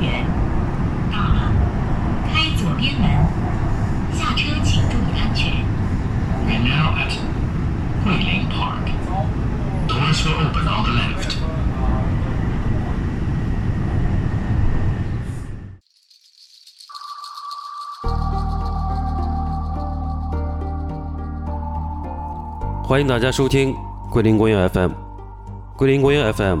园。到了，开左边门，下车请注意安全。 We're now at Huilin Park. Doors will open on the left. 欢迎大家收听桂林公园 FM。桂林公园 FM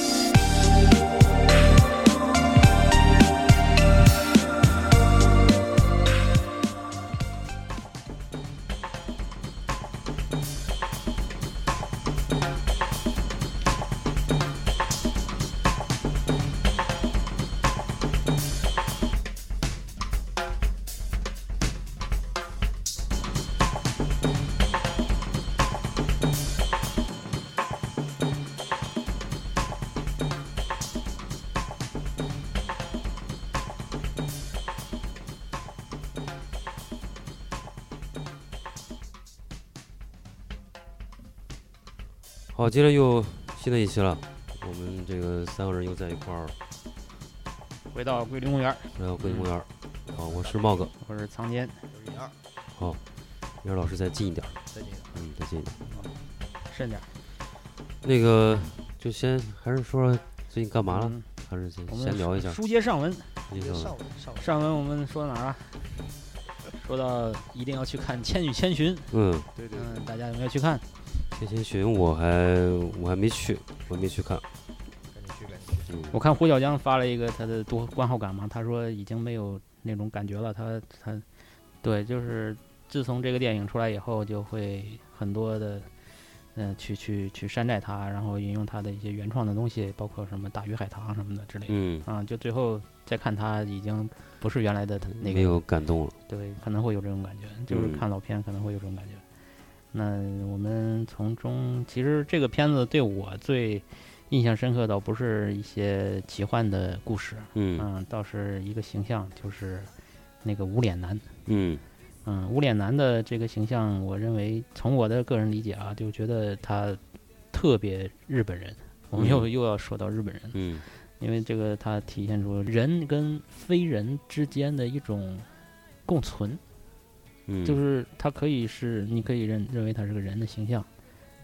好，接着又新的一期了，我们这个三个人又在一块儿回到桂林公园，来到桂林公园。好，我是茂哥，我是藏间，就是一样，让老师再近一点儿，再见。嗯，再近一点儿。慎点儿。那个就先还是说最近干嘛了，嗯还是先我们先聊一下。书接上文，那就个上文上文，上文我们说到哪儿了？啊说到一定要去看《千与千寻》，嗯，对对对，嗯，大家有没有去看？千千寻我还我还没去，我还没去看。赶紧去赶紧去。嗯，我看胡小江发了一个他的多观后感嘛，他说已经没有那种感觉了，他他对，就是自从这个电影出来以后，就会很多的。嗯，去去去山寨他，然后引用他的一些原创的东西，包括什么大鱼海棠什么的之类的。嗯，啊，就最后再看他已经不是原来的他那没个有感动了。对，可能会有这种感觉，就是嗯看老片可能会有这种感觉。那我们从中，其实这个片子对我最印象深刻，倒不是一些奇幻的故事，啊嗯嗯，倒是一个形象，就是那个无脸男。嗯嗯，无脸男的这个形象，我认为从我的个人理解啊，就觉得他特别日本人。我们又又要说到日本人，嗯因为这个它体现出人跟非人之间的一种共存，嗯，就是它可以是你可以认认为它是个人的形象，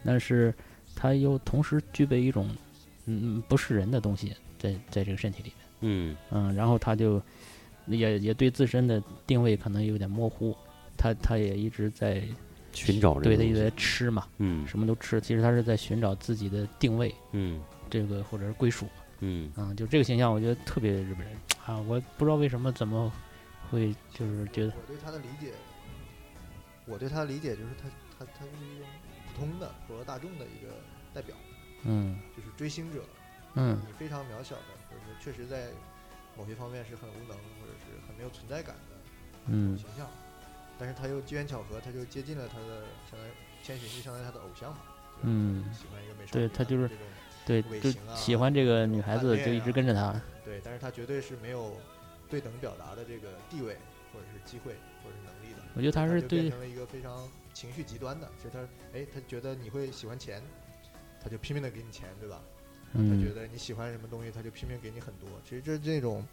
但是它又同时具备一种嗯不是人的东西在在这个身体里面，嗯嗯，然后他就也也对自身的定位可能有点模糊，他他也一直在寻找这对个他东一直在西。吃嘛，嗯什么都吃，其实他是在寻找自己的定位，嗯这个或者是归属。嗯嗯，就这个形象，我觉得特别日本人啊，我不知道为什么怎么会就是觉得，我对他的理解，我对他的理解就是他他他是一个普通的普罗大众的一个代表，嗯就是追星者，嗯你非常渺小的，或者说确实在某些方面是很无能，或者是很没有存在感的嗯形象。但是他又机缘巧合，他就接近了他的相当于千寻，就相当于他的偶像嘛。就是嗯，喜欢一个美少对女他啊就是这种对，尾就行啊喜欢这个女孩子，就一直跟着她，对，但是他绝对是没有对等表达的这个地位，或者是机会，或者是能力的。我觉得她是就对变成了一个非常情绪极端的，就是他，哎，他觉得你会喜欢钱，他就拼命的给你钱，对吧？他觉嗯得你喜欢什么东西，他就拼命给你很多。其实这这种，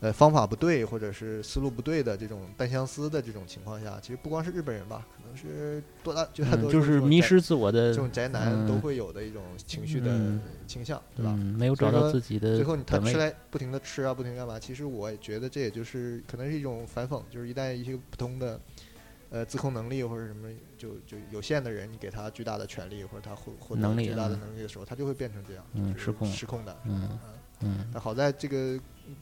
呃，方法不对或者是思路不对的这种单相思的这种情况下，其实不光是日本人吧，可能是多大绝大多嗯，数就这是种迷宅失自我这的，种宅男都嗯会有的一种情绪的嗯倾向，对吧嗯？，没有所找以到说自己最的后你他本吃位，来不停的吃啊，不停地干嘛？其实我也觉得这也就是可能是一种反讽，就是一旦一些普通的呃自控能力或者什么就就有限的人，你给他巨大的权利或者他获获能得力巨大的嗯能力的时候，他就会变成这样，嗯就失是控失控的。啊嗯嗯但好在这个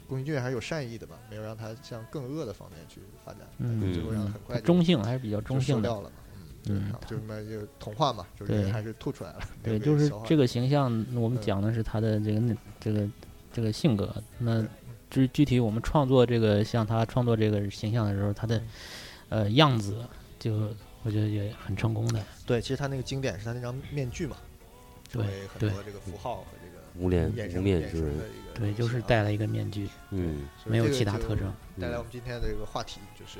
宫崎骏还是有善意的吧，没有让他向更恶的方面去发展，但是最后让他嗯很快，就中性还是比较中就收性的，掉了嘛。嗯嗯，就是什么就童话嘛，就是人对还是吐出来了。没对，有被就是消化这个形象，我们嗯讲的是她的这个内这个这个性格，那对具具体我们创作这个像他创作这个形象的时候，他的嗯呃样子就我觉得也很成功的。对，其实他那个经典是他那张面具嘛，成为很对多这个符号和这个无脸衍无嗯生面衍之生人，的一个对，就东西是啊戴了一个面具，嗯所以没有这个其他就特征。带来我们今天的这个话题，就是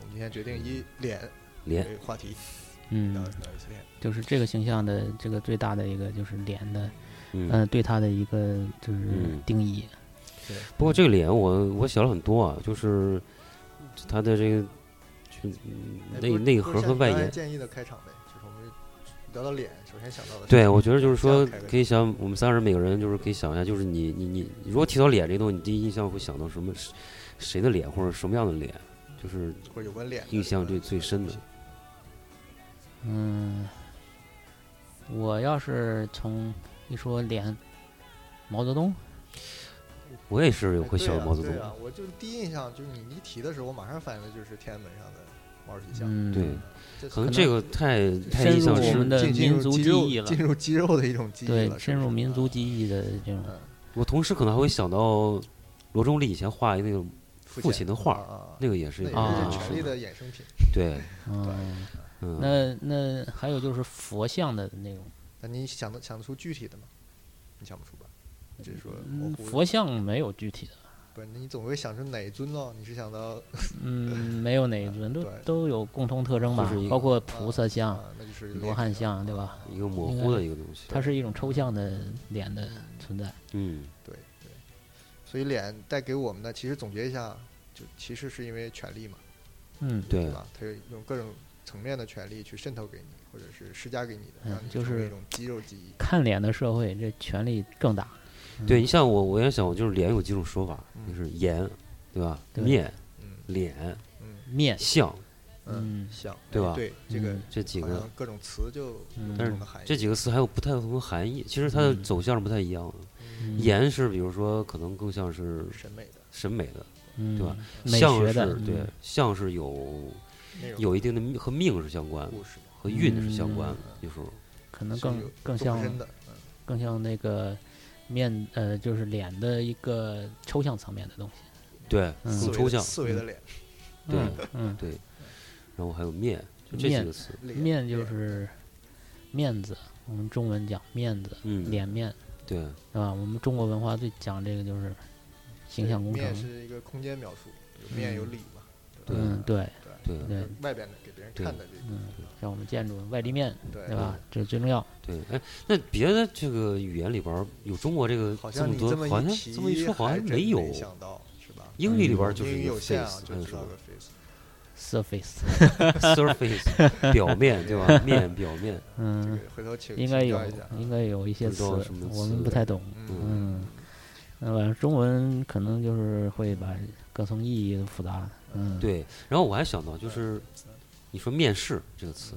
我们今天决定以脸嗯脸嗯为话题聊嗯，聊一些脸。就是这个形象的这个最大的一个就是脸的，嗯。呃，对它的一个就是嗯定义。哎不过这个脸我我想了很多啊，就是他的这个就哎内不是内不是核和像你外刚才延。建议的开场呗，就是我们聊到脸，首先想到的是对，我觉得就是这说嗯样开个，可以想我们三个人每个人就是可以想一下，就是你你你，你如果提到脸这东西，你第一印象会想到什么？谁谁的脸或者什么样的脸？就是或者有关脸的印象这个最最深的嗯，我要是从一说脸，毛泽东，我也是哎会对想啊毛泽对东，啊，我就第一印象就是你一提的时候，我马上反应的就是天安门上的毛主席像。嗯，对，这可能是这个太太深印象入我深们。的进进入民族肌记肉忆了进入肌肉的一种记忆了，是对，不深入是民啊族记忆的这种，嗯我同时可能还会想到罗中立以前画的那个父亲的啊画，啊啊那个也是一那个啊也印象是权力深的的。衍生品。对，嗯，嗯，那那还有就是佛像的那种，那你想得想得出具体的吗？你想不出吧？你只是说模嗯糊的佛像没有具体的，不是，你总会想出哪一尊呢？你是想到嗯，没有哪一尊都对嗯都有共同特征就吧是一，包括菩萨像、啊，那就是罗汉像，对嗯吧？一个模糊的一个东西。它是一种抽象的脸的存在。嗯，对对，所以脸带给我们的，其实总结一下，就其实是因为权力嘛，嗯，对对，吧？他用各种层面的权力去渗透给你，或者是施加给你的，嗯让你就成为是一种肌肉记忆。看脸的社会，这权力更大。对你像我，我也想，就是脸有几种说法，嗯就是颜，对吧？对面、嗯脸、嗯面，相嗯，嗯像对哎吧对，这个嗯这几好个像，各种词就有嗯不但是同的含义。这几个词还有不太同的含义。其实它的嗯走向是不太一样的。嗯颜是比如说可能更像是审美的审美的，嗯，对吧美相学是的，对嗯，相是有那种有一定的命和命是相关的，故事嘛，和运是相关的嗯，有时候。可能是更有更纵像深的，嗯更像那个面，呃，就是脸的一个抽象层面的东西。对，嗯四更维抽的象。四维的脸，对嗯嗯，对，然后还有面，就这几面个词。脸面就脸是面子，我们中文讲面子，嗯，脸面，对，对吧？我们中国文化最讲这个就是形对象工面程。是一个空间描述，有面有里嘛，对嗯，对吧对对对，对就是外边的给别人看的这个，嗯，像我们建筑外立面，对对嗯吧？这最重要。对，哎，那别的这个语言里边儿有中国这个好这像么你多，么好像提，这么一说好还像真没有。想到是吧？英语里嗯边儿就英是语一个有限啊 face，，嗯就还有知什道么个 face，surface，surface 表面对吧？面表面，这嗯，个回头请应该请有教一下啊，应该有一些不知词道什么，我词们不太懂。嗯嗯嗯，那反正中文可能就是会把各层意义都复杂。嗯，，对。然后我还想到就是，你说面试这个词，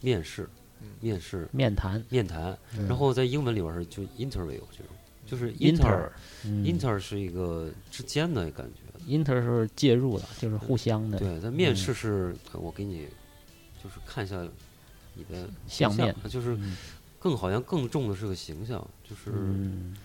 面试嗯，面试，面谈，面谈。对然后在英文里边儿是就 interview 这种，就是嗯，inter，嗯 inter 是一个之间的感觉。 inter 是介入了，就是互相的对，但面试是呃我给你就是看一下你的相面。就是嗯更好像更重的是个形象，就是。嗯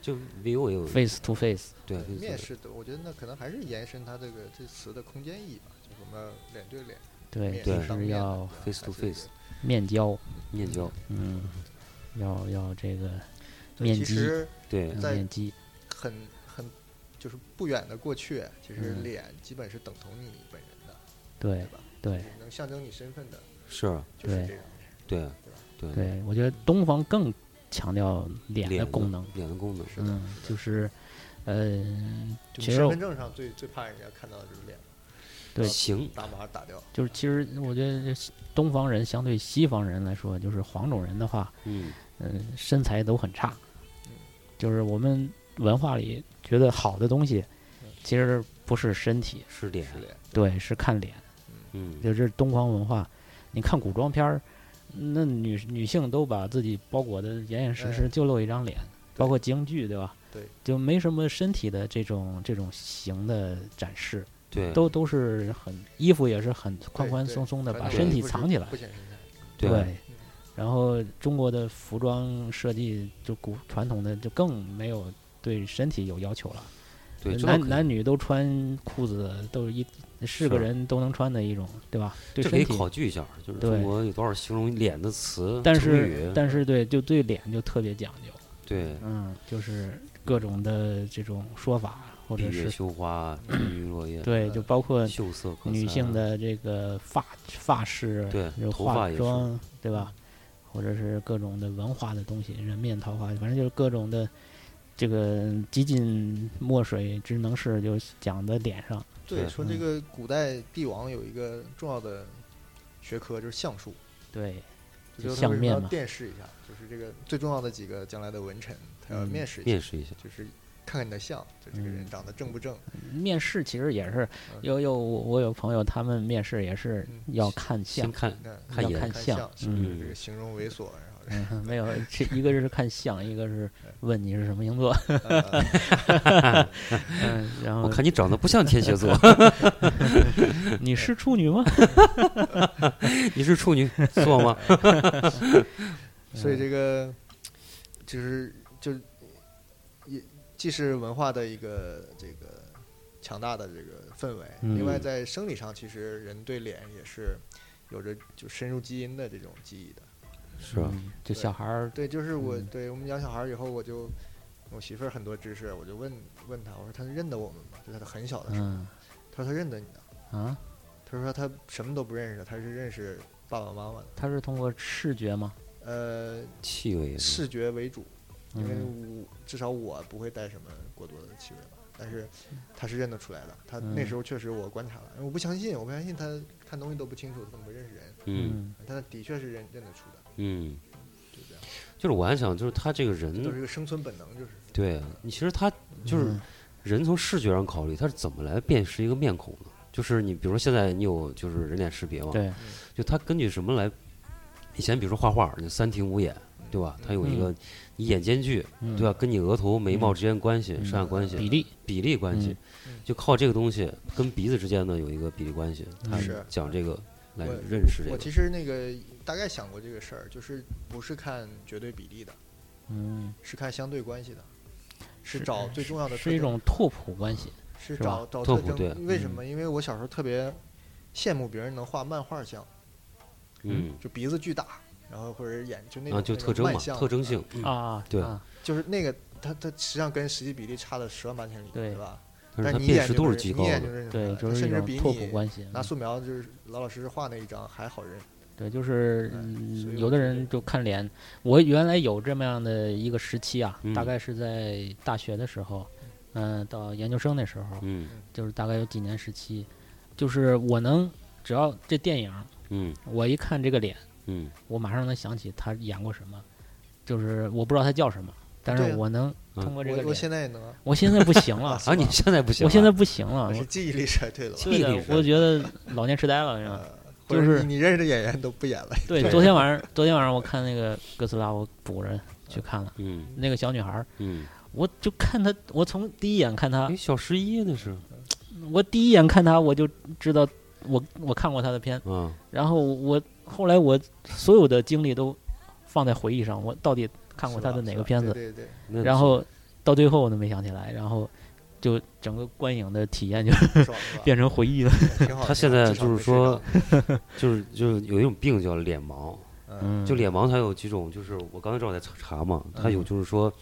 就 vivo 也有，face to face，对对面试试的，我觉得那可能还是延伸它这个这词的空间意义吧，就是我们脸对脸，对，面哎对就当是面的要对吧 face 还 to 是一个 face 面交，面交，嗯，要要这个对面其基实对在面基，很很就是不远的过去，其实嗯脸基本是等同你本人的，对对吧？对能象征你身份的，是，啊就是对这样。哎对对对，我觉得东方更强调脸的嗯脸功能，脸的功能是的嗯，就是，呃，就其你实身我份证上最最怕人家看到的就是脸，对行，打码打掉。就是其实我觉得这东方人相对西方人来说，就是黄种人的话，嗯，嗯，身材都很差嗯，就是我们文化里觉得好的东西，其实不是身体，是脸是，脸，对，是看脸，嗯，就这是东方文化。你看古装片儿，那女女性都把自己包裹的严严实哎实，就露一张脸，包括京剧，对吧？对，就没什么身体的这种这种型的展示，对都都是很衣服也是很宽对宽对松松的，反把正身体不是藏起来不。显身材。对，嗯然后中国的服装设计就古传统的就更没有对身体有要求了，对，这倒可男以男女都穿裤子，都是一是个是人都能穿的一种，对吧？对这可以身体。考据一下，就是对中国有多少形容脸的词、但成是语？但是对，就对脸就特别讲究，对，嗯，就是各种的这种说法，或闭者月是羞花、沉鱼落雁，对，就包括秀色可餐女性的这个发发饰，啊对就是头化发也是嗯妆，对吧？或者是各种的文化的东西，人面桃花，反正就是各种的这个几尽墨水之能事，就讲在脸上。对，对说这嗯个古代帝王有一个重要的学科就是相术，对，就就是他相为什么面要嘛辨识一下，就是这个最重要的几个将来的文臣，他要嗯面试一下，面试一下，就是看看你的相，就这个人嗯长得正不正，面试其实也是有有我我有朋友，他们面试也是嗯要看先相，看那看要颜看看相是不是嗯这个形容猥琐，然后嗯，没有，这一个是看相，一个是问你是什么星座， 呃嗯， 然我后看你长得不像天蝎 座，你是处女吗？你是处女座吗？ 所嗯以这个就是就也既是文化的一个这个强大的这个氛围，嗯另外在生理上，其实人对脸也是有着就深入基因的这种记忆的。是吧？嗯就小孩儿，对，就是我、嗯对我们养小孩儿以后，我就我媳妇儿很多知识，我就问问她，我说她认得我们吗？就她很小的时候，嗯她说她认得你的，啊，她说她什么都不认识，她是认识爸爸妈妈的，他是通过视觉吗？呃，气味是吧视觉为主。因为嗯我至少我不会带什么过多的气味吧，但是嗯他是认得出来的。他那嗯时候确实我观察了，因为我不相信，我不相信他看东西都不清楚，他怎么会认识人？嗯嗯但他的确是认认得出的，嗯，就这样，就是我还想，就是他这个这都人，是一个生存本能，就是嗯嗯对你其实他就是嗯人从视觉上考虑，他是怎么来辨识一个面孔呢？就是你比如说现在你有就是人脸识别嘛，对，就他根据什么来？以前比如说画画，就三庭五眼，对吧？嗯它有一个你眼间距，嗯对吧？跟你额头眉毛之间关系、嗯上下关系、比例，嗯比例关系，就靠这个东西跟鼻子之间呢有一个比例关系，嗯他是讲这个来我认识这我个。其实那个大概想过这个事儿，就是不是看绝对比例的，嗯，是看相对关系的，是是找最重要的特是一征种拓扑关系，是是吧找找特特普对嗯征。为什么？因为我小时候特别羡慕别人能画漫画像，嗯，就鼻子巨大，然后或者眼就那啊，就种那种特征嘛，慢像特征啊性。嗯啊，对啊就是那个它它实际上跟实际比例差了十万八千里，对对吧？但是它你一辨眼识就度能是极你高一的眼就，认出来对，了就是一甚至种比拓扑你关系。拿嗯素描就是老老实实画那一张还好认。对，就是哎嗯所以有我的觉人得就看脸。我原来有这么样的一个时期啊，大嗯概是在大学的时候，嗯、到研究生那时候，嗯就是大概有几年时期，就是我能只要这电影儿，嗯我一看这个脸，嗯，我马上能想起他演过什么，就是我不知道他叫什么，但是对啊我能嗯通过这个我脸，我现在也能啊，，我现在不行了 啊，你现在不行了，我现在不行了，我我是记忆力衰退了吧？记忆对的力，是我觉得老年痴呆了，是吧？呃，或者啊就是你你认识的演员都不演了。对，昨天晚上，昨天晚上我看那个哥斯拉，我补着去看了嗯那个小女孩儿，嗯，我就看她，我从第一眼看她哎，，小十一那是我第一眼看她我就知道我我看过她的片，啊，然后我后来我所有的精力都放在回忆上，我到底 看过是吧她的哪是个吧片子，对对对，那然后到最后我都没想起来，然后就整个观影的体验就 爽是吧？变成回忆了，挺好。他挺现好在至少就是没睡着说就是就是有一种病叫脸盲，嗯 嗯，就脸盲它有几种，就是我刚才正好在查查嘛，它有嗯就是说，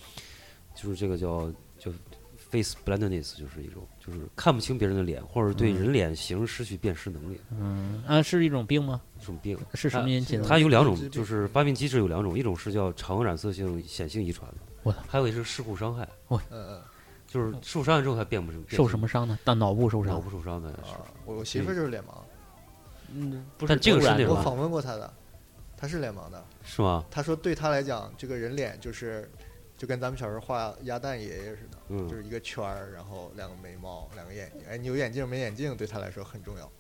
就是这个叫就 face blindness，就是一种就是看不清别人的脸，或者对人脸型失去辨识能力，嗯啊，是一种病吗？这种病。啊是什么它引起的？它有两自知种，病就是发病机制有两种，一种是叫常染色性显性遗传的，我操还有一个是事故伤害，嗯嗯就是受伤害之后它辨不清受什么伤呢？大脑部受伤脑。部受伤的，啊，我我媳妇儿就是脸盲，嗯，不但这个突是然那的种我啊访问过她的，她是脸盲的。是吗？她说对她来讲，这个人脸就是就跟咱们小时候画鸭蛋爷爷似的。就嗯，是一个圈儿，然后两个眉毛，两个眼睛。哎，你有眼镜没眼镜对他来说很重要。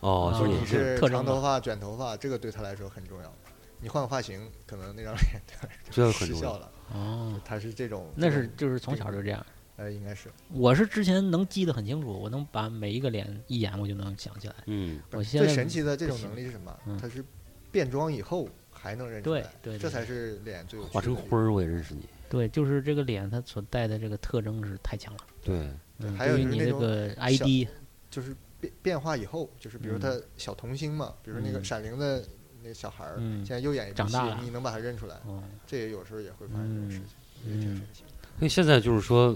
哦，啊就就是是你你是是啊特征长吧头发、卷头发，这个对他来说很重要。你换个发型，可能那张脸 这个很失重效要，了。哦，他是这种，那这是种就是从小就这样。呃，应该是我是之前能记得很清楚，我能把每一个脸一眼我就能想起来。嗯，我现最在神奇的这不种行能力是什么嗯？他是变装以后还能认出对来，对对这才是脸最有化趣的成地灰儿我也认识你，对对，就是这个脸它所带的这个特征是太强了。对，嗯，还有对于就是你那这种个小 ID，就是变变化以后，就是比如嗯他小童星嘛，比如那个嗯《闪灵》的那个小孩儿，嗯现在又演一部长戏大了，你能把他认出来，哦，这也有时候也会发生这种事情，嗯也挺嗯神奇的。因为现在就是说，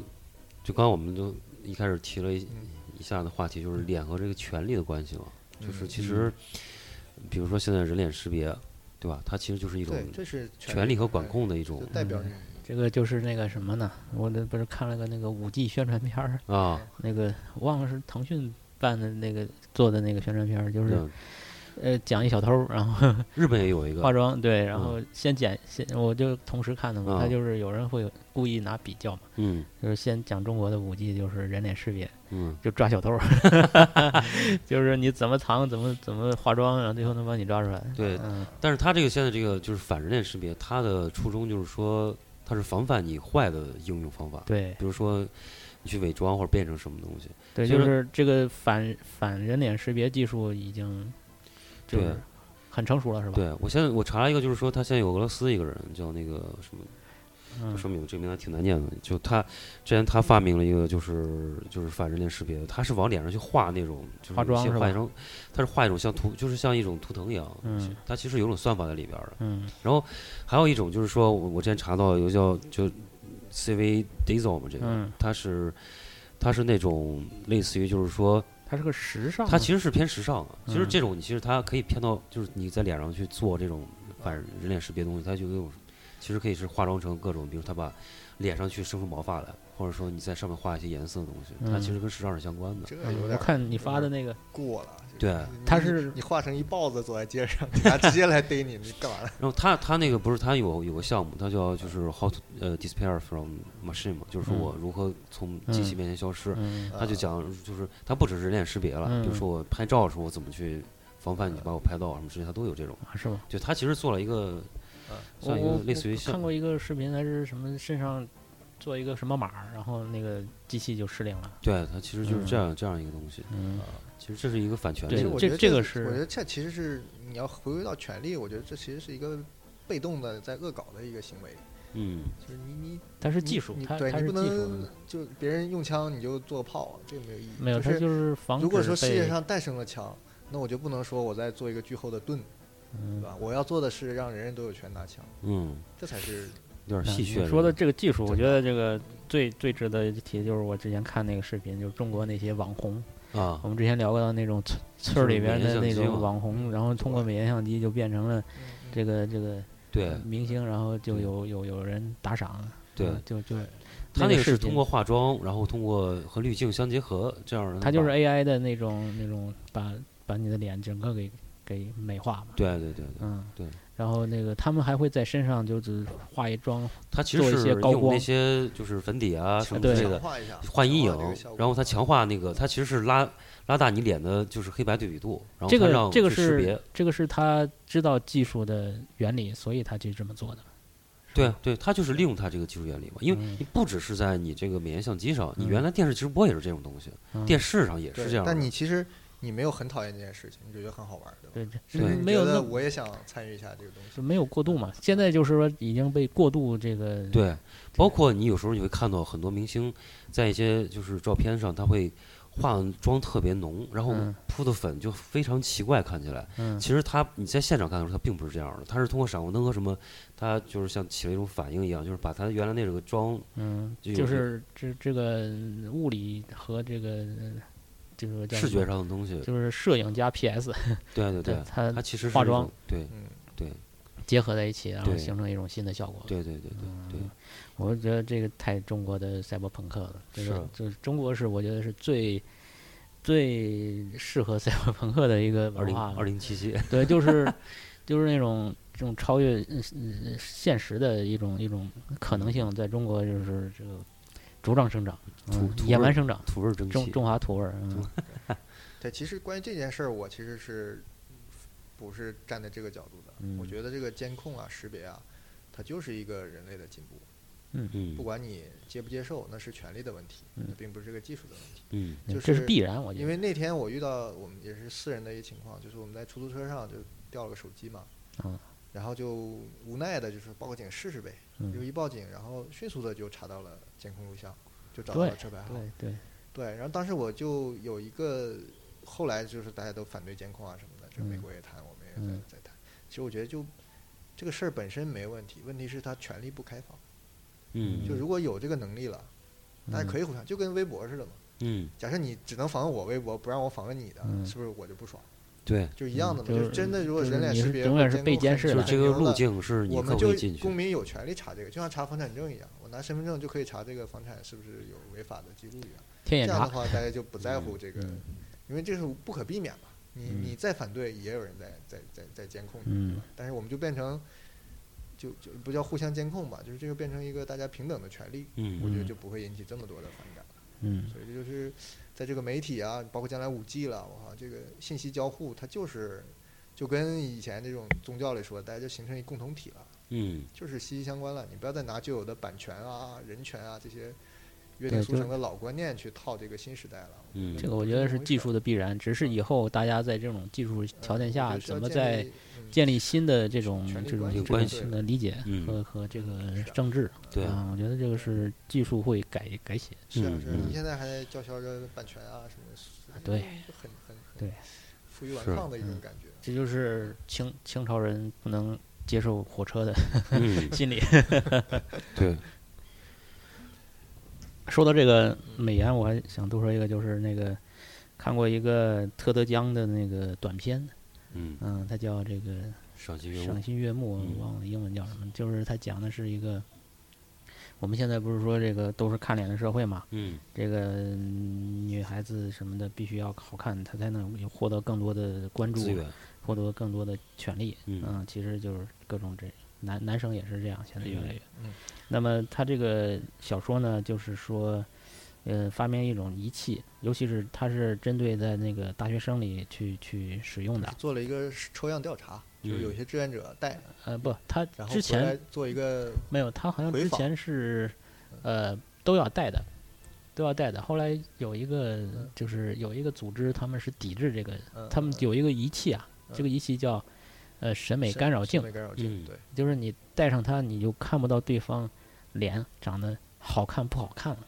就刚刚我们都一开始提了一嗯一下的话题，就是脸和这个权力的关系了。就是嗯其实，比如说现在人脸识别，对吧？它其实就是一种对，这是权力和管，控的一对种就代表嗯这个就是那个什么呢？我这不是看了个那个五 G 宣传片儿，啊。那个忘了是腾讯办的那个做的那个宣传片儿，就是、嗯，呃讲一小偷，然后日本也有一个化妆，对，嗯然后先剪先，我就同时看的嘛，他嗯就是有人会故意拿比较嘛，嗯就是先讲中国的五 G 就是人脸识别，嗯，就抓小偷， 就是你怎么藏，怎么怎么化妆，然后最后能把你抓出来。对。嗯，但是它这个现在这个就是反人脸识别，它的初衷就是说，它是防范你坏的应用方法，对比如说你去伪装或者变成什么东西。对，就就是是这个反反人脸识别技术已经就对是很成熟了，是吧？对我现在我查了一个，就是说他现在有俄罗斯一个人叫那个什么。嗯这说明这名字还挺难念的。就他之前他发明了一个，就是就是反人脸识别的，他是往脸上去画那种，就是化妆一些是画吧一种，他是画一种像图，就是像一种图腾一样。嗯，它其实有种算法在里边儿的。嗯还有一种就是说我我之前查到有个叫就 CV Diesel 嘛，这个嗯，它是它是那种类似于就是说它是个时尚嘛，它其实是偏时尚啊的。其实嗯这种你其实它可以偏到就是你在脸上去做这种反人脸识别的东西，它就有种其实可以是化妆成各种，比如它把脸上去生出毛发来，或者说你在上面画一些颜色的东西，它其嗯实跟时尚是相关的。这个嗯有我点看你发的那个，过了。这对个你他你是你画成一豹子走在街上，人家直接来逮你，你干嘛呢？然后它它那个不是它有有个项目，它叫就是 how to 呃 disappear from machine 嘛，就是说嗯我如何从机器嗯面前消失。嗯他就讲，就是他不只是练识别了，比如嗯说我拍照的时候，我怎么去防范你把我拍到什么之类，他都有这种。啊是吗？就他其实做了一个嗯，我像一我个类似于我看像过一个视频，它是什么身上做一个什么码儿，然后那个机器就失灵了。对他其实就是这样这样一个东西。嗯啊其实这是一个反权利对其实的我东这觉西，得这个我觉是得这其实是你要回归到权力，我觉得这其实是一个被动的在恶搞的一个行为，嗯，就是你你它是你技术你，它嗯对它你是不技术能，就别人用枪你就做炮，这个没有意义。没有，它是就是防止如果说世界被上诞生了枪，那我就不能说我在做一个巨厚的盾，对嗯吧？我要做的是让人人都有权拿枪，嗯，这才是有点啊戏你谑了。说的这个技术，我真觉得这个最最值得一提就是我之前看那个视频，就是中国那些网红，啊我，们之前聊过到那种村村是儿里美边颜的相那机嘛种网红，然后通过美颜相机就变成了嗯这个这个对明星，然后就对有有有人打赏，对嗯，就就对他那个是视频通过化妆，然后通过和滤镜相结合，这样它就是哎把 AI 的那种那种把把你的脸整个给给美化嘛，对对对对，嗯，对。然后那个他们还会在身上就只化一妆，他其做一实是些高用那光些就是粉底啊什么之对类强的，化一下，换阴强影化这个效，果然后它强化那个，它其实是拉拉大你脸的，就是黑白对比度，然后这它个让这个去识是别，这个是他知道技术的原理，所以他去这么做的。对对，它就是利用它这个技术原理嘛，因为嗯你不只是在你这个美颜相机上，你原嗯来电视直播也是这种东西，嗯电视上也是对这样的，但你其实你没有很讨厌这件事情，你就觉得很好玩，对嗯吧？对，这只是你没有觉那得我也想参与一下这个东西。就没有过度嘛。现在就是说已经被过度这个对，包括你有时候你会看到很多明星在一些就是照片上，他会化妆特别浓，然后嗯铺的粉就非常奇怪，看起来。嗯其实他你在现场看的时候，他并不是这样的，他是通过闪光灯和什么，他就是像起了一种反应一样，就是把他原来那个妆嗯，就有就些是这这个物理和这个呃就是叫视什么觉上的东西，就是摄影加 PS，对对对，它它其实是化一种妆，对嗯，结合在一起，然后对形成一种新的效果。对对对对对嗯，我觉得这个太中国的赛博朋克了，这啊个就是中国是我觉得是最最适合赛博朋克的一个二文零化了二。零七七，对，就是 就是那种这种超越呃呃现实的一种一种可能性，在中国就是这个茁壮生长，嗯土野味儿蛮生长，土味儿蒸中汽，中华土味儿。嗯 对，其实关于这件事儿，我其实是不是站在这个角度的？嗯我觉得这个监控啊、识别啊，它就是一个人类的进步。嗯不管你接不接受，那是权利的问题，嗯那并不是个技术的问题。嗯就这是是必然，我觉因得。为那天我遇到我们也是私人的一个情况，就是我们在出租车上就掉了个手机嘛，嗯然后就无奈的就是报个警试试呗，嗯就一报警，然后迅速的就查到了监控录像，就找到了车牌号。对对，对，然后当时我就有一个，后来就是大家都反对监控啊什么的，这美嗯国也谈，我们也在、嗯在谈。其实我觉得就这个事儿本身没问题，问题是它权力不开放。嗯就如果有这个能力了，大家可以，以互相，就跟微博似的嘛。嗯，假设你只能访问我微博，不让我访问你的，嗯是不是我就不爽？对，就一样的嘛。就是是真的，如果就是人脸你识是别永远是和被控监很视就的很是这个牛了路径是你我可们不可就以进去公？民有权利查这个，就像查房产证一样，我拿身份证就可以查这个房产是不是有违法的记录一样。天眼这样的查，话，大家就不在乎这个，嗯因为这是不可避免嘛。你嗯你再反对，也有人在在在在监控你，嗯但是我们就变成，就就不叫互相监控吧，就是这个变成一个大家平等的权利，我嗯，觉得嗯就不会引起这么多的反感了。嗯所以这就是在这个媒体啊，包括将来五 G 了，我靠，这个信息交互它就是就跟以前这种宗教里说，大家就形成一共同体了，嗯，就是息息相关了。你不要再拿旧有的版权啊、人权啊这些对约定俗就成的老观念去套这个新时代了。嗯这个我觉得是技术的必然，只是以后大家在这种技术呃条件我觉下，得是怎要么建在立嗯建立新的这种权力这种关这种系关系新的理解嗯和和这个是啊政治对，啊，我觉得这个是技术会改改写，是啊嗯是啊，嗯你现在还在叫嚣着版权啊什么的，对，很很很对，负隅顽是抗的一种嗯感觉。这就是清清朝人不能接受火 车的 嗯，心理。对，说到这个美颜，我还想多说一个，就是那个看过一个特德江的那个短片，嗯，嗯，它叫这个赏析《阅赏物，心悦目》，嗯我忘了英文叫什么，就是它讲的是一个。我们现在不是说这个都是看脸的社会嘛？嗯这个嗯女孩子什么的必须要好看，她才能获得更多的关注资，源，获得更多的权利。嗯嗯，其实就是各种这男男生也是这样，现在越来越。嗯那么他这个小说呢，就是说，呃，发明一种仪器，尤其是它是针对在那个大学生里去去使用的。做了一个抽样调查，就是有嗯些志愿者带，呃，不，他然之后回来前做一个没有，他好像回之访嗯前是，呃，都要带的，都要带的。后来有一个嗯就是有一个组织，他们是抵制这个，嗯他们嗯有一个仪器啊，这嗯个仪器叫呃审美审干扰审镜。美干扰嗯镜，对，就是你戴上它，你就看不到对方脸长得好看不好看了，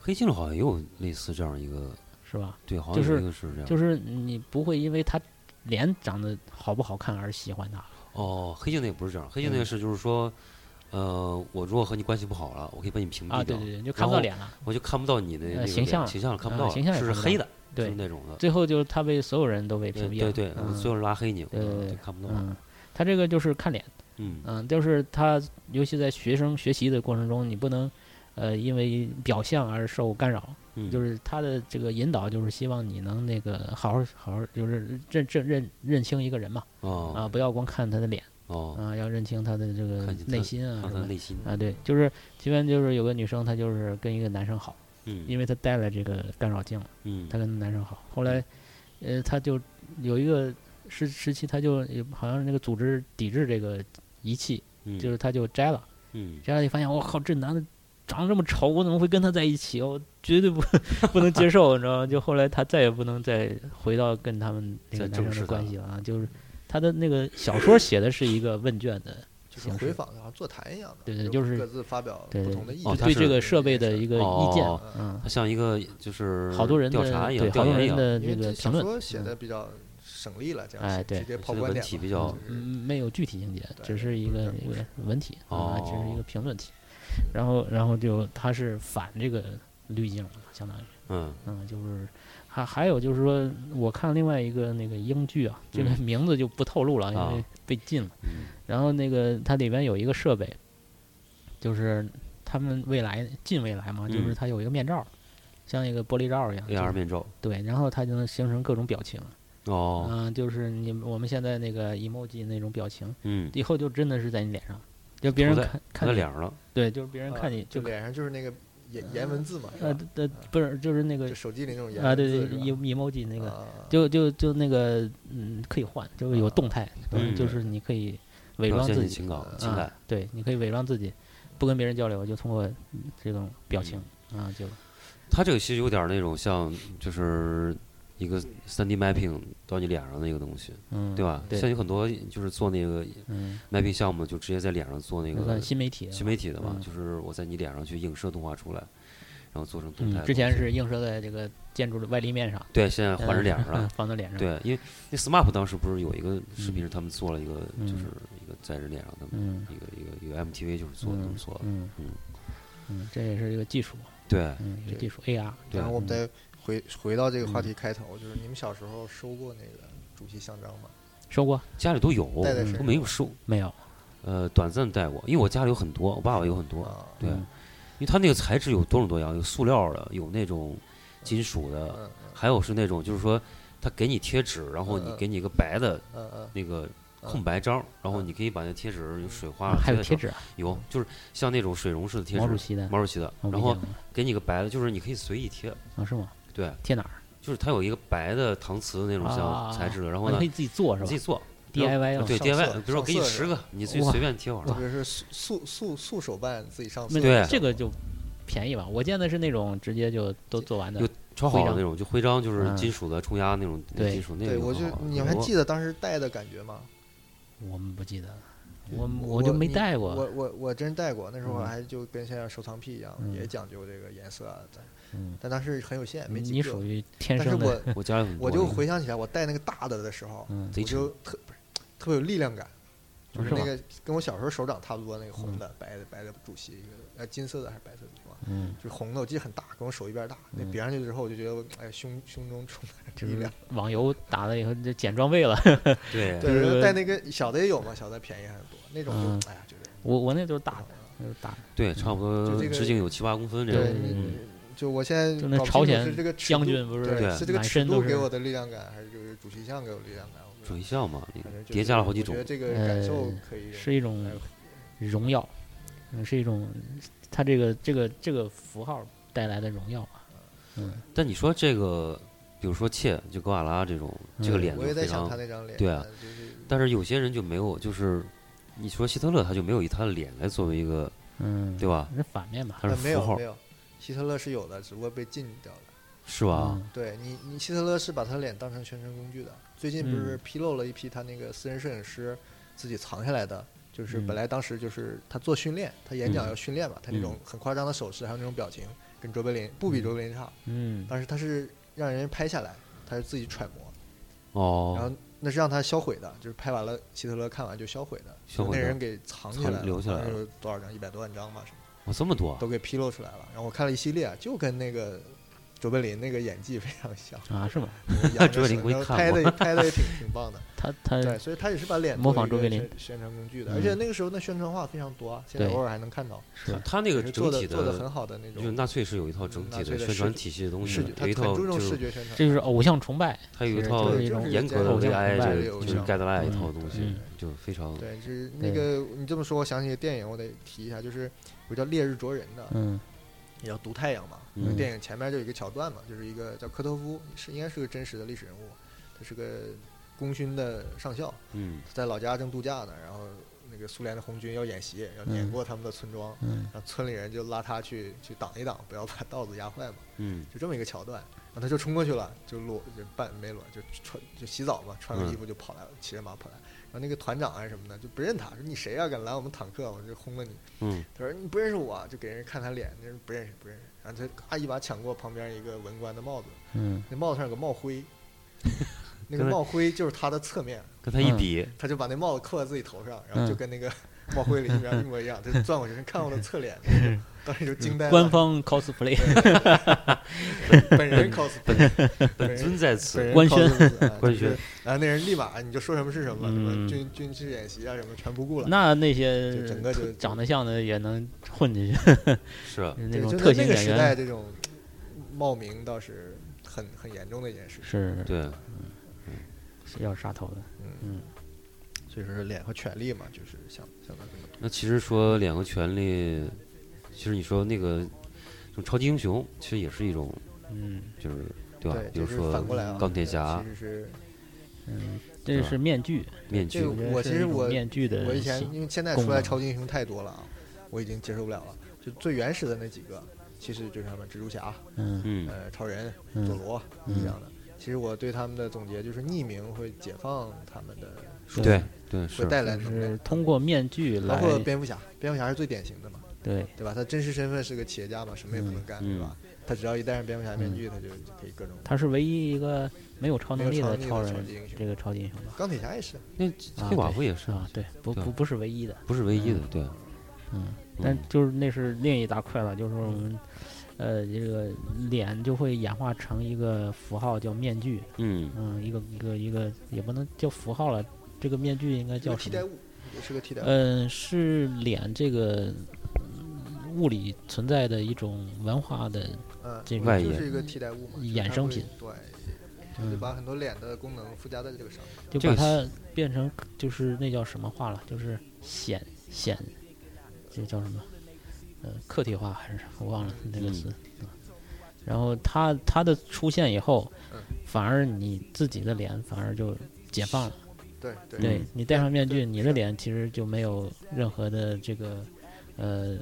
黑镜好像也有类似这样一个，是吧？对，好就像有是一个是这样，就是你不会因为他脸长得好不好看而喜欢他。哦，黑镜那个不是这样，黑镜那嗯个是就是说，呃，我如果和你关系不好了，我可以把你屏啊，蔽掉，对对对，你就看不到脸了。我就看不到你的呃那个形象脸形象了，看不啊到了，形象也是看不黑到的，就对是那种的，最后就是他被所有人都被屏对蔽对对，了。嗯所有人拉黑你，对对就对看不到，嗯，他这个就是看脸，嗯嗯，就是他尤其在学生学习的过程中，你不能。呃，因为表象而受干扰，嗯，就是他的这个引导，就是希望你能那个好好好好，就是认认认认清一个人嘛，哦啊，不要光看他的脸。哦，啊，要认清他的这个看清他内心啊看什他么的内心，啊，对，就是即便就是有个女生，她就是跟一个男生好，嗯因为她戴了这个干扰镜，嗯她跟男生好。后来，呃，她就有一个时时期，她就也好像是那个组织抵制这个仪器，嗯，就是她就摘了，嗯摘了就发现我靠，这男的长得这么丑，我怎么会跟他在一起？我绝 对不不能接受，你知道吗？就后来她再也不能再回到跟他们那个再男正生视的他关系了啊，就是她的那个小说写的是一个问卷的。就是形回式访，然后座谈一样的，对对就就是各自发表对不对同的意哦见，它对是这个设备的一个意见哦，嗯，它像一个就是好多人调的查一样，对调好多研一样，人的那因为嗯个这小评论说写的比较省力了，这样哎写对直接这抛个观文点体嘛比较就是啊嗯没有具体情节，对只是一不是个这样一不是个文体啊，只是一哦个评论体。然后，然后就它是反这个滤镜嘛，相当于，嗯嗯，就是还还有就是说，我看另外一个那个英剧啊，这个嗯名字就不透露了，啊因为被禁了。嗯然后那个它里边有一个设备，就是他们未来近未来嘛，就是嗯它有一个面罩儿，像一个玻璃罩儿一样，就，AR 是面罩，对，然后它就能形成各种表情。哦，嗯，就是你我们现在那个 emoji 那种表情，嗯，以后就真的是在你脸上，就别人涂在看看到看你，脸上了，对，就是别人啊看你就就看脸上就是那个颜颜文字嘛，是呃吧呃不是就是那个就手机里那种颜啊文对字对是吧 emo emoji 那个啊就就就那个嗯可以换，就是有动态，嗯就是你可以伪表装现自你己情感呃情感啊，，对，你可以伪装自己，不跟别人交流，就通过嗯这种表情啊就它这个其实有点儿那种像就是一个 3D mapping 到你脸上那个东西，嗯，对吧？对像有很多就是做那个嗯， mapping 项目，就直接在脸上做那那个算新媒体了。新媒体的嘛，嗯就是我在你脸上去映射动画出来，然后做成动态的东西。嗯，之前是映射在这个建筑的外立面上，对，现在换成脸上 了嗯，。放到脸上。，对，因为那 SMAP 当时不是有一个视频嗯是他们做了一个，嗯就是一个在人脸上他们嗯一个一个一个 MTV 就是做的嗯这么做的，嗯嗯嗯，这也是一个技术，对，嗯，一个对技术 AR。对然后我们再回回到这个话嗯题开头，就是你们小时候收过那个主题像章吗？收过家里都有，带在身都上没有收，没有？呃，短暂戴过，因为我家里有很多，我爸爸有很多，啊，对，嗯因为它那个材质有多种多样，有塑料的，有那种金属的，嗯还有是那种就是说他给你贴纸，然后嗯你嗯给你一个白的嗯嗯那个空白章，然后你可以把那贴纸用水花还有在上贴纸啊，有，就是像那种水溶式的贴毛主纸。席的，毛主席的，我没然后见过给你个白的，就是你可以随意贴，啊是吗？对，贴哪儿？就是它有一个白的搪瓷的那种啊像材质的，然后啊你呢可以自己做是你自己吧做？DIY 啊啊对上 DIY，色比如说上给你色十是个，你自己哇随便贴玩嗯，儿。特别是素素素素手办自己上色那，对这个就便宜吧？我见的是那种直接就都做完的有，超好徽的章那种，就徽章就是嗯金属的冲压那种，那对金属那个对就我很就好玩你很还多记得当时戴的感觉吗？我们不记得了，我嗯我就没你戴过我。我我真戴过，那时候嗯还就跟现在收藏癖一样，嗯也讲究这个颜色啊，但嗯，但当时很有限，没几个。你属于天但是生的，我我家里很多我那就个，回想起来，我戴那个大的的时候，嗯，贼我就特不是特别有力量感，就是是那吗个跟我小时候手掌差不多那个红的、白的、白的主席一个，呃，金色的还是白色的是吧？ 嗯，就是红的，我记得很大，跟我手一边大。那嗯别上去之后，我就觉得我，哎，胸胸中充满着就力是量。网游打了以后就捡装备了。 对对，就是然后戴那个小的也有嘛，小的便宜还很多，那种嗯就，哎呀，觉得我我那就是打的，那就是打的，对，差不就多这个直径有七八公分这对，种。嗯你嗯就我现在就那搞不朝清楚鲜是这个尺将度军不是对是这个满尺身度都给是我的力量感，还是就是主席像给我力量感？我不知主道题项嘛，那反个正就是叠加了好几我种觉得，这个感受呃可以是一种荣耀，嗯，是一种它这个这个这个符号带来的荣耀吧。嗯，但你说这个，比如说切就格瓦拉这种，这个嗯脸我就也在非想常他，那张脸，对啊，就是但是有些人就没有，就是你说希特勒他就没有以他的脸来作为一个，嗯，对吧？那反面吧，他是呃没符有号没，有，希特勒是有的，只不过被禁掉了。是吧？嗯对你，你希特勒是把他的脸当成宣传工具的。最近不是嗯披露了一批他那个私人摄影师自己藏下来的，就是嗯本来当时就是他做训练，他演讲嗯要训练嘛，他那种很夸张的手势，还有那种表情，跟卓别林不比卓别林差，嗯，但是他是让人拍下来，他是自己揣摩，然哦，后那是让他销毁的，就是拍完了希特勒看完就销毁的，销毁那的人给藏起藏来了，留下好像来了有多少张，一百多万张吧，什么的哇，这么多啊，都给披露出来了。然后我看了一系列，啊就跟那个卓别林那个演技非常像，啊是吗？ 扬着卓别林手归然后看拍过的拍的也挺挺棒的，他他对，所以他也是把脸嗯模仿作为一个卓别林宣宣传工具的，嗯而且那个时候那宣传画非常多啊，现在对偶尔还能看到，他是他那个也是整做的体做的很好的那就是种纳粹是有一套整纳体粹的的宣传视体系的东西视的觉，，他有一很套注就重视是觉宣传，这就是偶像崇拜，它有一是套就是一种严格这的种 VI 崇拜这的偶个就是像 guideline 一套嗯东西嗯，就非常对，就是那对个你这么说，我想起电影，我得提一下，就是有叫《烈日灼人》的，嗯也叫《毒太阳》嘛。嗯那个电影前面就有一个桥段嘛，就是一个叫科托夫，是应该是个真实的历史人物，他是个功勋的上校，嗯在老家正度假呢，然后那个苏联的红军要演习，要碾嗯过他们的村庄，嗯然后村里人就拉他去去挡一挡，不要把稻子压坏嘛，嗯就这么一个桥段。然后他就冲过去了，就裸就半没裸，就穿就洗澡嘛，穿个嗯衣服就跑来，了，骑着马跑来。然后那个团长啊什么的就不认他，说你谁呀、敢拦我们坦克，我就轰了你。嗯，他说你不认识我啊，就给人看他脸，那人不认识不认识。然后他咔一把抢过旁边一个文官的帽子，嗯，那帽子上有个帽徽，那个跟他帽徽就是他的侧面，跟他一嗯比，他就把那帽子扣在自己头上，然后就嗯跟那个帽徽里一边一模一样，他就转过去看我的侧脸，那种当时就惊呆了。官方 cosplay 本人 cos 本本 尊在本此人官宣 cos，啊官就是宣然后那人立马你就说什么是什么，什么嗯军军事演习啊什么全不顾了。那那就些整个就特长得像的也能混进去，是啊那对，种就特在型那个演时代，员这种嗯冒名倒是很很严重的一件事。是对，是要杀头的，嗯所以说脸和权力嘛，就是想想到这个。那其实说两个权利，其实你说那个这种超级英雄，其实也是一种，嗯就是对吧？对，比如就是反过来啊说，钢铁对侠其、实是嗯，是这吧是面具，面具这个，觉得我其是实一种我面具的我以前戏因为现在功出来能超级英雄太多了啊，我已经接受不了了。就最原始的那几个，其实就是什么蜘蛛侠、嗯嗯，呃超人、嗯佐罗这样的。其实我对他们的总结就是，匿名会解放他们的，对对对会是，带来就能量是，通过面具包来括蝙蝠侠，蝙蝠侠是最典型的嘛，对对吧？他真实身份是个企业家嘛，什么也不能干，嗯对吧？他只要一戴上蝙蝠侠面嗯具，他就就可以各种。他是唯一一个没有超没能有力超的超能力的超人级英雄这个超级英雄吧？钢铁侠也是，那啊黑寡对妇也是啊，对，不对不不是唯一的，不是唯一的，对，嗯，嗯但就是那是另一大块了，就是我们，呃，这个脸就会演化成一个符号叫面具，嗯，嗯，一个一个一个也不能叫符号了，这个面具应该是个叫替什代么？物，也是个替代物。嗯，是脸这个嗯物理存在的一种文化的，嗯，这个外就延是一个替代物嘛，就是衍它生会品对，就嗯，把很多脸的功能附加在这个上面。就这把个它变成就是那叫什么化了，就是显显，这叫什么？呃，客体化还是什么？我忘了那个嗯词。嗯然后它它的出现以后嗯，反而你自己的脸反而就解放了。对对对嗯你戴上面具，对你的脸其实就没有任何的这个，呃，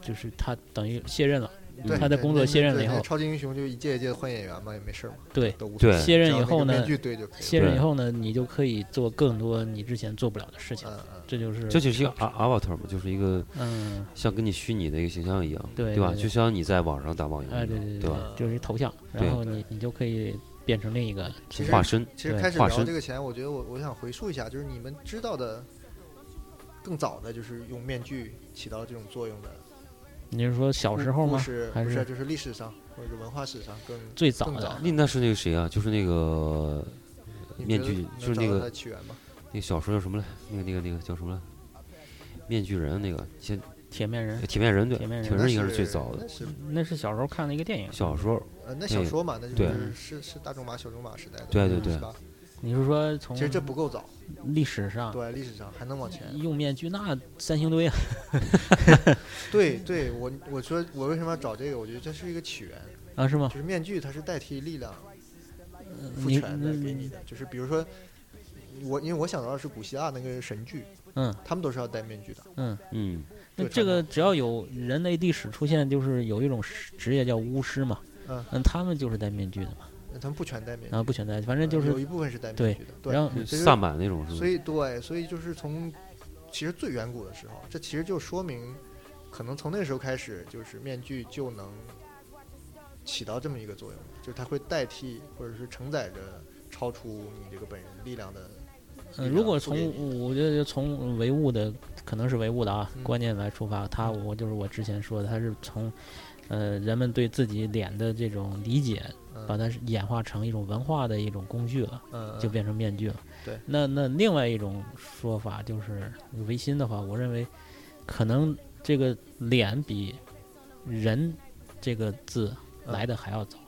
就是他等于卸任了，对他的对工作那卸任了以对那后超级英雄就一届一届换演员嘛，也没事儿嘛，对，都无所对谓。卸任只要以那个后呢面具对就可以了。卸任以对后呢，你就可以做更多你之前做不了的事情，嗯嗯，这就是这就是一个阿阿瓦特嘛，就是一个嗯，像跟你虚拟的一个形象一样，对吧？对对就像你在网上打网游哎，一对样，对吧？就是一头像，对然后你你就可以变成另一个，其实化身，其实对开始化聊身这个前，我觉得我我想回溯一下，就是你们知道的更早的，就是用面具起到这种作用的你是说小故时候故吗？事还不是是，啊就是历史上或者是文化史上更最早更的早那那是那个谁啊？就是那个你面觉得具能就是找那到个它的起源吗？那个小说叫什么来？那个那个那个叫什么来？面具人那个，先铁面人，铁面人对，铁面人铁面那人应该是最早的那是那是小时候看的一个电影。小说。呃，那小对说嘛，那嗯就对是是是大仲马、小仲马时代的，对对嗯对是吧？你是说从其实这不够早，历史上对，历史上还能往前。用面具那三星 堆啊？对，对我我说我为什么要找这个？我觉得这是一个起源，啊，是吗就？是面具它是代替力量呃赋你权的给你的，就是比如说我因为我想到的是古希腊那个神剧，嗯，他们都是要戴面具的，嗯，嗯，那对这传个只要有人类历史出现，就是有一种职职业叫巫师嘛，嗯他们就是戴面具的嘛，那他们不全戴面具，啊，不存在，反正就呃有一是，部分是戴面对具的，对然，后其实萨满那嗯种是所吗？以对，所以就是从其实最远古的时候，这其实就说明，可能从那个时候开始，就是面具就能起到这么一个作用，就是它会代替或者是承载着超出你这个本人力量的。呃力如量果赋给你从我觉得从唯物的可能是唯物的啊嗯观念来出发，他我就是我之前说的，他是从。呃，人们对自己脸的这种理解，把嗯它是演化成一种文化的一种工具了，嗯，就变成面具了。对那那另外一种说法就是唯心的话，我认为可能这个脸比人这个字来的还要早，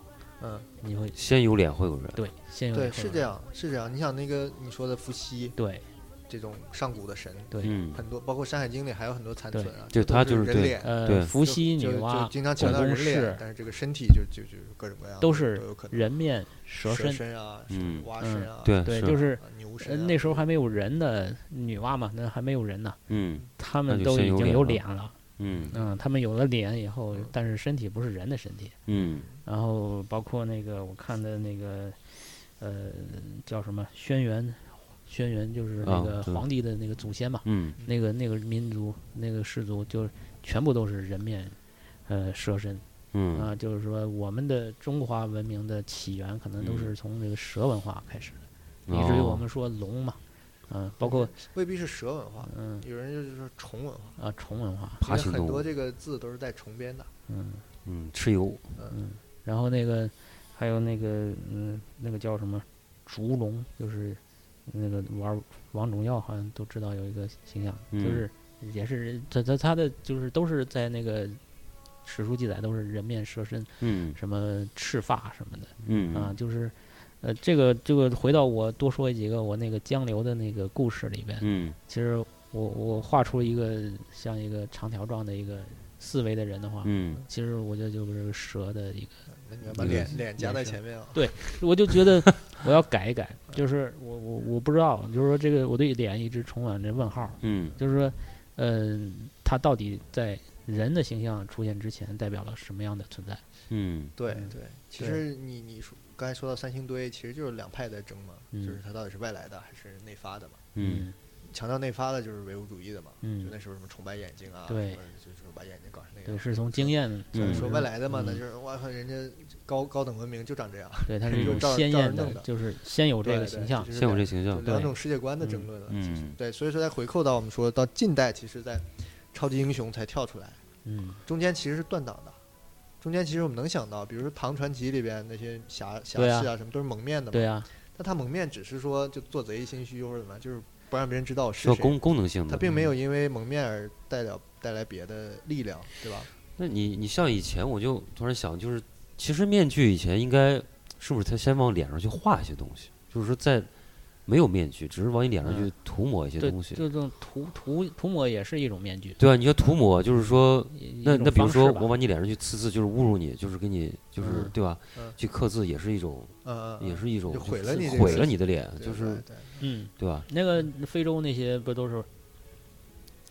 嗯，你会先有脸后有人，对先有对，一会是儿这，样，是这样。你想那个你说的伏羲对这种上古的神，对，嗯，很多包括《山海经》里还有很多残存啊，对这都他是就是人对脸。对呃，就伏羲、女就娲就经常强狗调公人脸氏，但是这个身体就就就各种各样的都是都有可能。人面蛇身，啊，嗯蛙嗯身啊，对对，是就是啊牛呃身啊，那时候还没有人的女娲嘛，那还没有人呢，嗯他那们就都先已有经脸有了脸了，嗯嗯，他们有了脸以后嗯，但是身体不是人的身体，嗯，然后包括那个我看的那个，呃，叫什么轩辕，轩辕就是那啊个对皇帝的那个祖先嘛，嗯，那个那个民族那个氏族就全部都是人面，呃，蛇身嗯，啊，就是说我们的中华文明的起源可能都嗯是从这个蛇文化开始哦的，一直有我们说龙嘛，嗯、包括未必是蛇文化，嗯有人就是说虫文化，啊虫文化，爬因为行很动多物，这个字都是带虫编的，嗯，嗯，蚩尤，然后那个还有那个嗯，那个叫什么烛龙，就是那个玩王者荣耀好像都知道有一个形象，嗯就是也是他他他的就是都是在那个史书记载都是人面蛇身，嗯什么赤发什么的啊，嗯就是呃这个这个回到我多说几个我那个江流的那个故事里边，嗯其实我我画出一个像一个长条状的一个四维的人的话，嗯，其实我觉得就是蛇的一个。那你要把嗯脸脸夹也在是前面啊，我就 觉得我要改一改，就是我我我不知道，就是说这个我对脸一直充满着问号，嗯呃就是说，嗯、它到底在人的形象出现之前代表了什么样的存在。嗯对嗯对，其对实你你说刚才说到三星堆，其实就是两派在争嘛，嗯就是它到底是外来的还是内发的嘛。嗯强调内发的就是唯物主义的嘛，就嗯那时候什么崇拜眼睛啊，对或者就是说把眼睛搞成那对，样。是从经验嗯说外来的嘛，那嗯就是哇靠，人家高高等文明就长这样，对，嗯它是一就种照着鲜照着艳的弄的，就是先有这对个对形象就。是现有这两形就象，两对种世界观的争嗯论了。其实嗯对，所以说再回扣到我们说到近代，其实在超级英雄才跳出来，嗯中间其实是断档的。中间其实我们能想到，比如说《唐传奇》里边那些侠侠对啊士啊，什么都是蒙面的嘛。对啊，但他蒙面只是说就做贼心虚或者怎么样，就是不让别人知道我需要是谁。功功能性他的。并没有因为蒙面而带了带来别的力量，对吧？那你你像以前，我就突然想，就是其实面具以前应该是不是他先往脸上去画一些东西，就是说在没有面具，只是往你脸上去嗯涂抹一些对，东就西，这种涂涂涂抹也是一种面具。对啊，你要涂抹，就是说一那一种那比如方式说吧我往你脸上去刺字，就是侮辱你，就是给你就是嗯对吧嗯？去刻字也是一种嗯，嗯也是一种就毁是了你这个毁字了你的脸，对就是对嗯，对吧？那个非洲那些不都是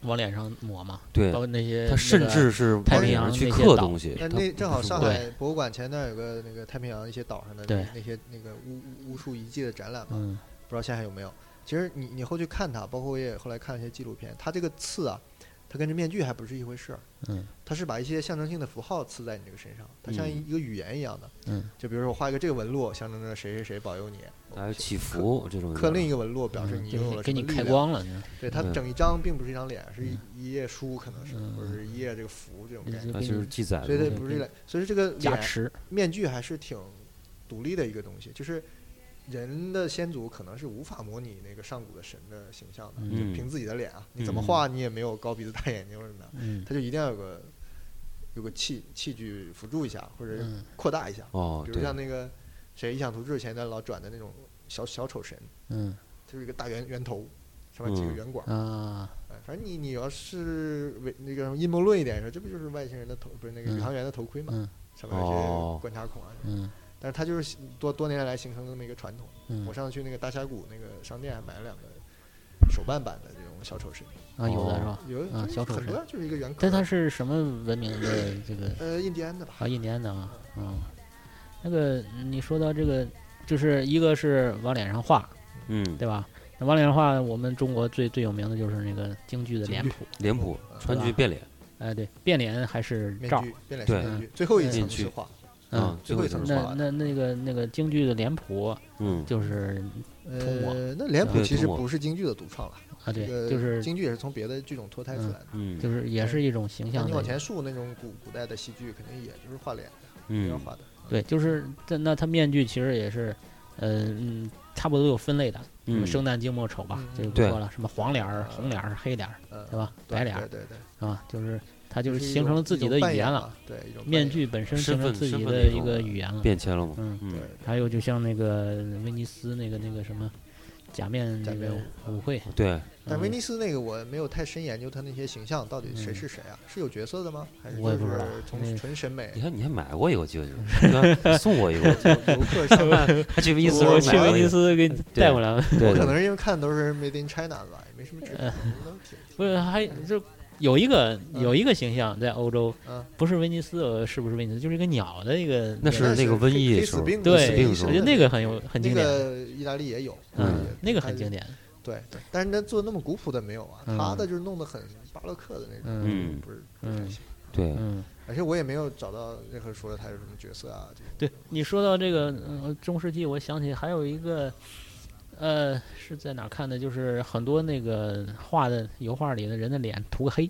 往脸上抹吗？对包，括那些他呃那甚个至是往太脸平洋上去那些刻岛东西。但他那正好不是上说海博物馆前段有个那个太平洋一些岛上的那对那些那个巫巫巫术遗迹的展览嘛，嗯不知道现在还有没有？其实你你后去看它，包括我也后来看了一些纪录片，它这个刺啊，它跟这面具还不是一回事儿，嗯它是把一些象征性的符号刺在你这个身上，它像一个语言一样的，嗯就比如说我画一个这个纹路，象征着谁谁谁保佑你，还有祈福这种刻另一一个纹路表示嗯你就拥有是了给什么你力开量。光了，对，它对整一张并不是一张脸，是一一页书，可能是嗯或者是一页这个符这种概嗯念。它就是记载所以的它对不给是你脸，所以这个加脸持。面具还是挺独立的一个东西，就是人的先祖可能是无法模拟那个上古的神的形象的，嗯就凭自己的脸啊，你怎么嗯画你也没有高鼻子大眼睛什么的，嗯它就一定要有个有个器器具辅助一下，或者嗯扩大一下，哦，比如对，像那个谁异想图志前一段老转的那种小小丑神，嗯就是一个大圆圆头，上面几个嗯圆管儿。啊哎，反正你你要是为那个什么阴谋论一点说，这不就是外星人的头，不是那个宇嗯航员的头盔嘛？嗯上面有哦些观察孔啊。嗯但是它就是形多多年来形成的那么一个传统。嗯我上次去那个大峡谷那个商店还买了两个手办版的这种小丑神，啊有的是吧？有啊就是小丑很神多就是一个圆壳儿。但它是什么文明的这个呃印第安的吧？啊？印第安的啊，嗯，那个你说到这个，就是一个是往脸上画，嗯，对吧？那往脸上画，我们中国最最有名的就是那个京剧的京脸剧谱，脸谱嗯川剧对吧变脸，哎，对，变脸还是面照，具变脸对面具，最后一面层具是画，啊嗯，，最最后后一一层层是是画那吧的，那那个那个京剧的脸谱嗯，就是涂抹呃，那脸谱对其涂实抹不是京剧的独创了，啊，对这，个就是京剧也是从别的剧种脱胎出嗯来的。嗯，就是也是一种形那象你往的，前述那种古古代的戏剧，肯定也就是画脸的，不要嗯，画的。对，就是这那它面具其实也是，呃嗯，差不多有分类的，什么嗯，生旦净末丑吧嗯，这个不对说了，什么黄脸儿、红脸儿、黑脸儿，嗯，对吧？对白脸对儿对对，啊，就是它就就是是一形成种了自一己种的扮语言演了，嘛，对，一种扮面演，具本身身形份成自身己份的的一一种个语言了，变迁了嘛，嗯，嗯，对还有就像那个威尼斯那个那个什么假面假那面个舞会，对，但嗯威尼斯那个我没有太深研究他那些形象到底谁嗯是谁啊？是有角色的吗？还是我也就不知道是那从纯审美你？看你还买过一个，我记得就是你还送我一 个，游游客 上来，还去威尼斯我的我时去候买威过一尼个，斯给你带回来了，对我可的能是因为看的都是 Made in China 的吧，也没什么 指呃标，都挺不是还就有一个有一个形象在欧洲嗯，不是威尼斯，呃是不是威尼斯？就是一个鸟的一个，那是那那个是瘟黑疫黑时死候，病对死病时我候觉得那个很有很那经典，个意大利也有，嗯也那个它很经典，对对，但是他做那么古朴的没有啊，嗯他的就是弄得很巴洛克的那种，嗯嗯不是不是太行。对，嗯。而且我也没有找到任何说他有什么角色啊，这种对你说到这个、呃、中世纪，我想起还有一个，呃，是在哪儿看的？就是很多那个画的油画里的人的脸涂个黑，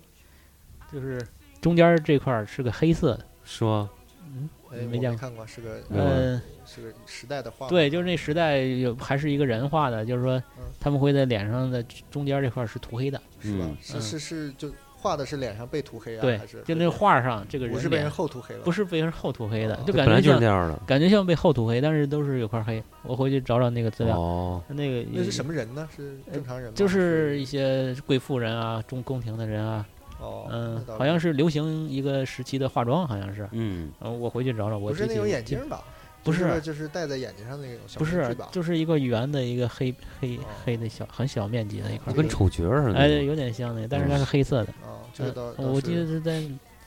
就是中间儿这块儿是个黑色的。是吗？嗯，哎，没我见过看过，是个没有啊呃，是个时代的画嘛。对，就是那时代有还是一个人画的，就是说哦嗯他们会在脸上的中间儿这块儿是涂黑的，是吧嗯？是嗯是是，就画的是脸上被涂黑啊，对还是，就那画儿上这个不人是被人脸后涂黑了？不，是被人后涂黑的，哦就本感来就觉是像那样的，感觉像被后涂黑，但是都是有块儿黑。我回去找找那个资料，哦，那个那有是什么啊人呢？是正常人吗？就是一些贵妇人啊，中宫廷的人啊，哦，嗯那，倒好像是流行一个时期的化妆，好像是。嗯，嗯，我回去找找，我不是具那体种我眼记镜吧？不就是就是戴在眼睛上那种小不面具是吧，？就是一个圆的一个黑黑哦黑的小很小面积的一块就儿，跟丑角儿似的哎，那种，有点像那个，但是它是黑色的。哦，这个嗯倒，倒我记得是是在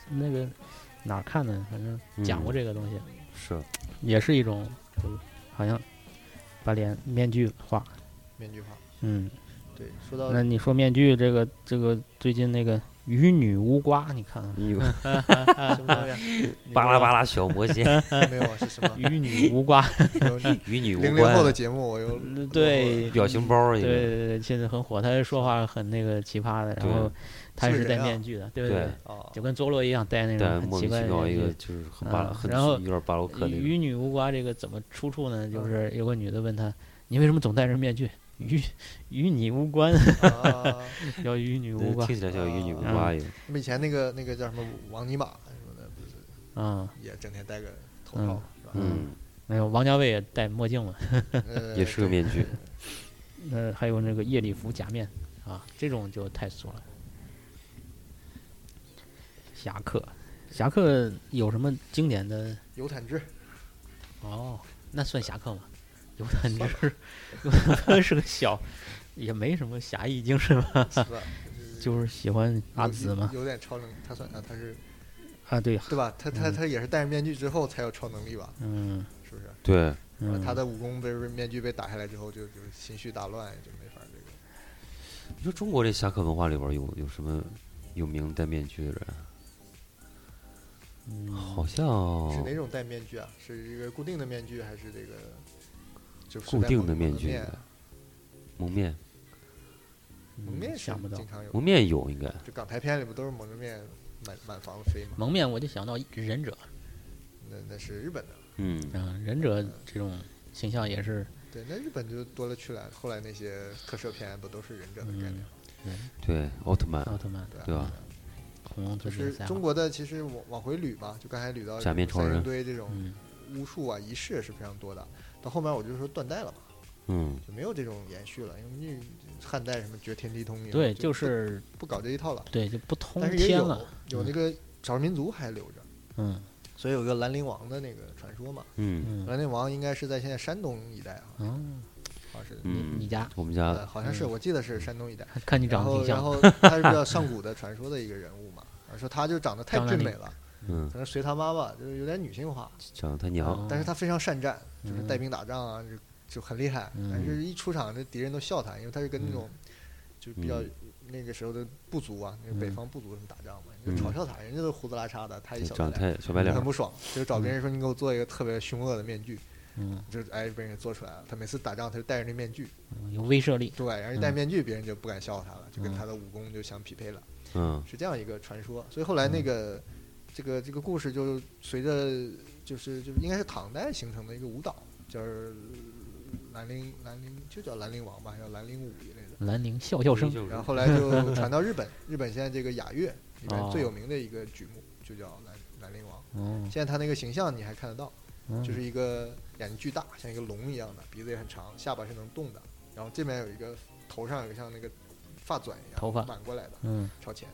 那个哪儿看的，反嗯正讲过这个东西，是 也是一种，就是好像把脸面具化，面具化。嗯，对，说到那你说面具这个这个最近那个鱼女乌瓜，你看看你什么 东西？巴拉巴拉小魔 仙拉，没有是什么？鱼女乌瓜，没 有与你无零零后的关，节目，我又 嗯对表情包儿一对个。对对，现在很火，他说话很那个奇葩的，然对后他是也是戴人啊面具的，对对对，啊，就跟佐罗一样戴那种但很莫奇名怪其的妙一面个具。就是很巴拉，嗯很然后有点巴洛克那种。与女无瓜这个怎么出处呢？就是有个女的问他，你为什么总戴着面具？与与你无关， 啊要与 女无那关听起来像与你无嗯关一样。那么以前那个那个叫什么王尼玛什么的，不是啊。也整天戴个头套嗯是吧？嗯，没有，王家卫也戴墨镜嘛。呃也是个面具。那还有那个夜礼服假面啊，这种就太俗了。侠客，侠客有什么经典的？有坦之，哦，那算侠客吗？有坦之，有坦之是个小，也没什么侠义精神吧，是吧？ 就是喜欢阿紫嘛。有有点超能，他算啊，他是啊，对，对吧？他他嗯他也是戴着面具之后才有超能力吧？嗯，是不是？对，然后嗯他的武功被被面具被打下来之后，就就是心绪大乱，就没法儿这个。你说中国这侠客文化里边儿有有什么有名戴面具的人？嗯好像是哪种戴面具啊？是一个固定的面具，还是这个就是固戴定蒙的面蒙具面啊，蒙面，蒙面嗯是想不到经常有。蒙面有应该。就港台片里不都是蒙着面满满房飞嘛？蒙面，我就想到忍者那那是日本的，嗯，啊，忍者这种形象也是，对，那日本就多了去了。后来那些特摄片不都是忍者的概念嗯吗？，对，奥特曼，奥特曼、对对吧？吧？恐龙特就别是赛亚中国的，其实往往回捋嘛，就刚才捋到假面这种超三人星堆这种嗯巫术啊、仪式也是非常多的。到后面我就说断代了嘛，嗯，就没有这种延续了，因为那汉代什么绝天地通明，对，就就不是不搞这一套了。对就不通但是也天有了，有那个少数民族还留着，嗯所以有个兰陵王的那个传说嘛。嗯，嗯兰陵王应该是在现在山东一带啊，哦，好像是，你嗯你家我们家呃，好像是我记得是山东一带。看啊嗯你然长得后挺然像，后他是比较上古的传说的一个人物嘛，啊说他就长得太张俊靓美颖了，嗯可能随他妈妈就是有点女性化，长得他娘，哦但是他非常善战，就是嗯带兵打仗啊，就就很厉害。嗯但是一出场，这敌人都笑他，因为他是跟那种就比较嗯那个时候的部族啊，那个北方部族什么打仗嘛，你嗯就嘲笑他，人家都胡子拉碴的，他一对小长白得脸，太嗯小白脸很儿，不爽，就找别人说你给我做一个特别凶恶的面具，嗯，就哎被人做出来了。他每次打仗他就戴着那面具，嗯有威慑力，对，然后一嗯戴面具，别人就不敢笑他了，就跟他的武功就相匹配了。嗯是这样一个传说。所以后来嗯那个、这个这个故事就随着就是就应该是唐代形成的一个舞蹈，叫兰陵兰陵就叫兰陵王吧，叫兰陵舞一类的。兰陵笑笑生，然后后来 就传到日本，日本现在这个雅乐里面哦最有名的一个剧目就叫兰兰陵王。哦，现在他那个形象你还看得到，嗯就是一个眼睛巨大，像一个龙一样的，鼻子也很长，下巴是能动的，然后这边有一个头上有个像那个发卷一样头发满过来的，嗯，朝前，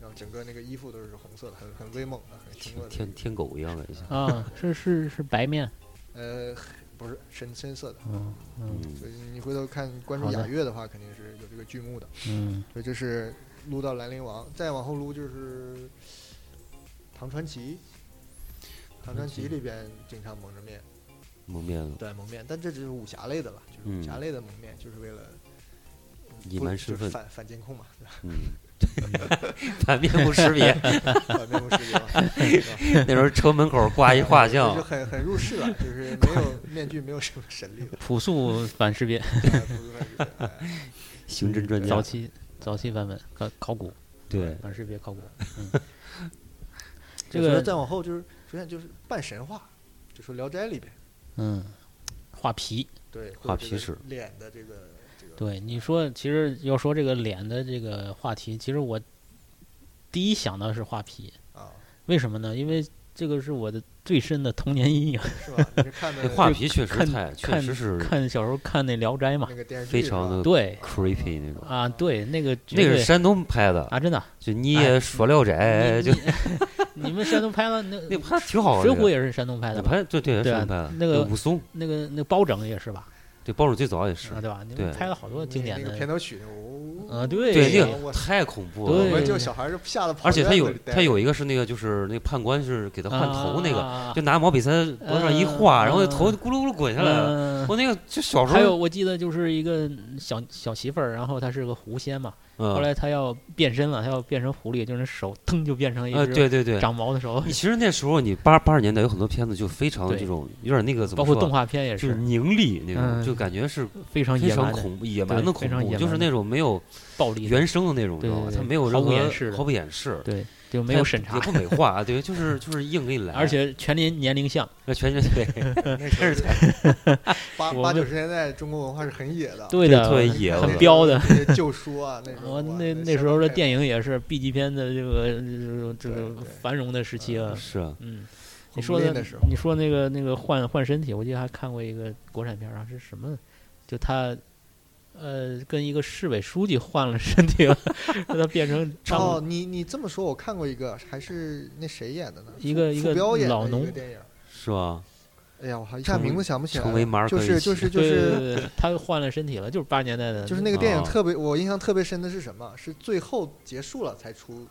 然后整个那个衣服都是红色的，很很威猛啊的，很凶恶的。天天狗一样感觉像，啊，是是是白面，呃，不是深深色的。嗯嗯嗯所以你回头看关注好的雅乐的话，肯定是有这个剧目的。嗯所以这是撸到兰陵王，再往后撸就是唐传奇。唐传奇里边经常蒙着面，蒙面了，对蒙面，但这只是武侠类的了，就是武侠嗯类的蒙面，就是为了隐不瞒就是身份，反反监控嘛， 对吧？ 嗯， 反面部识别，反面部识别嘛，对吧那时候车门口挂一画 就像是，很很入世了，就是没有面具，没有什么神力了。朴素反识别，哎不是面具哎刑侦专早家，期早期版本考考古对，反识别考古，嗯这 就说个再往后就是出现就是半神话，就说《聊斋》里边嗯，画皮，对画会有这个皮是脸的这个这个对你说，其实要说这个脸的这个话题，其实我第一想到是画皮，啊，为什么呢？因为这个是我的最深的童年阴影。是吧？你是 看的那画皮确实看太，确 看实是嗯看小时候看那《聊斋》嘛那，个电视非剧是常吧的对 creepy 那种，啊，对那个绝那个对是山东拍的，啊，真的，就你也说聊斋，就你 你们山东拍了那那拍挺好的，水浒》也是山东拍的那吧？拍对对对山啊东拍的，那个武松那个那个包拯也是吧？对，包拯最早也是啊，，对吧？你对们拍了好多经典那个的片头曲，哦，啊，对对，那哎呀个我太恐怖我对了。们就小孩就吓得跑而且他院子有里待他有一个是那个就是那个判官是啊给他换头那个，个就拿毛笔在他脖子上一画，然后那头咕噜咕噜滚下来了。嗯我那个就小时啊还有，候，我记得就是一个小小媳妇儿，然后她是个狐仙嘛，后嗯，来她要变身了，她要变成狐狸，就是手腾就变成一啊，只对对对，长毛的手，你其实那时候你八八十年代有很多片子就非常对这种有点那个怎么包括说啊动画片也就是是凝厉那种，嗯就感觉是非常非野常蛮的、恐怖、野蛮的对恐非常怖，野就是蛮那种没有暴力的，原声的那种，你知道吗？对对它对没有毫任无何掩饰的毫不掩饰，对，就它没也有不审查也，不美化，啊对，就是就是硬给你来， 而且全年年龄向，那 全是对，那时候是 八我八们九十年代中国文化是很野的，对特别野那很时候彪的那些旧 书啊，那时候我哇那那那时候的电影，影也是 B 级片的这个这对个对繁荣的时期啊，是啊，嗯，你红说绿的那时候你说那个那个换换身体，我记得还看过一个国产片儿啊，是什么？就他呃跟一个市委书记换了身体了， 让他变 成张、哦，你你这么说，我看过一个，还是那谁演的呢？一个一傅个彪演的老一农个，电影。是吧？哎呀，我还一下成为名字想不起来了。成为马尔就可以是写就是就对对是对对，他换了身体了，就是八十年代的，就是那个电影啊特别，我印象特别深的是什么？是最后结束了才出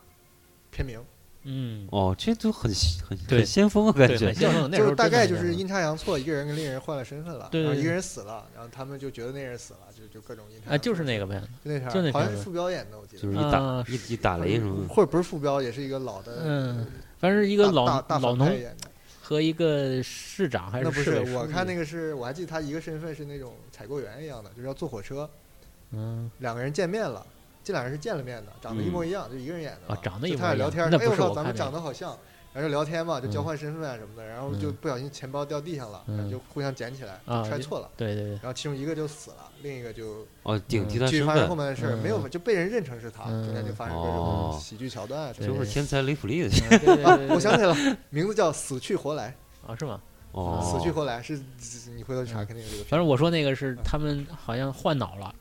片名，嗯，哦，这都很很对很先锋的啊感对，觉很，兴奋，那时就候是大真的概很就是兴奋阴差阳错，一个人跟另一个人换了身份了，对然后对一个对人死了，然后他们就觉得那人死了，就就各种阴差啊，就是那那个呗，就那片就那儿，好像片是儿傅彪演的，我记得就是一啊打一一打雷什么的，或者不是傅彪，也是一个老的，嗯，反正一个呃大老大大老反派农演的，和一个市长还那不市是委书记，我看那个是我还记得他一个身份是那种采购员一样的，就是要坐火车，嗯，两个人见面了，这两个人是见了面的，长得一嗯模一样，就一个人演的啊嘛。长得就一模他俩一聊样天儿，那哎不我是靠，我咱们看那长得好像，然后就聊天嘛，就交换身份啊什么的，然后就嗯不小心钱包掉地上了，然后嗯就互相捡起来，啊揣就错了。对对对，然后其中一个就死了，另一个就哦，顶替他去身嗯发生后份，面的事嗯儿，没有就被人认成是他，中间就发生各种哦喜剧桥段啊什对嗯么就的。是天才雷普利的 对对对对我想起来了，名字叫《死去活来啊是吗？》，哦，死去活来是你回头去查肯定有这个片反儿。正我说那个是他们好像换脑了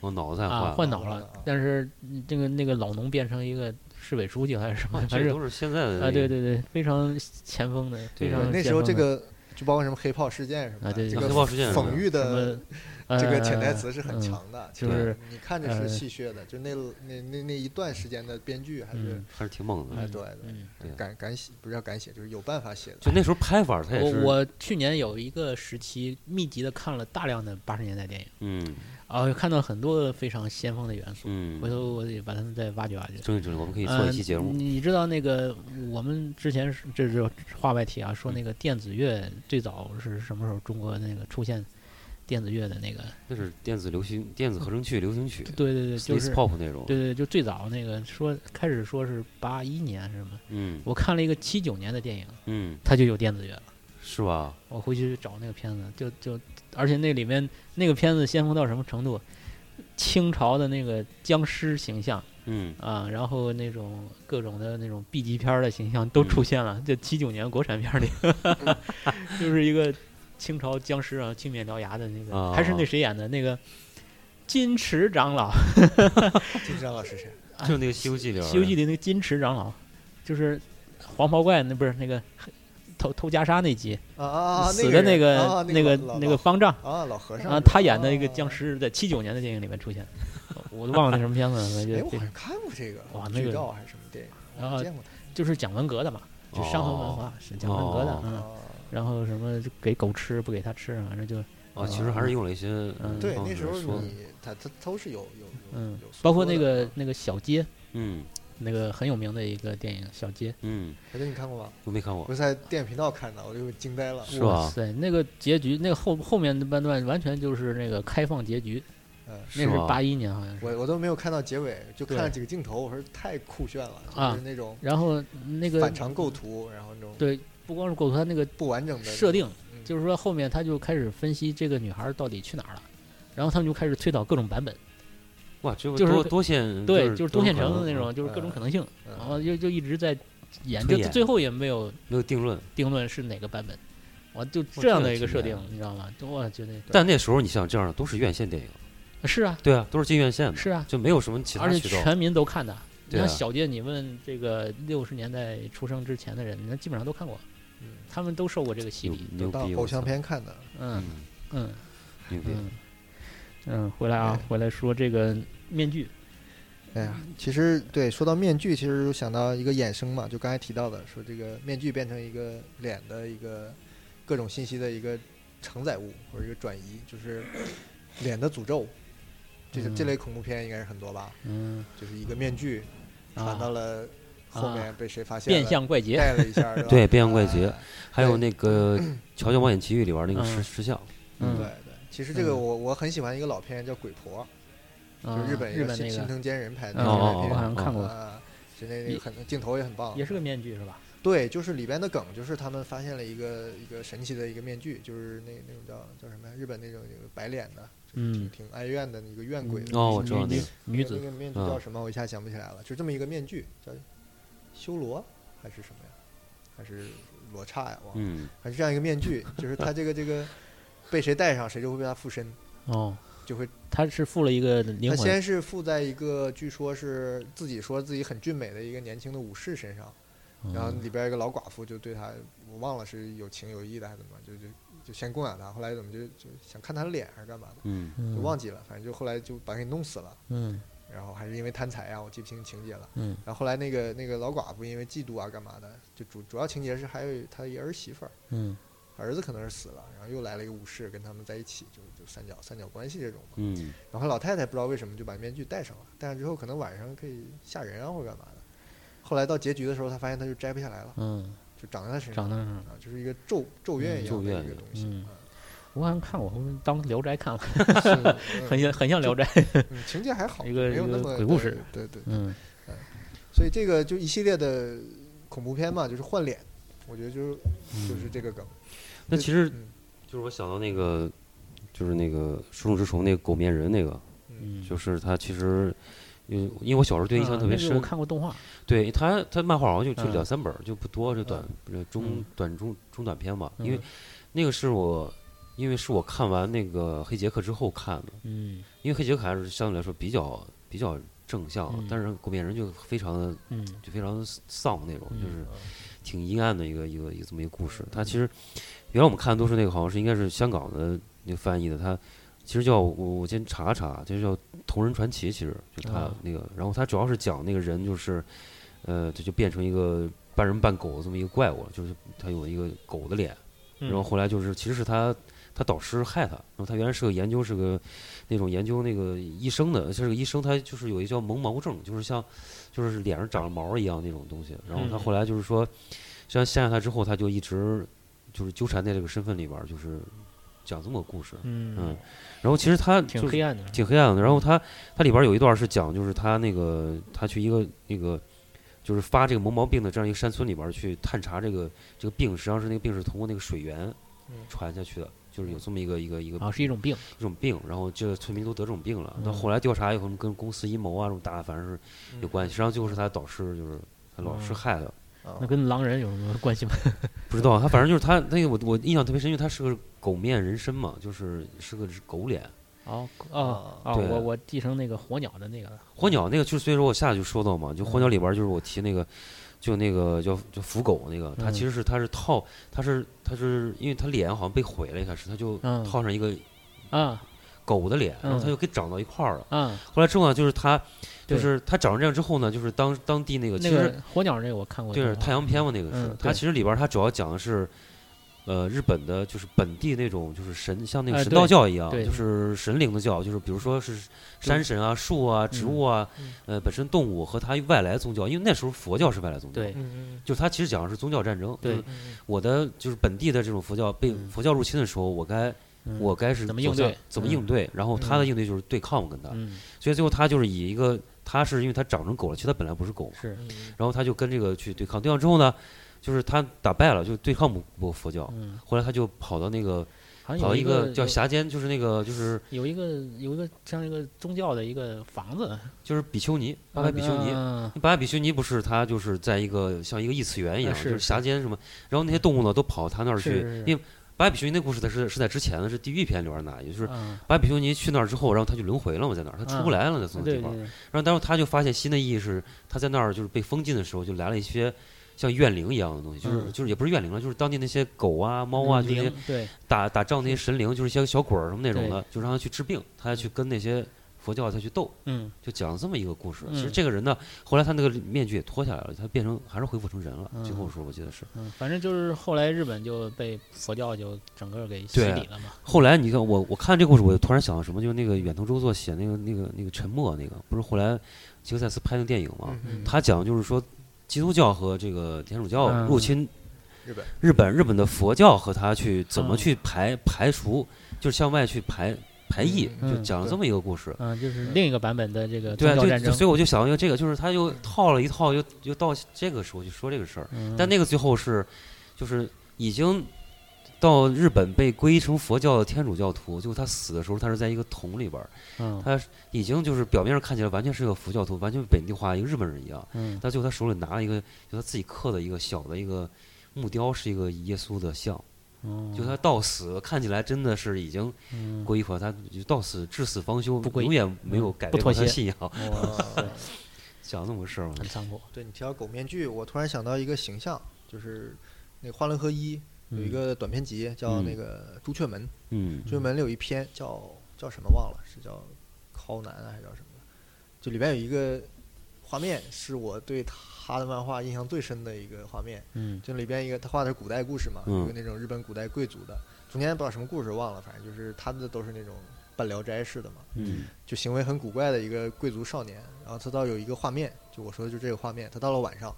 我脑子太啊，坏换了，哦脑换脑了了，但是嗯这个那个老农变成一个市委书记还是什哇，么反这正都是现在的啊，对对对，非常前锋的，非对常那时候这个就包括什么黑炮事件什么啊的，对对这那个黑豹事件是吧讽喻前锋的的什么这个潜台呃词是很嗯强的，就其实是你看着是呃戏谑的，就那那那那一段时间的编剧还是嗯还是挺猛的哎嗯。对嗯对，对敢敢写不是叫敢写，就是有办法写的。就那时候拍法，他也我是，我去年有一个时期密集的看了大量的八十年代电影，嗯啊，看到很多非常先锋的元素，嗯，回头我得把它们再挖掘挖掘。整理整理，我们可以做一期节目嗯。你知道那个我们之前是这是话外题啊，说那个电子乐最早是什么时候中国那个出现电子乐的那个？那是电子流行、电子合成器、流行曲对对对，就，Space 是 Pop 那种。对对，就最早那个说开始说是八一年还是什么？嗯我看了一个七九年的电影，嗯，它就有电子乐了。是吧？我回去找那个片子，就就而且那里面那个片子先锋到什么程度？清朝的那个僵尸形象嗯，啊，然后那种各种的那种 B 级片儿的形象都出现了。这七九年国产片儿里， 就是一个清朝僵尸啊，青面獠牙的那个，还是那谁演的那个金池长老，金山老师 谁？就是那个《西游记》里《边儿的，哎西游记》里那个金池长老，就是黄袍怪，那不是那个偷偷袈裟那集、啊啊啊！死的那个、啊那个那老个方丈。老啊老和尚啊，是吧，他演的一个啊僵。尸，在七九年的电影里面出现， 我都忘了那什么片子了，哎，就我好像看过这个哇那剧个啊照还是什么电影，我然好后像见过他。就是讲文革的嘛，就伤痕文化是讲文革的哦，嗯，啊然后什么就给狗吃不给它吃，反正就啊，其实还是用了一些嗯对，方那式时候说的，你他他都是有有有嗯有，诉包括说那的个啊那个小街，嗯那个很有名的一个电影《小街嗯，小姐你看过吗？我没看我过，是在电影频道看的，我就惊呆了。》，是哇吧？塞，那个结局，那个后后面的半段完全就是那个开放结局，嗯，那吧是八一年好像是。我我都没有看到结尾，就看了对几个镜头，我说太酷炫了，就啊是那种然后那个反常构图，然后那种对，不光是狗图，它那个不完整的嗯设定，那种，就是说后面他就开始分析这个女孩儿到底去哪儿了，然后他们就开始推导各种版本，哇，这就是多多线，对，嗯是就是多东县可城能的嗯那种，就是各种可能性，嗯然后就就一直在演，推就演最后也没有没有定论。定论是哪个版本，我就哇这样这个的一个挺设难定，你知道吗？就我觉得但那时候你想这样的都是院线电影，是啊，对啊，都是进院线的，是啊，就没有什么其他而且渠道。全民都看的。你对啊像小杰，你问这个六十年代出生之前的人，那基本上都看过，嗯他们都受过这个洗牛礼。牛当逼！偶我像操，片看的，嗯嗯，嗯，牛逼！嗯嗯，回来啊，回来说这个面具，哎呀，其实对，说到面具，其实就想到一个衍生嘛，就刚才提到的，说这个面具变成一个脸的一个各种信息的一个承载物或者一个转移，就是脸的诅咒。这这嗯这类恐怖片应该是很多吧？嗯，就是一个面具啊传到了后面被谁发现了，变相怪杰，盖了一下，是 吧对变相嗯怪杰啊还有那个 《乔乔冒险奇遇》里边那个石嗯石像，对嗯对，其实这个嗯我我很喜欢一个老片叫《鬼婆》，就啊是日本一日个本新那新个，藤坚人拍的嗯那哦个哦片我子好像看过，啊，是那那也个很镜头也很棒，也是个面具是吧？对，就是里边的梗，就是他们发现了一个一个神奇的一个面具，就是那那种叫叫什么呀日本那种有个白脸的，就是挺嗯挺哀怨的一个怨鬼的嗯那哦种我知道那女个女那子，个面具嗯叫什么？我一下想不起来了，就这么一个面具叫修罗还是什么呀？还是罗刹呀？忘了，嗯，还是这样一个面具，就是他这个这个被谁戴上，谁就会被他附身，哦，就会他是附了一个灵他魂，嗯先是附在一个据说是自己说自己很俊美的一个年轻的武士身上，然后嗯里边有一个老寡妇就对他，我忘了是有情有义的还是怎么，就就就先供养他，后来怎么就就想看他的脸还是干嘛的，嗯，就忘记了，反正就后来就把他给弄死了，嗯然后还是因为贪财啊，我记不清情节了。嗯然后后来那个那个老寡妇因为嫉妒啊干嘛的，就主主要情节是还有他一儿媳妇儿，嗯儿子可能是死了，然后又来了一个武士跟他们在一起，就就三角三角关系这种嘛。嗯，然后老太太不知道为什么就把面具戴上了，戴上之后可能晚上可以吓人啊或者干嘛的。后来到结局的时候，她发现她就摘不下来了，嗯，就长在她身上长那样。啊，就是一个咒咒怨一样的一个东西。嗯啊我好像看过，我们当《聊斋》看了， 是很像很像《聊斋》。嗯情节还好，一个没有那一么个鬼故事。对对，对嗯所以这个就一系列的恐怖片嘛，就是换脸，我觉得就是就是这个梗。那其实嗯就是我想到那个，就是那个《树中之虫》那个狗面人那个，嗯，就是他其实，因为因为我小时候对印象啊特别那个深我，看过动画，对他他漫画好像就就嗯两三本儿，就不多，就短呃中嗯短中中短篇吧，嗯因为那个是我。因为是我看完那个黑杰克之后看的，嗯因为黑杰克还是相对来说比较比较正向，啊嗯但是狗面人就非常的嗯就非常丧那种，嗯就是挺阴暗的一个一个一个这么一个故事。它其实原来我们看的都是那个好像是应该是香港的那个翻译的，它其实叫我我先查查，就是叫《同人传奇》，其实就它啊那个，然后它主要是讲那个人就是呃，这就变成一个半人半狗这么一个怪物了，就是他有一个狗的脸，嗯然后后来就是其实是他。他导师害他，然后他原来是个研究，是个那种研究那个医生的，就是个医生，他就是有一个叫萌毛症，就是像就是脸上长了毛一样那种东西。然后他嗯后来就是说，像陷害他之后，他就一直就是纠缠在这个身份里边儿，就是讲这么个故事。嗯嗯，，然后其实他挺就是黑暗的，挺黑暗的。然后他他里边儿有一段是讲，就是他那个他去一个那个就是发这个萌毛病的这样一个山村里边儿去探查这个这个病，实际上是那个病是通过那个水源嗯传下去的，就是有这么一个一个一个啊，是一种病，哦一种病，然后这个村民都得这种病了。到嗯后来调查以后，跟公司阴谋啊这种打，反正是有关系。实际上最后是他导师，就是他老师嗯害的。啊那跟狼人有什么关系吗？不知道他，反正就是他那个我我印象特别深，因为他是个狗面人参嘛，就是是个狗脸。哦啊哦哦，啊对我我继承那个火鸟的那个了，火鸟那个就是，所以说我下去说到嘛，就嗯火鸟里边就是我提那个，就那个叫就腐狗那个，他嗯其实是他是套，他是他是因为他脸好像被毁了，一开始他就嗯套上一个啊狗的脸，然后他嗯就给长到一块儿了。啊，后来之后呢，就是他就对是他长成这样之后呢，就是当当地那个其那实个火鸟那个我看过动对画，是太阳篇嘛，那个是嗯它对其实里边儿它主要讲的是，呃，日本的就是本地那种就是神，像那个哎神对道教一样，对就是神灵的教，就是比如说是山神啊、树啊、植物啊，嗯呃，本身动物和它外来宗教，因为那时候佛教是外来宗教，对，嗯就是它其实讲的是宗教战争，就对是嗯我的就是本地的这种佛教被嗯佛教入侵的时候，我该嗯我该是怎么走应向对怎么嗯应对，然后他的应对就是对抗跟他，嗯所以最后他就是以一个他是因为他长成狗了，其实他本来不是狗嘛。是嗯然后他就跟这个去对抗，对抗之后呢，就是他打败了，就对抗不不佛教。嗯，后来他就跑到那个好跑像有到一个叫有峡间，就是那个就是有一个有一个像一个宗教的一个房子，就是比丘尼，八百比丘尼。啊八百比丘尼不是他就是在一个像一个异次元一样，啊是就是峡间什么，然后那些动物呢都跑他那儿去，是是是因为八百比丘尼那故事它是是在之前的，是地狱篇里边拿，也就是啊，八百比丘尼去那儿之后，然后他就轮回了嘛，在那儿他出不啊来了，在这对个地对方。对，然后，但是他就发现新的意义是，他在那儿就是被封禁的时候，就来了一些，像怨灵一样的东西，就是嗯就是也不是怨灵了，就是当地那些狗啊、猫啊，就那些灵对打打仗那些神灵，就是一些小鬼儿什么那种的，就让他去治病，他去跟那些佛教他去斗，嗯就讲了这么一个故事。嗯其实这个人呢，后来他那个面具也脱下来了，他变成还是恢复成人了。嗯最后说，我记得是嗯，反正就是后来日本就被佛教就整个给洗对礼了嘛，后来你看我我看这故事，我就突然想到什么，就是那个远藤周作写那个那个那个沉默那个，不是后来吉克赛斯拍那个电影哦嘛？嗯，他讲就是说基督教和这个天主教嗯入侵 日本日本日本的佛教和他去怎么嗯去排排除，就是向外去排排异，嗯就讲了这么一个故事。嗯，就是另一个版本的这个对宗啊，教战就争，所以我就想一个这个，就是他又套了一套，又又到这个时候去说这个事儿。嗯但那个最后是，就是已经到日本被皈依成佛教的天主教徒，就他死的时候，他是在一个桶里边儿，嗯他已经就是表面上看起来完全是个佛教徒，完全本地化一个日本人一样。嗯但最后他手里拿了一个，就他自己刻的一个小的一个木雕，是一个耶稣的像。嗯，就他到死看起来真的是已经嗯皈依佛，他就到死至死方休不，皈依永远没有嗯改不变过妥他的协信仰。哇塞，讲这么个事儿嘛很，残酷，对你提到狗面具，我突然想到一个形象，就是那个花轮和一有一嗯个短篇集叫那嗯个《朱雀门》，嗯《朱雀门》里有一篇叫叫什么忘了，是叫考南啊还是叫什么？就里边有一个画面是我对他的漫画印象最深的一个画面， 嗯就里边一个他画的是古代故事嘛，嗯有个那种日本古代贵族的，中间不知道什么故事忘了，反正就是他们的都是那种半聊斋式的嘛，嗯就行为很古怪的一个贵族少年。然后他到有一个画面，就我说的就这个画面，他到了晚上，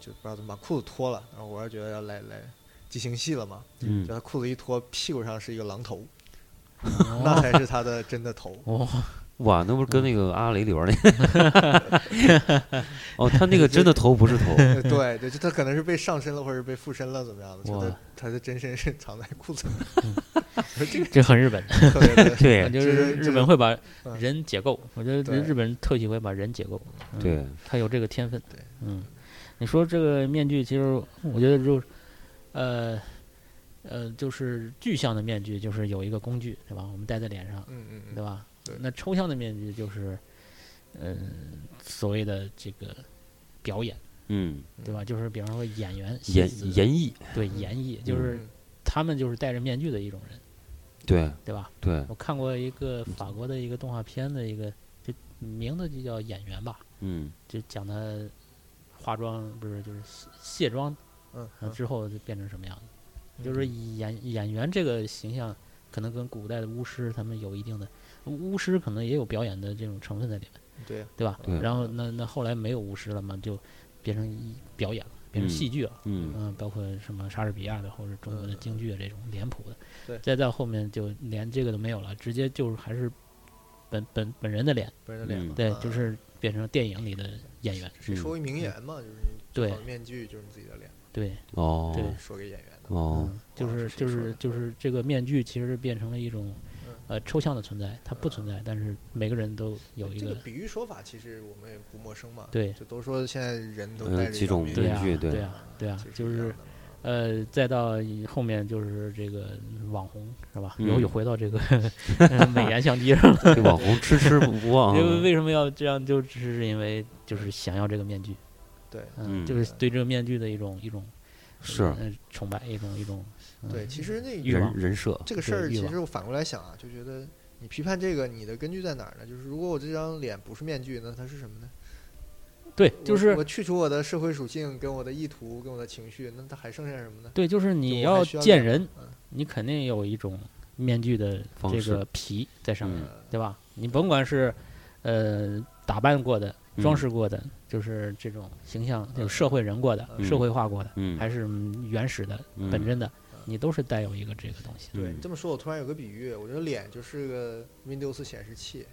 就不知道怎么把裤子脱了，然后我是觉得要来来即兴戏了嘛，嗯就，他裤子一脱，屁股上是一个狼 头，哦那才是他的真的头。哇，哇，那不是跟那嗯个阿雷里边儿那，哦，他那个 真的头不是 头，呃对对，就他可能是被上身了，或者是被附身了，怎么样的？就哇他他的真身是藏在裤 子里，这很日本，特别的对就这是个日这本会把嗯人解构，我觉得对日本人特喜欢把人解构，嗯对，他有这个天分。对，嗯，你说这个面具，其实我觉得就是，呃，呃，就是具象的面具，就是有一个工具，对吧？我们戴在脸上，嗯嗯对嗯，吧？对那抽象的面具就是，嗯、所谓的这个表演，嗯，对吧？就是比方说演员、戏演子演绎，对演绎，就是嗯他们就是戴着面具的一种人，对对吧？对，我看过一个法国的一个动画片的一个，就名字就叫《演员》吧，嗯就讲他化妆不是就是卸卸妆嗯呃嗯之后就变成什么样子，嗯就是说演演员这个形象可能跟古代的巫师他们有一定的，巫师可能也有表演的这种成分在里面，对呀，对吧？对然后那那后来没有巫师了嘛，就变成一表演了，变成嗯戏剧了，嗯嗯，包括什么莎士比亚的或者中国的京剧啊这种脸谱的，对再到后面就连这个都没有了，直接就是还是本本本人的脸，本人的脸嗯嘛，对啊，就是变成电影里的演员，谁说一名言嘛，就是你对搞个面具就是你自己的脸，对，哦对说给演员的。哦嗯，就哇是谁就说是的就是这个面具其实变成了一种嗯，呃，抽象的存在，它不存在，但是每个人都有一这个个，比喻说法其实我们也不陌生嘛，对就都说现在人都嗯戴着几一张种面对具啊面具对对啊，对啊其，实就一样是的嘛呃，再到以后面就是这个网红是吧？嗯又又回到这个 呃美颜相机上了，这网红痴痴不不忘嗯 因为啊，为什么要这样？就只是因为就是想要这个面具，对嗯，嗯就是对这个面具的一种一种是呃崇拜，一种一种嗯对，其实那欲人望人设，这个对事儿，欲其望实我反过来想啊，就觉得你批判这个，你的根据在哪儿呢？就是如果我这张脸不是面具，那它是什么呢？对，我就是我去除我的社会属性、跟我的意图、跟我的情绪，那它还剩下什么呢？对，就是就你我还要需要嗯见脸人吗，你肯定有一种面具的方这式个皮在上面，嗯对吧？你甭管是呃打扮过的、嗯装饰过的，就是这种形象，就是社会人过的、社嗯会化过的，嗯，还是原始的、本嗯真的嗯，你都是带有一个这个东西的。对，嗯你这么说，我突然有个比喻，我觉得脸就是个 Windows 显示器，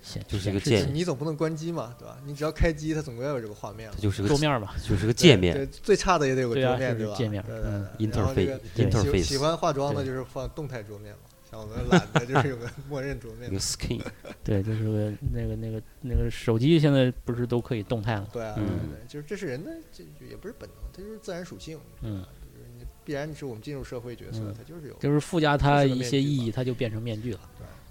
显就是显一个示键就器你总不能关机嘛，对吧？你只要开机，它总归要有这个画面它嘛。就是个桌面吧，就是个对界面对，最差的也得有个对啊桌面，就是吧？界面对对嗯对然后这 interface 个对喜 interface 喜欢化妆的对就是放动态桌面嘛，像我们懒的就是 有个默认桌面一个嘛。 skin，对，就是个那个那个那个手机现在不是都可以动态了？对啊，对嗯对对，就是这是人的，这就也不是本能，它就是自然属性，对吧就是你必然是我们进入社会角色嗯，它就是有，就是附加它是个一面些具意吧义，它就变成面具了。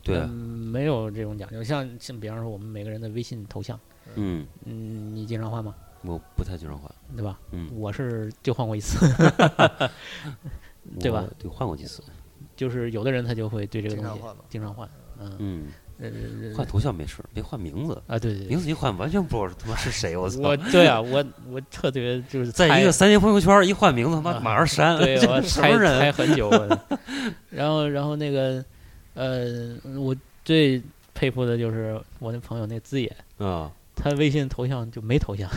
对啊嗯，没有这种讲究。像像比方说我们每个人的微信头像，嗯嗯，你经常换吗？我不太经常换，对吧？嗯我是就换过一 次，对吧我？对，换过几次，就是有的人他就会对这个经东常西换嘛。经常换，嗯，嗯，呃换头像没事儿，别换名字，啊，对对名对，字一换完全不知道他妈是谁，我操我！对啊，我我特别就是在一猜个三星朋友圈一换名字，他妈啊马上 删，对这我什猜么人？猜很久，我然后然后那个呃，我最佩服的就是我那朋友那资野，啊他微信头像就没头像，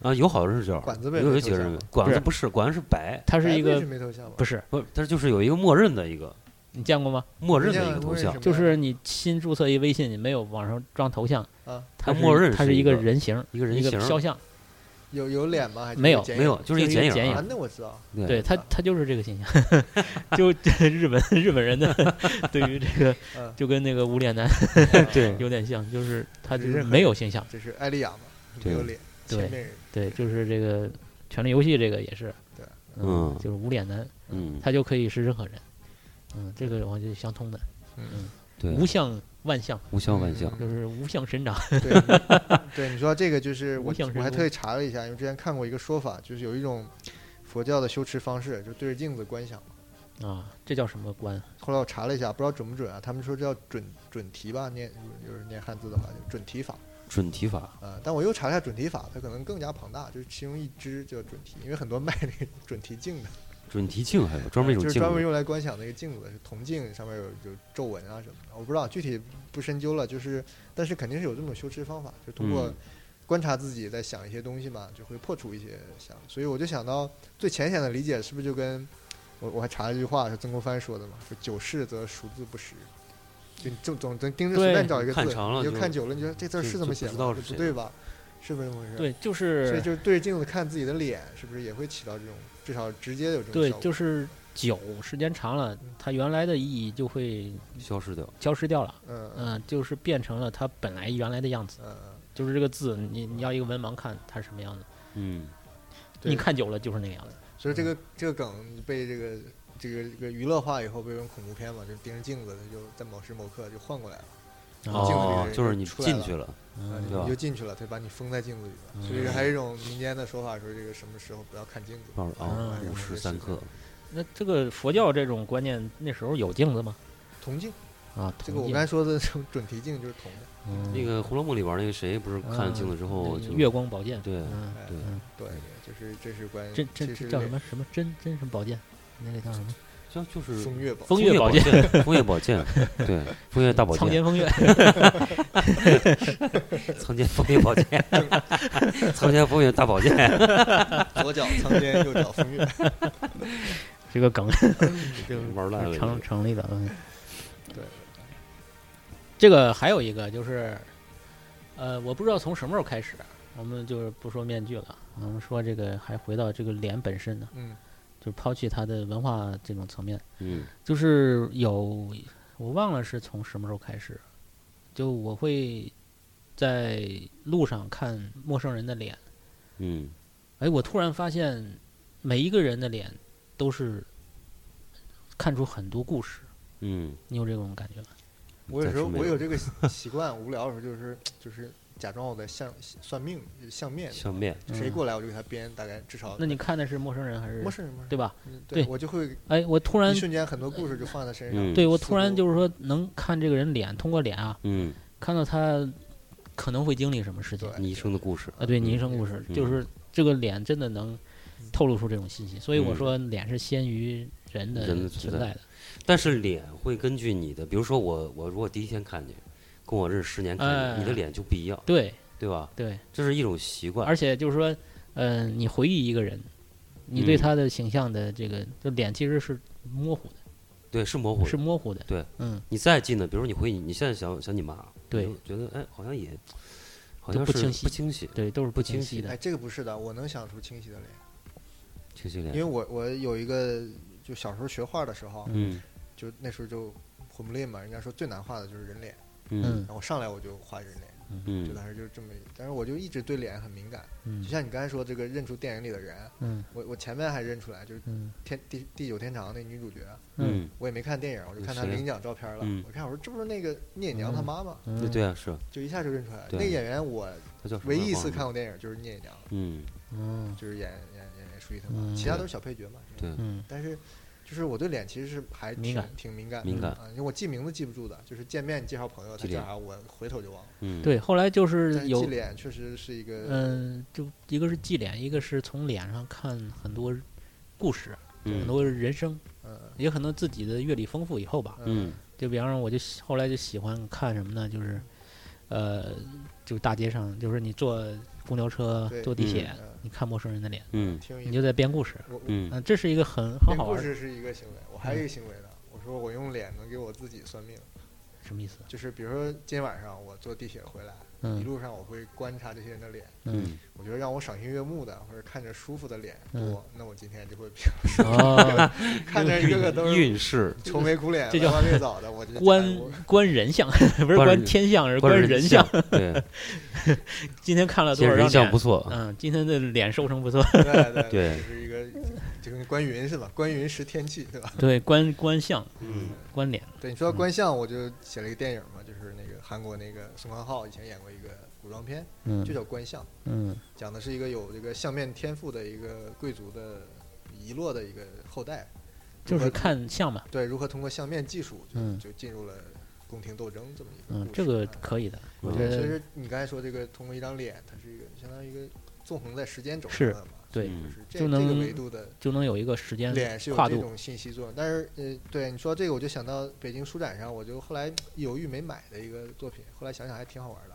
啊，有好人是这样，管子呗有有没几个头像人吗管不子是不是管子是白，他是一白个妹没头像吗？不是，是不是，它就是有一个默认的一个你见过吗？默认的一个啊头像，就是你新注册一微信，你没有往上装头像啊，它它是默认它是是一个个人形，一个人一形个儿，肖像，有有脸吗？还是没有剪影没有，就是就一是一个剪剪影影儿啊，，那我知道，对对啊他他就是这个形象， 就日本日本人的 对于这个嗯，就跟那个无脸男 对有点像，就是他就任是何没人有形象，就是艾丽亚嘛，没对有脸，对千面人，对，就是这个《权力游戏》这个也是，对嗯就是无脸男，嗯，他就可以是任何人，嗯，这个我觉得相通的，嗯，对无相万象无相万象，就是无相神掌，对，你对你说这个就是无我相，神我还功特意查了一下，因为之前看过一个说法，就是有一种佛教的修持方式，就对着镜子观想。啊，这叫什么观？后来我查了一下，不知道准不准啊？他们说这叫准准提吧，念有人念汉字的话，就准提法准提法，啊、呃但我又查了一下准提法，它可能更加庞大，就是其中一支叫准提，因为很多卖那个准提镜的，准提镜还有专门一种就是镜专门子，用来观想那个镜子，是铜镜，上面有有皱纹啊什么的，我不知道具体不深究了。就是，但是肯定是有这种修持方法，就通过嗯观察自己在想一些东西嘛，就会破除一些想。所以我就想到最浅显的理解，是不是就跟我我还查了一句话是曾国藩说的嘛，说久视则熟字不识。就你总总总盯着随对便找一个字，看长了你就就看久了，你就说这字儿就是这就么写不知吗？道这是不谁对吧？是不是这么回事？，对，就所以是就是对着镜子看自己的脸，是不是也会起到这种至少直接有这种对效，果就是久时间长了，它原来的意义就会消失掉，消失掉了。嗯嗯嗯，就是变成了它本来原来的样子，嗯嗯。就是这个字，你你要一个文盲看它是什么样子，嗯，对你看久了就是那个样子。所以这个这个梗被这个这个这个娱乐化以后，被用恐怖片嘛，就盯着镜子，他就在某时某刻就换过来了，然镜后哦，子里的人就是就你出来进了去了，嗯对吧你就进去了，他把你封在镜子里了。所以还有一种民间的说法，说这个什么时候不要看镜子，啊哎到了哦，嗯五时三刻，那这个佛教这种观念，那时候有镜子吗？铜镜。啊，这个铜我镜刚才说的这种准提镜就是铜的，嗯那个《红楼梦》里边那个谁不是看了镜子之后啊那就个月光宝剑，对嗯，哎对嗯对，就是这是关真真这是叫什么什么真真什么宝剑？那个叫什么？就就是风月宝，风月月宝剑， 风月宝剑，对，风月大宝苍剑，间风月，曾经风月宝 剑，曾经风月大宝 剑，左脚苍天，右脚风月。嗯这个梗玩烂了成成立的。嗯，对。这个还有一个就是，呃，我不知道从什么时候开始，我们就是不说面具了，我们说这个还回到这个脸本身呢，嗯，就抛弃它的文化这种层面，嗯就是有我忘了是从什么时候开始，就我会在路上看陌生人的脸，嗯，哎，我突然发现每一个人的脸都是看出很多故事，嗯，你有这种感觉吗？我有时候暂时没我有有这个习惯，无聊的时候就是就是假装我在相算命相面，相面，谁嗯过来我就给他编，大概至少那你看的是陌生人还是陌生人嘛，对吧？嗯对我就会哎，我突然一瞬间很多故事就放在身嗯上。对我突似然乎就是说能看这个人脸，通过脸啊，嗯，看到他可能会经历什么事情对你一生的故事，啊？对，你一嗯生故事嗯就是这个脸真的能透露出这种信息，所以我嗯说脸是先于人的人的存存在在的。但是脸会根据你的，比如说我，我如果第一天看见，跟我认识十年看见，哎你的脸就不一样，对对吧？对，这是一种习惯，而且就是说，呃，你回忆一个人，你嗯对他的形象的这个就脸其实是模糊的，对，是模糊是的。模糊的。对，嗯，你再近的，比如你回忆，你现在想想你妈，对你就觉得哎，好像也好都像不是清晰不清晰，对，都是不清清晰的哎，。这个不是的，我能想出清晰的脸，清晰因为脸，我我有一个就小时候学画的时候，嗯就那时候就混不吝嘛，人家说最难画的就是人脸，嗯嗯然后上来我就画人脸，嗯就当时就是这么，但是我就一直对脸很敏感，嗯哎就像你刚才说这个认出电影里的人，嗯我我前面还认出来，就是嗯天第第九天长那女主角，嗯，我也没看电影，我就看她谁领奖照片了，嗯我看我说这不是那个聂隐娘她妈吗？嗯对对啊，是就一下就认出来，那对个演员我他叫什么唯一一忘次了看过电影就是聂隐娘，嗯，嗯就是演演演演舒淇他妈，嗯其他都是小配角嘛。是吧对，嗯但是就是我对脸其实是还挺敏感挺敏感的敏感啊，因为我记名字记不住的，就是见面介绍朋友他记叫脸啥，我回头就忘了。嗯，对，后来就但是是有记脸确实是一个，嗯，就一个是记脸，一个是从脸上看很多故事，很嗯多人生，嗯也可能自己的阅历丰富以后吧。嗯就比方说，我就喜后来就喜欢看什么呢？就是，呃，就大街上，就是你坐公交车对、坐地铁，嗯嗯你看陌生人的脸，嗯挺有你意就思。在编故事。我我嗯嗯、这是一个很很编好故玩儿的，事是一个行为，我还有一个行为呢，我说我用脸能给我自己算命，什么意思？就是比如说今天晚上我坐地铁回来，一嗯路上我会观察这些人的脸，嗯，我觉得让我赏心悦目的或者看着舒服的脸嗯多，那我今天就 会比 哦，看着一个个都是运势，愁眉苦脸、这歪叫瓜裂枣的，我就观 哎我观人相，不是观观人天相，而是不观是人相相。，对， 今天看了其多实少张人相脸不？错，嗯，今天的脸收成 不错。对对对就是一个就跟观云似的，观云识天气，对吧？对，观观相，嗯观脸。对，你说到观相，我就写了一个电影嘛，就是那个韩国那个宋康昊以前演过一个古装片，嗯就叫《观相》，嗯讲的是一个有这个相面天赋的一个贵族的遗落的一个后代，，就如何是看相嘛。对如何通过相面技术就、嗯就进入了宫廷斗争这么一个嗯故，事。这个哎可以的，我嗯觉其得实你刚才说这个通过一张脸，它是一个相当于一个纵横在时间轴上是的嘛，对就嗯是这就这个能维度的就能有一个时间脸是有跨这度。种信息作用。但是呃，对你说这个，我就想到北京书展上，我就后来犹豫没买的一个作品，后来想想还挺好玩的，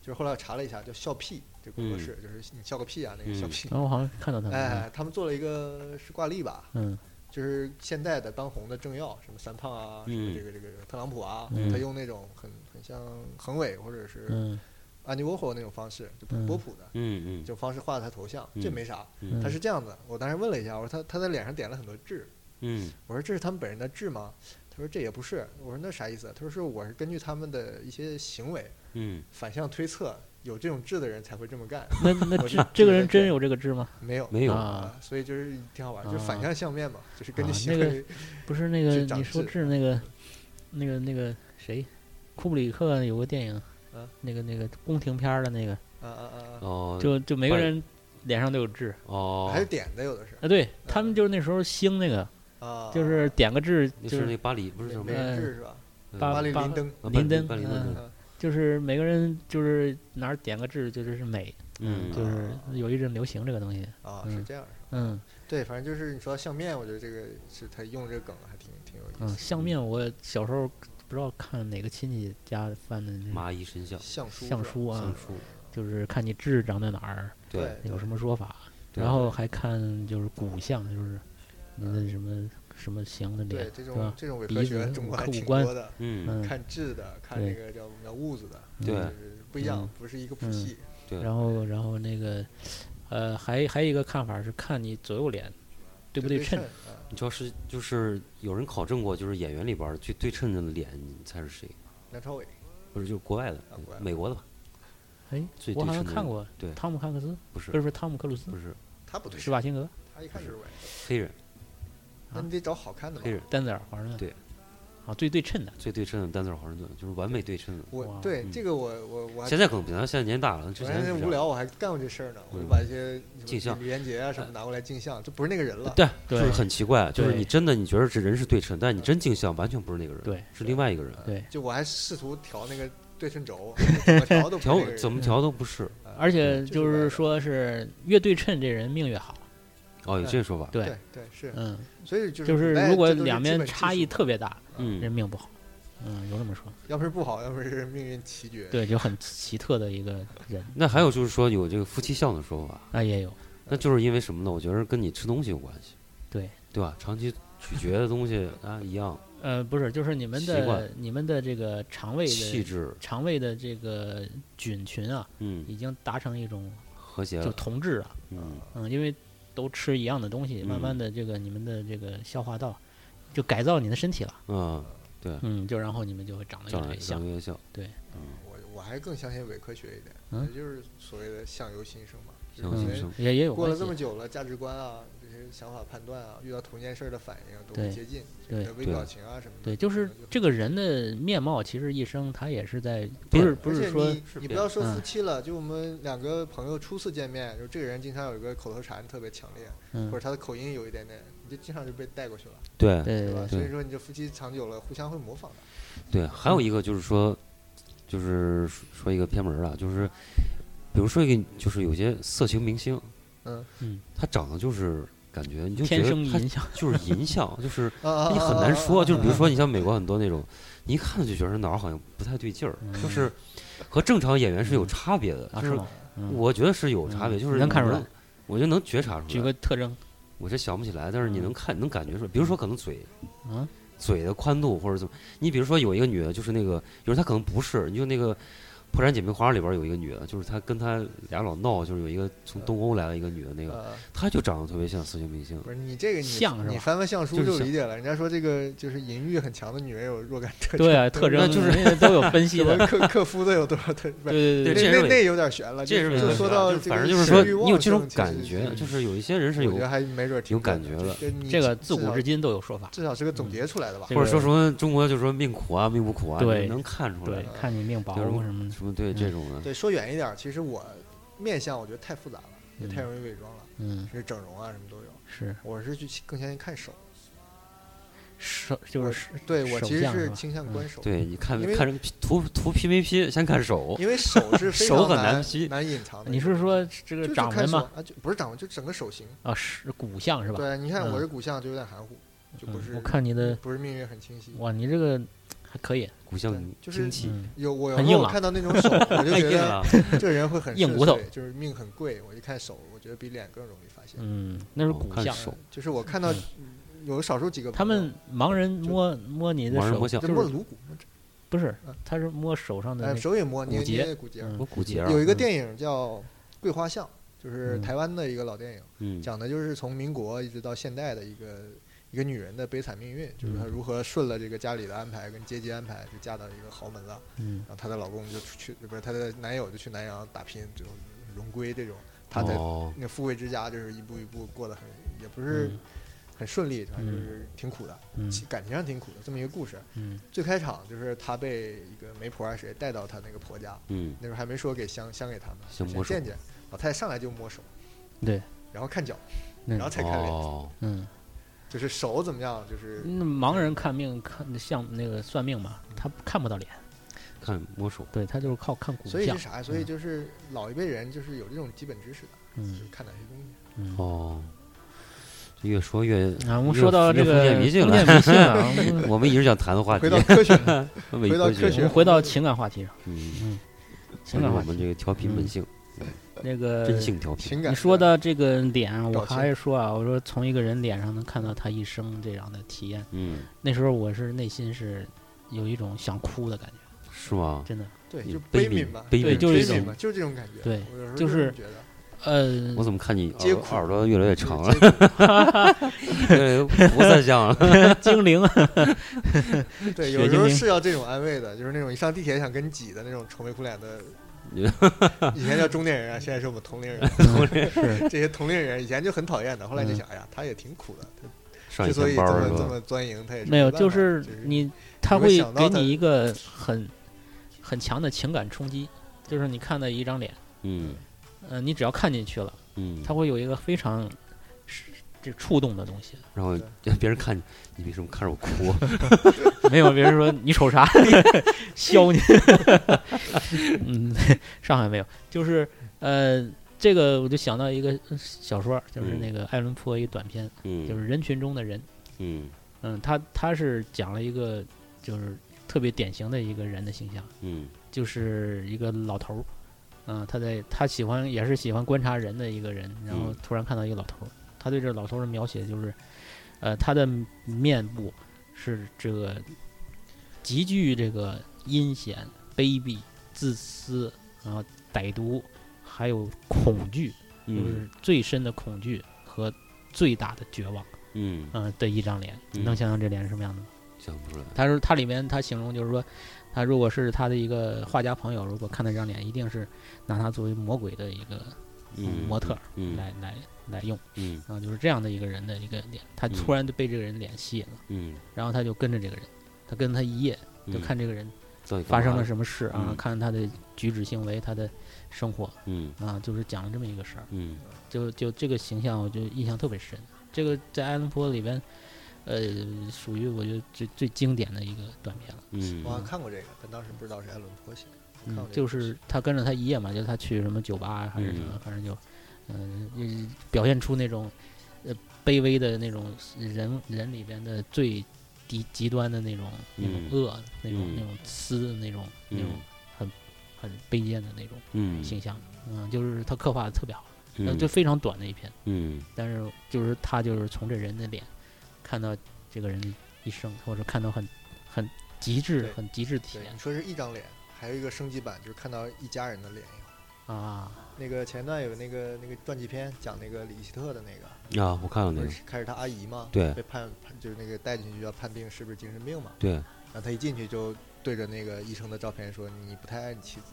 就是后来我查了一下，叫笑屁，这个格嗯式、就是你笑个屁啊，那个笑嗯 屁。然后我好像看到他们，哎，他们做了一个是挂历吧，嗯就是现在的当红的政要，什么三胖啊，什么嗯这个这个特朗普啊，嗯他用那种很很像横伟或者是嗯安迪沃霍那种方式，就嗯波普的嗯这种方式画的他头像，这没啥，嗯嗯，他是这样的。我当时问了一下，我说他他在脸上点了很多痣，嗯我说这是他们本人的痣吗？他说这也不是。我说那啥意思？啊他说是我是根据他们的一些行为嗯反向推测，有这种痣的人才会这么干， 那那我这这个就觉得人这真有这个痣吗？没有嗯，没有，啊啊，所以就是挺好玩，就是反啊向相面嘛，就是根据啊行那个为不是那是个长你说痣痣那个那个那个谁，库布里克有个电影啊，那个那个宫廷片儿的那个，啊啊啊哦就就每个扮人脸上都有痣啊，还是哦，点的有的是啊。对他嗯们就是那时候兴那个，啊，就是点个痣，那就是那是个巴黎不是每什么每呃人痣是吧？嗯巴巴黎巴林登，啊林登巴黎巴黎嗯林登，就是每个人就是哪儿点个痣就是是美，嗯对就是有一阵流行这个东西，啊，是嗯这样是吧？嗯。对，反正就是你说到相面，我觉得这个是他用这个梗还挺挺有意嗯，思。相面我小时候不知道看哪个亲戚家翻的那，麻衣神像，相书是吧，相书啊相相书就是看你痣长在哪儿，对，有什么说法，对啊然后还看就是骨相，就是你的什么什么形的对脸，对这种吧？这种伪鼻科学子中国刻还五挺官多的。嗯嗯，看质的，看对那个叫叫物质的，对就是不一样嗯，不是一个谱系。对，然后然后那个呃，还还有一个看法是看你左右脸对不对称，嗯你知道是就是有人考证过，就是演员里边儿最对称的脸，你猜是谁？梁朝伟不是，就是国外的啊嗯国外，的美国的吧？哎，最我对好称像的看过对汤姆汉克斯，不是不是不是汤姆克鲁斯不，是他不对施称，瓦辛格，他一看就是啊伪。黑人，那你得找好看的黑嘛人。丹泽尔华盛顿，对，啊，最对称的，最对称的丹泽尔华盛顿，就是完美对称的。我哇对嗯这个我我我还现在可能不行，现在年纪大了，之我前还是这样无聊，我还干过这事儿呢，我就嗯把一些什么镜像李连杰啊什么拿过来镜像，就不是那个人了。对，就对是很奇怪，就是对你真的你觉得这人是对称，但你真镜像完全不是那个人，对是另外一个人，对。就我还试图调那个对称轴，怎么调都不是那调个人怎么调都不是。而且就就是是歪的说是越对称这人命越好，哦，有这说法，对对，对是，嗯，所以就就是是古代如果这都是两基边本技差异术特别大，人嗯，命不好，嗯，有这么说，要不是不好，要不是命运奇绝。对，就很奇特的一个人，那还有就是说有这个夫妻相的说法，那也有，那就是因为什么呢？我觉得跟你吃东西有关系，对对吧？长期咀嚼的东西啊一样，呃，不是，就是你们习惯的你们的这个肠胃气的质，肠胃的这个菌群啊，嗯，已经达成一种和谐就了，同质了，呃嗯，嗯，因为都吃一样的东西，慢慢嗯的这个你们的这个消化道就改造你的身体了，啊，嗯，就然后你们就会长得越长来得越像，越像，我我还更相信伪科学一点，嗯也就是所谓的相由心生嘛。相由就是心因为生嗯，也也有过关了系这么久了，价值观啊，这些想法判断啊，遇到同一件事儿的反应啊都会对接近，对你的微对表情啊什么的。对，就是可能这个人的面貌，其实一生他也是在，不变是不而是且说你你不要说嗯夫妻了，就我们两个朋友初次见面，就这个人经常有一个口头禅特别强烈，嗯或者他的口音有一点点，你就经常就被带过去了，对对对吧？对所以说你这夫妻长久了，互相会模仿的。对，还有一个就是说，就是说说一个偏门儿了，就是比如说一个就是有些色情明星，嗯嗯，他长得就是感觉你就觉天得生他淫相，就是 淫相，就是啊嗯你很难说。就是比如说，你像美国很多那种，你一看就觉得脑儿好像不太对劲嗯儿，就是和正常演员是有差别的，就啊是嗯是吗？嗯我觉得是有差别，嗯就是能看我出来我觉得能觉察出举来。个特征，我这想不起来，但是你嗯能看，能感觉出来。比如说，可能嘴嗯嘴的宽度或者怎么，你比如说有一个女的，就是那个，有时候她可能不是，你就那个《破产姐妹花》里边有一个女的，就是她跟她俩老闹，就是有一个从东欧来的一个女的，那个呃，她就长得特别像色情明星不。是你这个像是吧你你翻翻相书就是就像理解了，人家说这个就是淫欲很强的女人有若干 特征，对啊，特征那就是人家都有分析 什么的，克克夫的有多少特？不对对对是这对对，也那是那那有点悬了，这就是就说到就是这反个正就是食说欲你有旺这种盛其感实觉，是就是有一些人是我有觉，得还没准儿挺有感准觉的了就就你这个至自古少至今都有说法，至少是个总结出来的吧这。或者说个什么中国就说命苦啊，命不苦啊，对你能看出来嗯对，看你命薄就是或什么的，什么对这种的。对，说远一点儿，其实我面相我觉得太复杂了，也太容易伪装了，嗯，是整容啊什么都有。是我是去更相信看手，手就我是是对我手其实相是是吧嗯倾向观手，对，你看因为看人图图拼没拼，先看手。因为手是非手常很难难吸难隐藏的。你是说这就个是掌看纹手吗？啊，就不是掌纹，就整个手型。啊，是骨相是吧？对，你看我嗯这骨相就有点含糊，就不嗯是嗯我看你的，不是命运很清晰。哇，你这个还可以，骨相对就是清奇，嗯，有我有很时候硬我朗看到那种手，我就太硬觉得了。这人会很硬顺骨头遂就是命很贵。我一看手，我觉得比脸更容易发现。嗯，那是哦骨看相。手就是我看到嗯有少数几个他朋友们盲人摸摸你的盲人手，摸象就就摸是颅骨，不是嗯，他是摸手上的哎，那个，手也摸，捏骨节捏那骨节儿。嗯我骨节儿，啊有一个嗯电影叫《桂花巷》，就是嗯台湾的一个老电影，嗯，讲的就是从民国一直到现代的一个一个女人的悲惨命运，就是她嗯如何顺了这个家里的安排跟阶级安排，就嫁到一个豪门了。嗯然后她的老公就出去，不是她的男友就去南洋打拼，就荣归这种。她在哦那富贵之家，就是一步一步过得很，也不是嗯很顺利，反正就嗯是挺苦的，嗯感情上挺苦的这么一个故事。嗯最开场就是她被一个媒婆还是啊谁带到她那个婆家，嗯，那时候还没说给香香给他们，先就摸手见见老太太上来就摸手，对，然后看脚，嗯然后才看脸，哦，嗯，就是手怎么样，就是那盲人看命看像那个算命嘛，嗯他看不到脸，看摸手，对他就是靠看骨所以相是，啥？所以就是老一辈人就是有这种基本知识的，就嗯是看哪些东西。嗯。哦，这越说越，啊，我们越说到越这个封建迷信封建迷信了，啊我我们一直想谈的话题回，到科学，伪回到科 学们回到情感话题上，嗯，这情是感我话们题，嗯呃这个调皮本性，那个真性调皮，情 感你说到这个脸啊，我表情还是说啊，我说从一个人脸上能看到他一生这样的体验。嗯，那时候我是内心是有一种想哭的感觉，是吗？真的。对，你就悲悲悯悯吧，悲对悯就是悲一悯种吧，就是这种感觉。对我有时候就这么是觉得呃我，怎么看你皆耳苦耳朵越来越长了，就是这对，不算像 了，精灵， 种 血对，有时淋候淋是要这种安慰的，就是那种一上地铁想跟你挤的那种愁眉苦脸的你。以前叫中年人啊，现在是我们同龄人。是这些同龄人以前就很讨厌的，后来就嗯想，哎呀，他也挺苦的，上一之所以天这班么是这吧？么钻营，他也是没有，没办法就是你他会会想给到他你一个很很强的情感冲击，就是你看到一张脸，嗯呃，你只要看进去了，嗯，他会有一个非常是这触动的东西。然后别人看你，你为什么看着我 哭？没有，别人说你瞅啥， 削你。 嗯，上海没有，就是呃，这个我就想到一个呃小说，就是嗯那个爱伦坡一个短篇，嗯，就是《人群中的人》。嗯嗯，他他是讲了一个就是特别典型的一个人的形象，嗯就是一个老头儿。嗯，他在他喜欢也是喜欢观察人的一个人，然后嗯突然看到一个老头儿，他对这老头儿的描写就是，呃，他的面部是这个极具这个阴险、卑鄙、自私，然后歹毒，还有恐惧，就嗯是最深的恐惧和最大的绝望，嗯嗯、的一张脸，嗯能想象这脸是什么样的吗？想不出来。他说他里面他形容就是说，他如果是他的一个画家朋友，如果看到这张脸，一定是拿他作为魔鬼的一个嗯，模特儿嗯，来、来来用，嗯然后就是这样的一个人的一个脸，他突然就被这个人脸吸引了，嗯然后他就跟着这个人，他跟他一夜，嗯，就看这个人到底干发生嘛了什么事啊，嗯看他的举止行为，他的生活嗯啊，就是讲了这么一个事儿。嗯就就这个形象，我就印象特别深。这个在《爱伦坡》里边，呃，属于我觉得最最经典的一个短片了。嗯，我好像看过这个，但当时不知道是艾伦坡写的。我嗯看过，这就个东西是他跟着他一夜嘛，就是他去什么酒吧啊还是什么，反正就，嗯、呃，表现出那种，呃，卑微的那种人人里边的最极极端的那种那种嗯恶、那种嗯那种私那种、那种嗯很很卑贱的那种嗯形象。嗯，就是他刻画的特别好，那嗯就非常短的一篇。嗯但是就是他就是从这人的脸看到这个人的一生，或者看到很很极致对、很极致的体对验你说是一张脸，还有一个升级版，就是看到一家人的脸。啊，那个前段有那个那个传记片，讲那个李希特的那个，啊，我看了那不个，是开始他阿姨嘛，对被判判就是那个带进去要判定是不是精神病嘛，对，然后他一进去就对着那个医生的照片说：“你不太爱你妻子。”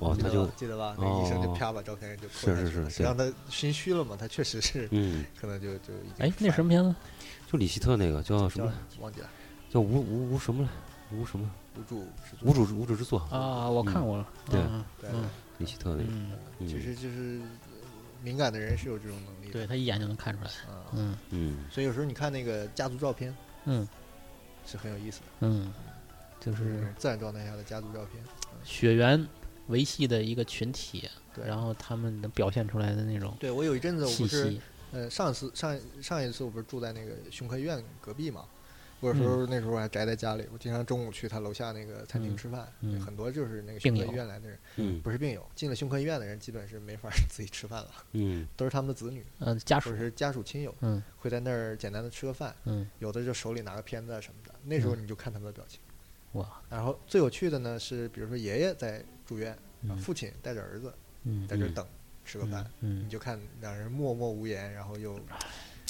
哦，记他得就吧记得吧？那个医生就哦啪把照片就泼是下是去了是谁让他心虚了嘛？他确实是嗯，可能就就已经哎，那反什么片子？就李希特那个叫什叫么忘记了，叫无无无什么来无什么无助是无主之无主之作啊，我看过了，对嗯对嗯李希特那个，嗯，嗯其实就是呃敏感的人是有这种能力的。对他一眼就能看出来，啊，嗯嗯所以有时候你看那个家族照片嗯是很有意思的，嗯，就就是那嗯是种自然状态下的家族照片。血缘维系的一个群体，对，然后他们能表现出来的那种对我有一阵子我气不是息，呃上一次上上一次我不是住在那个胸科医院隔壁嘛，我有时候那时候还宅在家里，我经常中午去他楼下那个餐厅嗯吃饭，嗯很多就是那个胸病科医友院来的人。嗯不是病友，进了胸科医院的人基本是没法儿 自己吃饭了，嗯都是他们的子女嗯，家或属者，是家属亲友嗯会在那儿简单的吃个饭，嗯，有的就手里拿个片子啊什么的，那时候你就看他们的表情。哇，然后最有趣的呢是，比如说爷爷在住院，啊嗯父亲带着儿子嗯在这儿嗯等吃个嗯饭，嗯你，就看两人默默无言，然后又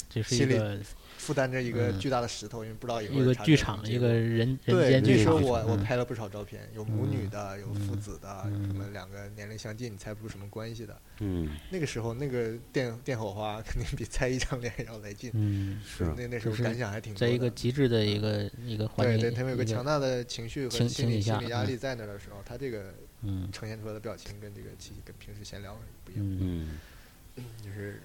这是一心里个负担着一个嗯巨大的石头，因为不知道以后一个查剧出来什么场，结一果个人人对，间那剧时候场，我我嗯拍了不少照片，有母女嗯的，有父嗯子的，有什么嗯两个年龄相近，你猜不出什么关系的。嗯那个时候那个电电火花 肯定比猜一张脸要来劲。嗯，是那那时就候是感想还挺多在的。一个极致的一个一个环对境，对，他们有一个强大的情绪和情心情理绪心下理压嗯力在那儿的时候，他这个嗯呈现出来的表情跟这个其跟平时闲聊不一样，嗯，嗯就是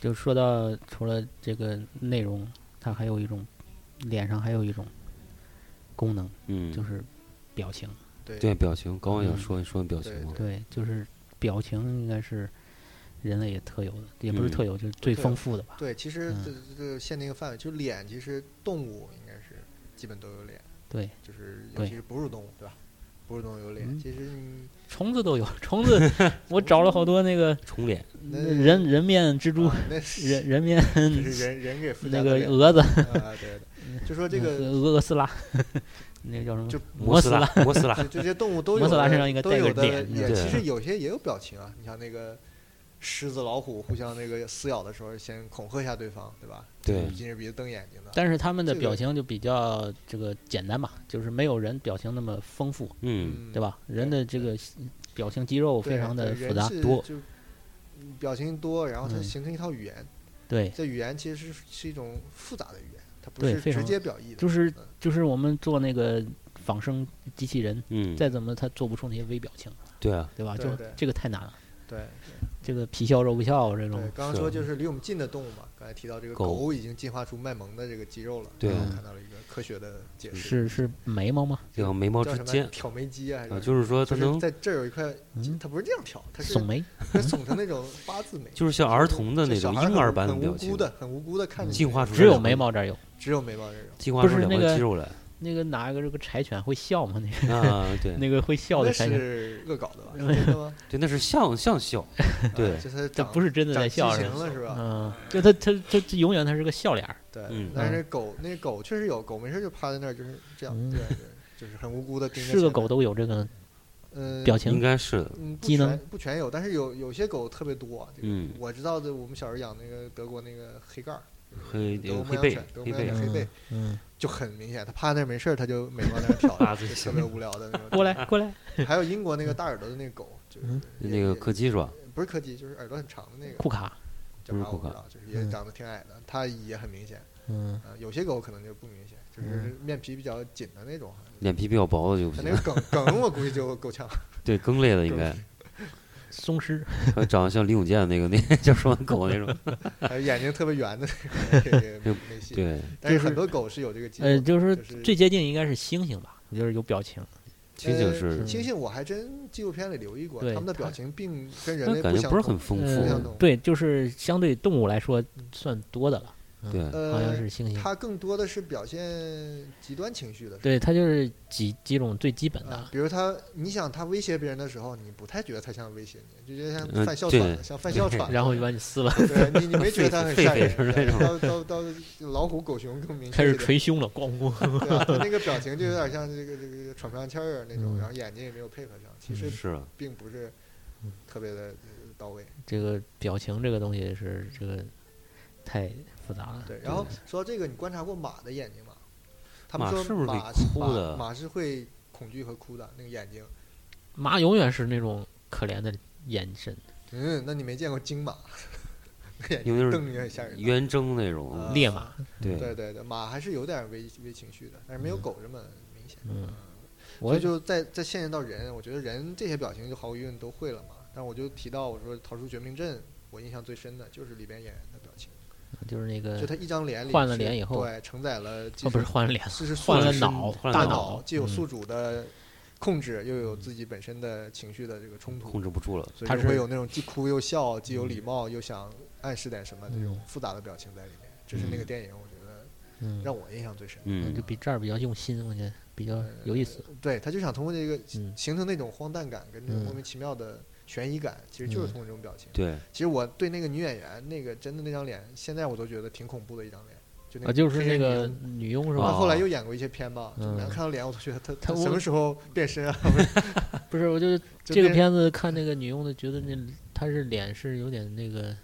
就说到除了这个内容，它还有一种脸上还有一种功能，嗯，就是表情。对对表情，刚刚想嗯说说你表情嘛，对，就是表情应该是人类特有的，也不是嗯特有，就是最特丰有富的吧。对，其实嗯这这这限定一个范围，就脸，其实动物应该是基本都有脸，对，就是尤对其是哺乳动物，对吧？哺乳动物有脸，嗯其实你虫子都有，虫子我找了好多那个冲脸，那嗯人人面蜘蛛啊，那是人人 面这是人人给附加那的个脸蛾子，啊，对对， 就说这嗯个俄俄斯拉， 那个叫什么？就摩斯斯拉，摩斯拉，这这些动物都有摩的，斯嗯拉身上应该都带个有的脸也对其实有些也有表情啊。你像那个狮子、老虎互相那个撕咬的时候，先恐吓一下对方，对吧？对金着鼻子瞪眼睛的。但是他们的这表个情就比较这个简单嘛，就是没有人表情那么丰富，嗯嗯，对吧？人对的这个表情肌肉对啊非常的对复杂人，是多就嗯表情多，然后它嗯形成一套语言。对，这语言其实是是一种复杂的语言，它不对是非直常接表意的。就是嗯就是我们做那个仿生机器人， 嗯，再怎么他做不出那些微表情，对啊，对吧？对就对这个太难了，对这个皮笑肉不笑这对种，，刚刚是说就是离我们近的动物嘛，刚才提到这个狗狗已经进化出卖萌的这个肌肉了，对然后看到了一个科学的解释，啊是是眉毛吗？这个眉毛叫之什么间挑眉肌啊，还啊，是就是说它就是能在这儿有一块嗯，它不是这样挑，它是耸眉，它耸成那种八字眉， 就是像儿童的就那种小孩儿婴儿般很的表很无情辜，的、很无辜的看嗯着你进化出来只有眉毛这儿有。只有眉毛这种。进化不出是两那块个肌肉 来那个哪个这个柴犬会笑吗？那个啊，对那个会笑那的柴犬，是恶搞 的吧？是真的吗？对，那是像像笑，对啊就它这长不是真的在长畸笑形着。了是吧？嗯，就他他他他永远他是个笑脸儿，对嗯，但是狗那狗确实有狗，没事就趴在那儿就是这样，嗯对对，就是很无辜的盯着。是个狗，都有这个嗯，表应情。该是的，嗯，不机能全不全有，但是有有些狗特别多。这个嗯我知道的，我们小时候养那个德国那个黑盖儿，黑德国牧黑羊背犬德国黑牧羊背犬黑背嗯，就很明显，它趴那儿没事儿，它就美光在那儿挑啊着，这就特行别无聊的那种。过来过来，还有英国那个大耳朵的那个狗，就是嗯也那个柯基是吧？也不是柯基，就是耳朵很长的那个库卡，叫不是啥库我不卡知道，就是也嗯长得挺矮的，它也很明显。嗯呃，有些狗可能就不明显，就是嗯面皮比较紧的那种，好像脸皮比较薄的就不它行那，个 梗梗我估计就够呛。对更累的应该，松狮，还有长得像李永健那个那叫什么狗那 种，还有眼睛特别圆的那个也没没戏。对，但是就是很多狗是有这个基呃，因。就是就说是最接近应该是猩猩吧，就是有表情，猩猩呃是猩猩我还真纪录片里留意过，对它们的它表情并跟人但类感不觉相不是同很丰呃不呃像富，动物，对，就是相对动物来说算多的了，对，好像呃是，猩猩，它更多的是表现极端情绪的。对，它就是几几种最基本啊的，，比如它，你想它威胁别人的时候，你不太觉得它像威胁你，就觉得嗯像犯哮对喘，像犯哮喘。然后就把你撕了，对你，你没 觉得它很狒狒吓狒人狒是？那对种到到到老虎、狗熊更明显一点。开始捶胸了，咣咣， 对啊，他那个表情就有点像这个这个喘不上气儿那种，嗯然后眼睛也没有配合上，其实是啊，并不是特别的到位。嗯这个表情这个东西是这个太复杂了，对，然后说到这个，你观察过马的眼睛吗？他们马说是不是会马是哭马的马是会恐惧和哭的，那个眼睛。马永远是那种可怜的眼神，嗯，那你没见过金马， 那眼因为就睛是瞪着很吓人。圆睁那种，啊烈马，对，对对对，马还是有点微微情绪的，但是没嗯有狗这么明显。嗯，所我以就在在限制到人，我觉得人这些表情就毫无疑问都会了嘛。但我就提到我说逃出绝命镇，我印象最深的就是里边演员的表情，就是那个就他一张脸里换了是脸以后对，承载了既哦不是是换了脸了，是是宿换了主脑身大大脑既有嗯宿主的控制，又有自己本身的情绪的这个冲突控，制不住了，所以他就是会有那种既哭又笑，既有礼貌又想暗示点什么这种嗯复杂的表情在里面。这是那个电影，我觉得嗯，让我印呃象最深。嗯，嗯就，比这儿比较用心，我觉得比较有意思。对，他就想通过这个嗯形成那种荒诞感跟那种嗯莫名其妙的悬疑感，其实就是通过这种表情。对，其实我对那个女演员那个真的那张脸，现在我都觉得挺恐怖的一张脸，就那啊，就是黑那人个女佣。女佣是她吧？后来又演过一些片吧，就每嗯次看到脸，我都觉得她她她我什么时候 变身啊？不是，我就是就这个变片子看那个女佣的，觉得那她是脸是有点那个，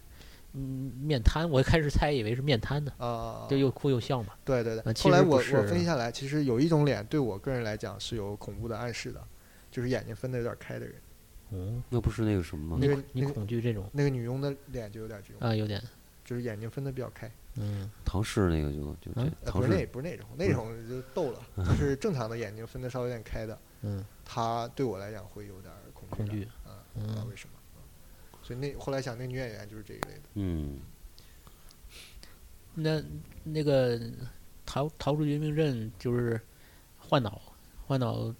嗯，面瘫。我一开始猜以为是面瘫呢，啊，就又哭又笑嘛。对对对啊。其后来实不我我是分析下来，其实有一种脸对我个人来讲是有恐怖的暗示的，就是眼睛分的有点开的人。嗯，那不是那个什么吗那你？个恐你那个恐惧这种那个女佣的脸就有点这种，啊，有点，就是眼睛分的比较开。嗯唐氏那个就就这嗯，呃，唐不是那氏不是那种，那种就逗了，就是正常的眼睛分的稍微有点开的，嗯他对我来讲会有点儿恐惧恐惧感啊，不知道嗯为什么。嗯所以那后来想，那女演员就是这一类的。嗯，那那个逃逃出绝命镇就是换脑，换脑，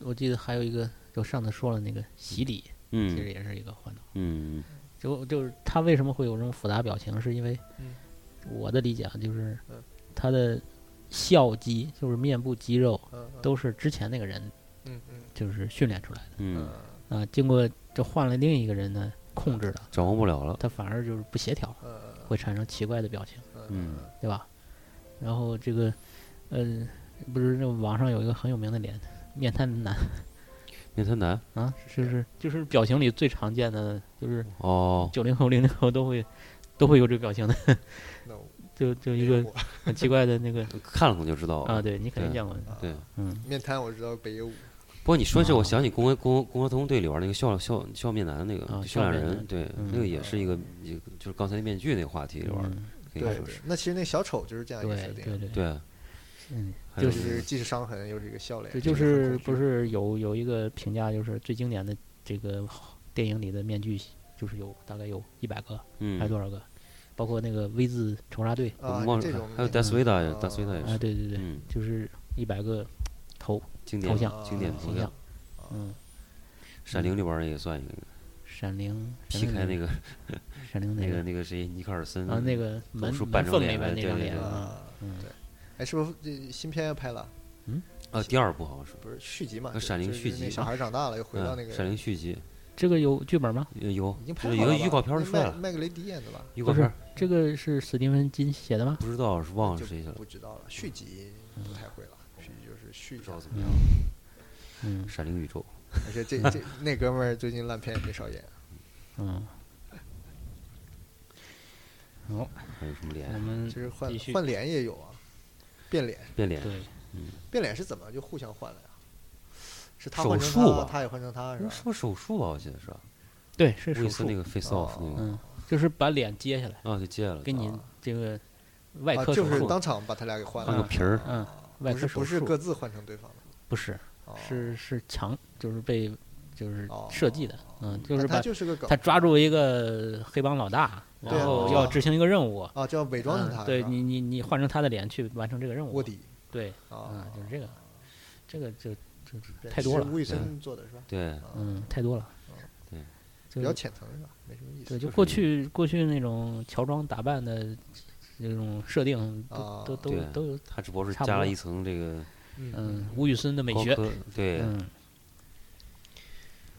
我记得还有一个，就上次说了那个洗礼，其实嗯也是一个换脑。嗯，就就是他为什么会有这种复杂表情，是因为嗯我的理解啊，就是嗯他的笑肌，就是面部肌肉，嗯，嗯都是之前那个人嗯嗯就是训练出来嗯，呃的啊，经过这换了另一个人呢控制的，掌握不了了，他反而就是不协调，嗯嗯会产生奇怪的表情，嗯嗯对吧？然后这个，嗯、不是那网上有一个很有名的脸，面瘫男面瘫男啊，就是就是表情里最常见的，就是哦，九零后、零零后都会都会有这个表情的，那我就就没一有个过很奇怪的那个看了可能就知道啊，了。对你肯定对见过，啊对嗯，面瘫我知道北野武，不过你说这，我啊想起《共和共和共和特工队》里边那个笑笑笑面男那啊个笑笑脸面人，男对，嗯那个也是一个，一个就是刚才面具那个话题里边儿嗯可以对说对是，那其实那小丑就是这样一个设对对定，对，对，嗯，还有就就就是是既是伤痕又是一个笑脸，这就也很是恐惧不是有有一个评价，就是最经典的这个电影里的面具，就是有大概有一百个还嗯，是多少个，包括那个 V 字仇杀队啊忘这了种还有面达斯维达也，啊达斯维达也啊，是，对对对，嗯，就是一百个头经头典像嗯经典啊头形象像，，嗯，闪灵里边儿也算一个，闪灵劈开那个个闪灵那哪个那个谁尼克尔森啊那个门树门半张缝脸那边对那张对脸对啊，啊嗯对，哎，是不是这新片要拍了？啊第二部好像是，不是续集嘛？呃闪灵就是续那集小孩长大了又回到那嗯，个闪灵续集这个有剧本吗？呃有已经，拍就是好有了个吧预告片儿那出来麦了，麦格雷迪演的吧？预告不片是儿，这个是史蒂芬金写的吗？不知道哦是忘就了谁去了，不知道了。续集不太会了，续集就是续不知道上，怎么样，嗯闪灵宇宙，而且这这那哥们儿最近烂片也没少演。嗯，还有什么我脸们其实换继续换脸也有啊，变脸，变脸？对变脸是怎么就互相换了呀？是他手换成术他，吧他也换成他，是那吧是？不是手术吧？我记得是对，是威手斯那术，个 face off 哦那个嗯，就是把脸揭下来，啊，就戒了，给你啊这个外啊，科就手是术，当场把他俩给换换个了，皮儿。嗯，啊外不科是手不是术各自换成对方的，不是，哦是是强，就是被就是哦设计的，嗯，就但是他把就是个梗他抓住一个黑帮老大，对然啊后就要执行一个任务，啊，就要伪装成嗯他，对是吧你你你换成他的脸去完成这个任务，卧底对，啊嗯，，就是这个，这个就就对太多是了，吴宇森做的是吧？啊对，嗯，太多了，对，比较就浅层是吧？没什么意对，就思嗯就是过去过去那种乔装打扮的这种设定，啊。都都对都有，他只不过是差不加了多一层这个嗯，吴宇森的美高学，科，对，嗯，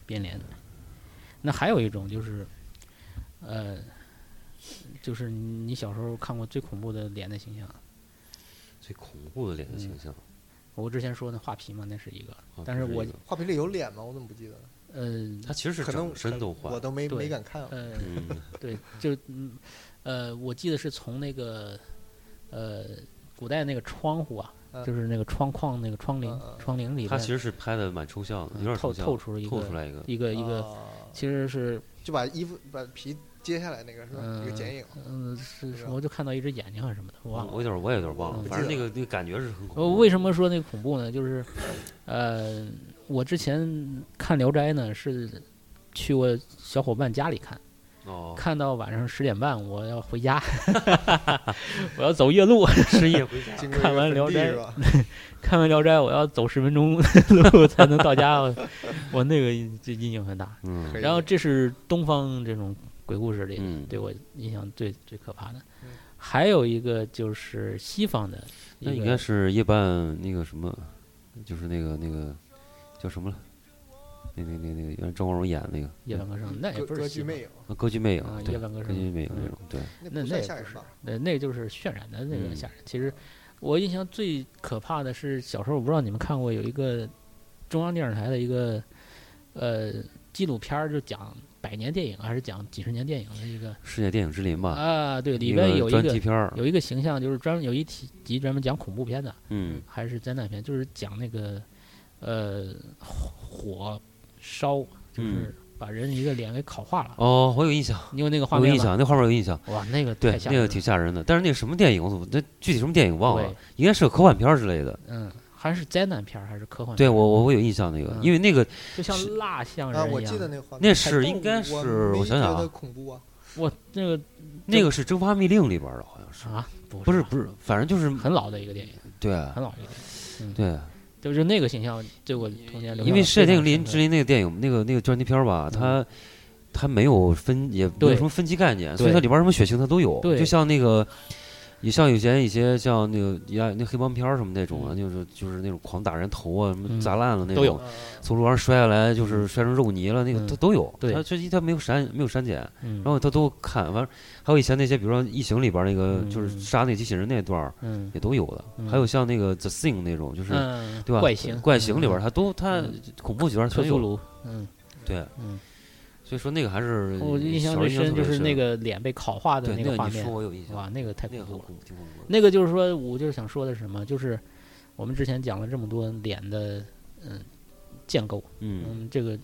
变脸。那还有一种就是，呃，就是你小时候看过最恐怖的脸的形象，最恐怖的脸的形象。我之前说那画皮嘛，那是一个，啊嗯但是这我一个画屏里有脸吗？我怎么不记得了？呃他其实是可能整身都我换，都没对没敢看啊。呃， 嗯，对，就嗯，呃，我记得是从那个呃古代那个窗户啊，嗯就是那个窗框那个窗嗯棂嗯嗯窗棂里他边其实是拍的蛮抽象的，嗯有点透抽象透出了一透个出来一个，一呃个一个，啊其实是就把衣服把皮揭下来那个是吧？一个剪影嗯是是什吧么，我就看到一只眼睛还是啊什么的，我忘我了。有点我也有点忘嗯了，不反正记那得个那个感觉是很恐呃，怖。为什么说那个恐怖呢？就是，呃，我之前看《聊斋》呢，是去我小伙伴家里看，哦，看到晚上十点半，我要回家， 我要走夜路， 深夜回家经过一看个完坟聊地斋是吧？看完《聊斋》，我要走十分钟路才能到家， 我我那个这阴影很大。嗯可以然后这是东方这种鬼故事里嗯，对我印象最最可怕的嗯，还有一个就是西方的一那个，应该是夜半那个什么，就是那个那个叫什么了？那那那那个原来张国荣演的那个夜半歌声，那也歌不歌是剧西魅方，影，啊歌剧魅影啊，对，夜半歌歌声剧魅影嗯那种，对，那那不那算也吓人不是吧？，啊那那个就是渲染的那个嗯吓人。其实我印象最可怕的是小时候，我不知道你们看过有一个中央电视台的一个呃纪录片儿，就讲百年电影还是讲几十年电影的一个世界电影之林吧，啊，对，里一边个有一专题个片儿，有一个形象，就是专门有一题集专门讲恐怖片的，嗯还是灾难片，就是讲那个呃火烧，就是把人一个脸给烤化了。嗯哦，我有印象，你有那个画我有面印吗？象，那画面有印象，哇，那个对太，吓那人个了挺吓人的。但是那个什么电影，我怎么那具体什么电影忘了对？应该是个科幻片儿之类的。嗯，还是灾难片儿还是科幻片对儿？我我我有印象那个，嗯因为那个就像是蜡像啊，人我一记得样。那个画面，那是应该但是我我想想没觉得啊，恐怖啊，我那个那个是《蒸发密令》里边儿的，好像是，啊，不不是是不是，反正就是很老的一个电影，对很老的一个电影，对，就是那个形象对我童年留下因为了世界非电影常林深刻嗯之林那个电影那个那个专题片儿吧，它它没有分也没有对什么分级概念，所以对它里边儿什么血腥它都有，对就像那个。也像以前一些像那个呀那黑帮片儿什么那种啊，嗯就是就是那种狂打人头啊，什么嗯砸烂了那种，都有啊从楼上摔下来就是摔成肉泥了，那个嗯它都有。对它这一它没有删没有删减，嗯然后他都看，完了还有以前那些，比如说《异形》里边儿那个嗯就是杀那机器人那段儿嗯也都有的，嗯还有像那个《The Thing》那种，就是、嗯，对吧？怪形怪形里边儿嗯他都他嗯恐怖角儿特全苏有，鲁，嗯对，嗯，所以说那个还是哦我印象小最时候深特别就是那深个脸被烤化的对那那个画你说面，我有印象，哇，那个太那个恐很怖了。恐挺恐怖的。那个就是说，我就是想说的是什么，就是我们之前讲了这么多脸的嗯建构，嗯嗯，这个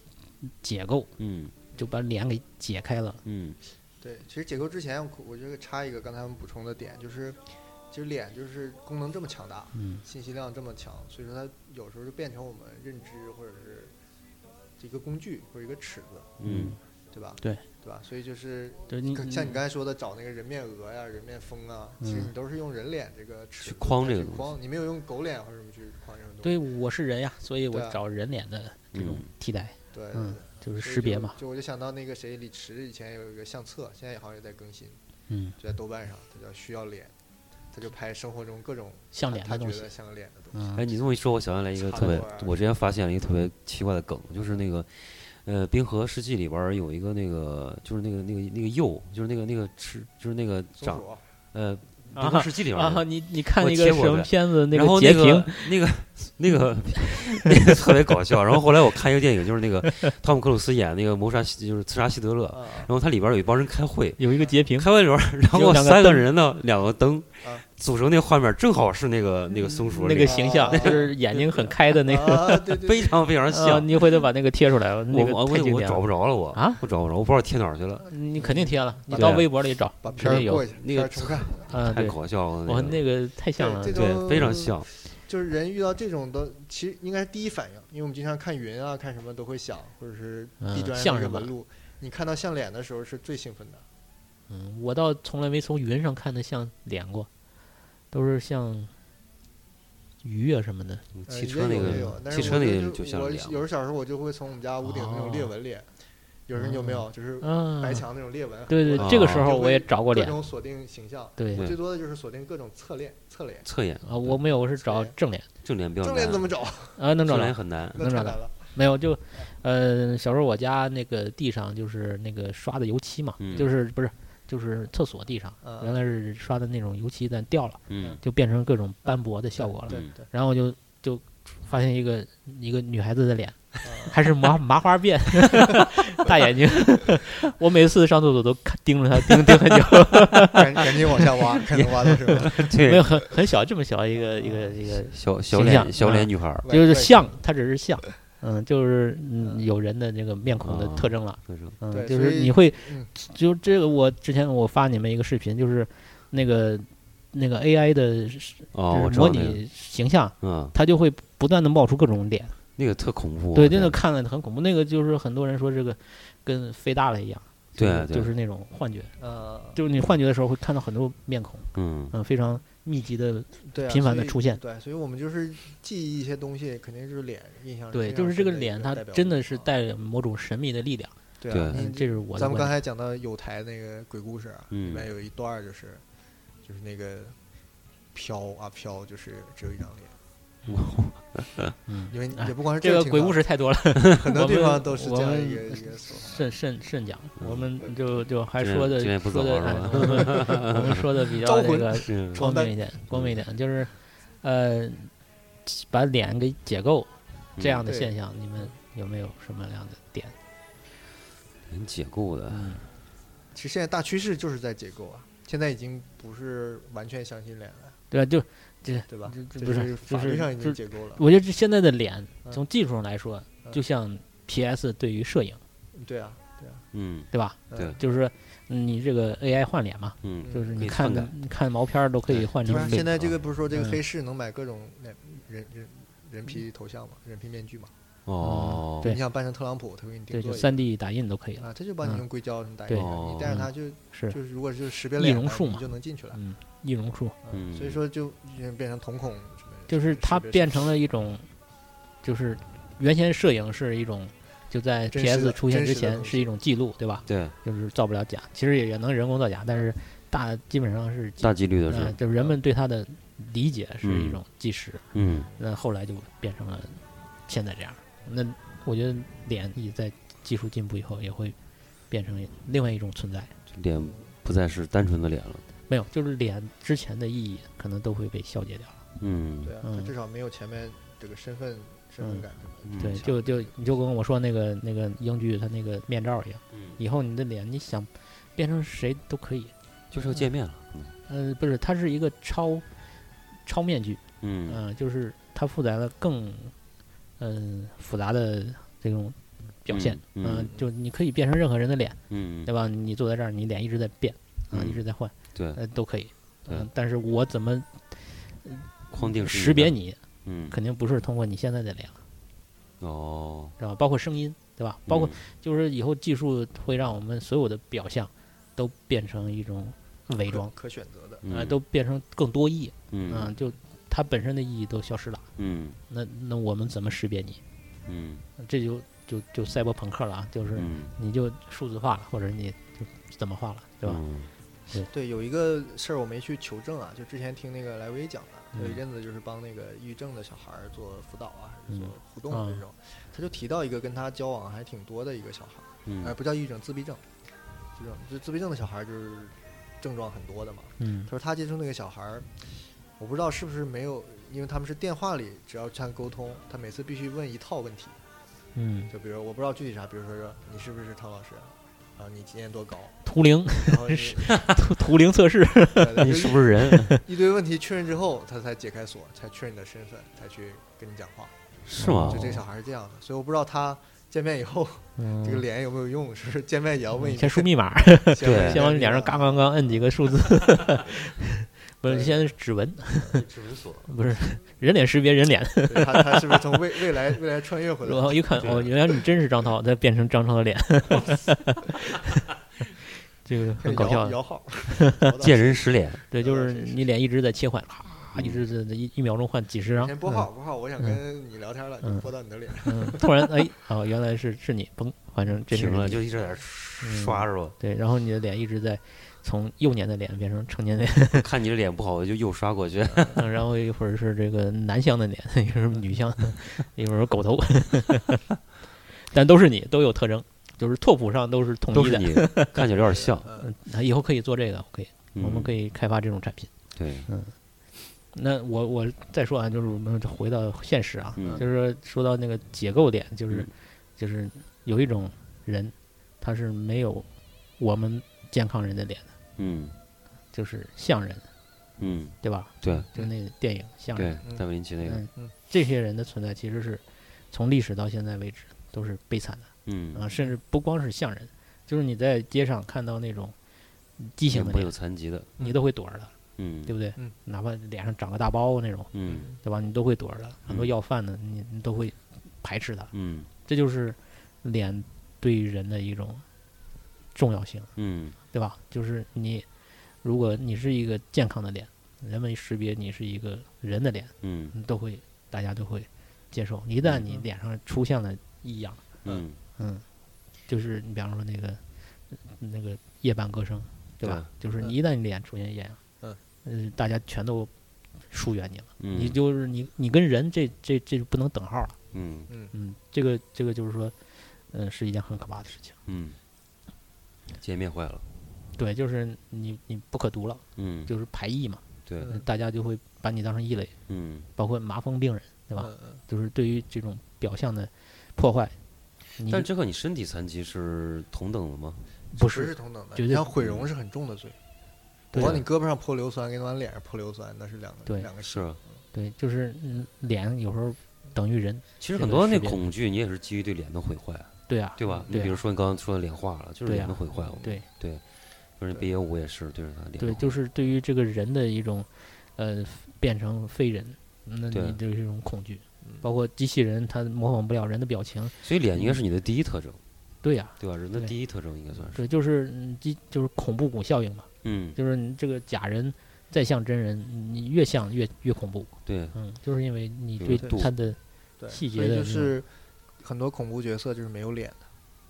解构嗯就把脸给解开了，嗯对，其实解构之前，我我觉得插一个刚才我们补充的点，就是其实脸就是功能这么强大，嗯信息量这么强，所以说它有时候就变成我们认知或者是一个工具或者一个尺子，嗯，对吧？对，嗯对吧？所以就是就是你像像你刚才说的，找那个人面鹅呀、人面蜂啊，其实你嗯都是用人脸这个尺去子框这去个东框，你没有用狗脸或者什么去框这种东对西。我是人呀，所以我对啊找人脸的这种嗯替代，对对嗯对就是所以识别就嘛，就我就想到那个谁，李驰以前有一个相册，现在好像也在更新，嗯，就在豆瓣上，他叫需要脸，他就拍生活中各种像他脸他的东觉西得，像个脸的东西。嗯哎，你这么一说，我想起来一个差特别不多，我之前发现了一个特别奇怪的梗，就是那个，呃，《冰河世纪》里边儿有一个那个，就是那个那个那个鼬，就是那个那个吃，就是那个松长鼠，呃办公室记里边 啊，儿。你你看我那个贴什过么的片子？那然后截那屏个那个那个那个特别搞笑。然后后来我看一个电影，就是那个汤姆克鲁斯演那个谋杀西就是刺杀希特勒，啊然后它里边有一帮人开会，有一个截屏，开会里边儿，然有后两个三个灯人呢，两个灯啊组成那画面，正好是那个那个松鼠那脸个形象啊就是眼睛很开的那个。啊，对 对非对，常非常啊，像。你回头把那个贴出来，那我个我太经我典找了不着了，我啊，我找不着，我不知道贴哪儿去了，你肯定贴了，你对到微博里找，把肯片定儿有过一下，那个片儿重看，啊，啊太对，搞笑了。我那那个个太 像对了这，个对非常像，呃就是人遇到这种的，其实应该是第一反应，因为我们经常看云啊，看什么都会想，或者是地嗯砖像上的什么纹路，你看到像脸的时候是最兴奋的。嗯，我倒从来没从云上看的像脸过，都是像鱼啊什么的。嗯呃汽车那也有也个有但是汽车我那觉个得就像我脸有时候小时候我就会从我们家屋顶那种裂哦纹裂，有时候你有没有就是啊，白墙那种裂纹？对对我啊嗯对，这个时就候我也会找过各脸，种锁定形象，对我最多的就是锁定各种侧脸、侧脸。侧眼啊，我没有，我是找对正脸正脸比较正难，脸怎么找？啊，能找正着脸。很难。那能太找难了。没有，就呃，小时候我家那个地上就是那个刷的油漆嘛，嗯就是不是就是厕所地上嗯原来是刷的那种油漆，但掉了，嗯就变成各种斑驳的效果了。对嗯对，然后我就就发现一个一个女孩子的脸，啊还是麻麻花辫， 大眼睛。 我每次上厕所都看盯着她，盯盯很久， 赶赶紧往下挖，看能挖到什么。没有 对，很很小，这么小一个一个一个，小小形脸象小脸嗯女孩儿，就是外像，她只是 像，嗯，就是嗯嗯有人的那个面孔的哦特征了。就是对嗯，就所是以你会嗯，就这个，我之前我发你们一个视频，就是那个那个 AI 的哦，我就知是模道那个，拟形象，嗯，它就会不断的冒出各种脸，那个特恐怖啊。对，真的看了很恐怖。那个就是很多人说这个跟飞大了一样，就对是对就是那种幻觉，呃，就是你幻觉的时候会看到很多面孔，嗯，嗯，非常密集的，对啊，频繁地所以出现对，所以我们就是记忆一些东西，肯定就是脸印象。对，印就象是这个深的一脸，它代表真的物是啊带有某种神秘的力量，对对啊。嗯，你这是我的咱们观点。刚才讲到有台那个鬼故事啊，里嗯面有一段儿就是就是那个飘啊飘，就是只有一张脸，嗯，因为哎也不光是这个个地鬼方故，事太多了，很我多地们方都是我这样们一个一个说法。 慎慎慎讲，我嗯们就就还今说天的今天不说走的，了哎是吧我 们我们说的比较招那魂个是光床单明一点，光明一点，就是呃，把脸给解构嗯这样的对现象，你们有没有什么样的点？嗯很解构的，嗯，其实现在大趋势就是在解构啊，现在已经不是完全相信脸了，对吧？就对吧？这这这不是是就法律是上已就经是，解构了，我觉得这现在的脸嗯从技术上来说，嗯就像 PS 对于摄影，对啊，嗯对吧？嗯对就是说你这个 AI 换脸嘛，嗯，就是可你以看篡改你看毛片儿都可以对换成不就是那现个在这个不是说这个嗯黑市能买各种脸人人人皮头像嘛，人皮面具嘛？哦，嗯对你想扮成特朗普，他会给你定对，就做一3 D 打印都可以了，个啊，他就帮你嗯用硅胶什么打印对上，你戴上它就。是就是如果就是识别易脸容的术你嘛就能进去了。啊嗯，易容术。嗯所以说就也变成瞳孔什么的，就是它识别变成了一种，就是原先摄影是一种，就在真实 PS 的出现真之实的前东西是一种记录，对吧？对，就是造不了假，其实也也能人工造假，但是大基本上是记，大几率的呃，是，就是人们对它的理解是一嗯种纪实，嗯，那后来就变成了现在这样。那我觉得脸也在技术进步以后也会变成另外一种存在，脸不再是单纯的脸了，没有，就是脸之前的意义可能都会被消解掉了。嗯，对啊，嗯它至少没有前面这个身份身份感什么嗯对，就就你就跟我说那个那个英剧它那个面罩一样，嗯以后你的脸你想变成谁都可以。就是个界面了，呃，不是，它是一个超超面具，嗯嗯嗯、就是它负载了更嗯、复杂的这种表现，嗯呃嗯就你可以变成任何人的脸，嗯，对吧？你坐在这儿，你脸一直在变，啊、嗯一直在换，对，呃，都可以。对嗯但是我怎么框定是识别你你，的，嗯，肯定不是通过你现在的脸了，哦，知道吧？包括声音，对吧？包括就是以后技术会让我们所有的表象都变成一种伪装，可可选择的。嗯啊、都变成更多义，嗯啊就它本身的意义都消失了。嗯那那我们怎么识别你？嗯这就就就赛博朋克了啊，就是嗯，你就数字化了，或者你就怎么化了，对吧？嗯？对，有一个事儿我没去求证啊，就之前听那个莱维讲的，有一嗯阵子就是帮那个抑郁症的小孩儿做辅导啊，还是做嗯互动啊啊这种，他就提到一个跟他交往还挺多的一个小孩儿，哎，嗯不叫抑郁症，自闭症，这种就自闭症的小孩儿就是症状很多的嘛。嗯他说他接触那个小孩儿，我不知道是不是没有，因为他们是电话里只要这样沟通，他每次必须问一套问题，嗯，就比如我不知道具体啥，比如说说你是不是唐老师，然后你今年多高，图灵然后你图图灵测试，对对嗯你就是不是人？ 一堆问题确认之后，他才解开锁，才确认你的身份，才去跟你讲话。是哦吗就？这个小孩是这样的，所以我不知道他见面以后 这个嗯，脸有没有用，是不是见面也要问 一先输密码，遍，啊先对问先往脸上嘎嘎嘎摁几个数字， 不是对先指纹，指纹锁， 不是人脸识别人脸，对他他是不是从未未来未来穿越回然来？后一看，哦，原来你真是张涛，再变成张涛的 脸，这个很搞笑摇的。摇号， 摇到见人识脸，对，就是是是你脸一直在切换，咔，一直在在一一秒钟换几十张。嗯先拨号拨号，我想跟你聊天了，嗯就拨到你的脸。嗯，嗯，突然哎，哦，原来是是你，嘣，换成这是停了你就一直在那儿嗯刷是吧？ 对，然后你的脸一直在从幼年的脸变成成年脸， 看你的脸不好，我就又刷过去。嗯然后一会儿是这个男相的脸，一会儿是女相， 一会儿是狗头， 但都是你，都有特征，就是拓扑上 都是统都是一的。你， 看起来有点像。嗯，嗯，以后可以做这个，可以， 我们可以以开发这种产品。对，那我我再说啊，就是我们回到现实啊，嗯就是说说到那个解构点，就是、嗯就是有一种人，他是没有我们健康人的脸的，嗯就是像人，嗯，对吧？对就那个电影像人，对，戴维林奇那个，嗯，这些人的存在其实是从历史到现在为止都是悲惨的嗯，啊，甚至不光是像人，就是你在街上看到那种畸形的没脸有，残疾的，你都会躲着他，嗯对不对？嗯哪怕脸上长个大包那种。嗯对吧？你都会躲着他，很多嗯要饭的你你都会排斥他，嗯这就是脸对人的一种重要性，嗯对吧？就是你如果你是一个健康的脸，人们识别你是一个人的脸，嗯你都会大家都会接受。一旦你嗯脸上出现了异样，嗯，嗯，就是你比方说那个那个夜半歌声，对吧？就是嗯你一旦你脸出现异样，嗯呃，大家全都疏远你了。嗯你就是你，你跟人这这这就不能等号了。嗯嗯，这个这个就是说，嗯、是一件很可怕的事情。嗯，界面坏了，对，就是你你不可读了，嗯，就是呃排异嘛，对，嗯大家就会把你当成异类，嗯包括麻风病人，对吧？嗯嗯就是对于这种表象的破坏，你但这和你身体残疾是同等的吗？不是是同等的，绝对你像毁容是很重的罪。我对往你胳膊上泼硫酸，给你往脸上泼硫酸，那是两个对两个是事。啊，对，就是嗯脸有时候等于人，其实这很个多识那别恐惧，你也是基于对脸的毁坏，对啊，对吧？你对比啊如说你刚刚说的脸化了，就是对脸啊的毁坏嘛，对对，就是对 B 1五也是对着哦他脸的毁对，坏，就是对于这个人的一种，呃，变成非人，那对你就是一种恐惧。包括机器人，它模仿不了人的表情。所以脸应该是你的第一特征，对啊呀、对吧？人的对第一特征应该算是，对，就是嗯机就是恐怖谷效应嘛，嗯，就是你这个假人再像真人，你越像越越恐怖。对，嗯，就是因为你有对个度它的对，细节所以的就那是很多恐怖角色就是没有脸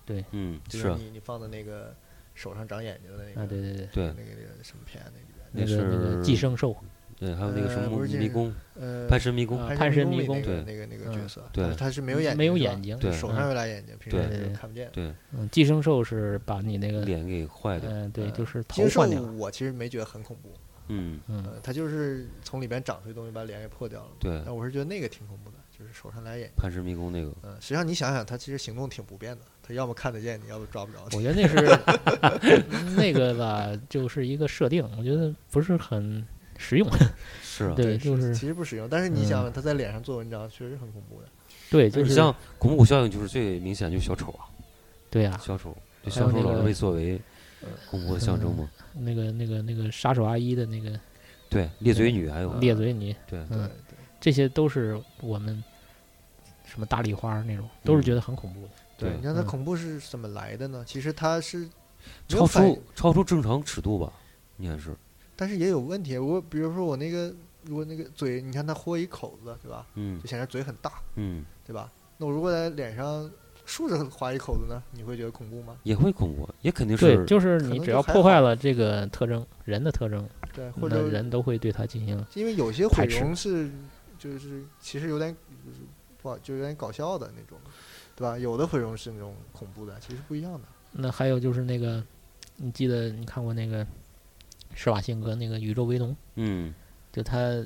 的，嗯，就是是啊，你你放的那个手上长眼睛的那个，啊，对对对，对那，个那个什么片那里边，那那个那个是寄生兽，对，还有那个什呃么不是迷这个宫，呃，潘神迷宫，啊潘潘神神迷宫里宫那个那个那个角嗯色，对他他是没有眼睛，没有是吧眼睛他对手上有俩眼睛，平时对就看不见。对，嗯，寄生兽是把你那个，脸给坏掉，嗯，对，呃就是头金兽换掉了，我其实没觉得很恐怖，嗯，嗯，呃，他就是从里边长出一东西把脸给破掉了嘛。对，但我是觉得那个挺恐怖的，就是手上俩眼睛。潘神迷宫那个，嗯，实际上你想想，他其实行动挺不便的，他要么看得见你，要么抓不着我你。觉得那是 那个吧，就是一个设定，我觉得不是很实用。 是啊，对，就是其实不实用，但是你嗯想想，他在脸上做文章，确实很恐怖的。对，就哎你是像恐怖谷效应就是最明显就是小丑啊，对呀，小丑，就还小有丑那老是个被作为恐怖的象征嘛，那个那个那个杀手阿姨的那个对，裂嘴女还有嗯咧嘴你，对，对嗯，对这些都是我们什么大丽花那种，都是觉得很恐怖的。对你看他嗯恐怖是怎么来的呢？其实他是没有超反出超出正常尺度吧，应该是，但是也有问题。我比如说我那个，如果那个嘴，你看他豁一口子，对吧？嗯就显得嘴很大，嗯，对吧？那我如果在脸上竖着划一口子呢，你会觉得恐怖吗？也会恐怖，也肯定对，是，嗯就是可你能只就要还破坏好了这个特征，人的特征，对，或那者人都会对它进行。因为有些毁排斥容是就是其实有点就是不好，就有点搞笑的那种，对吧？有的毁容是那种恐怖的，其实不一样的。那还有就是那个，你记得你看过那个施瓦辛格那个《宇宙维龙》，嗯就他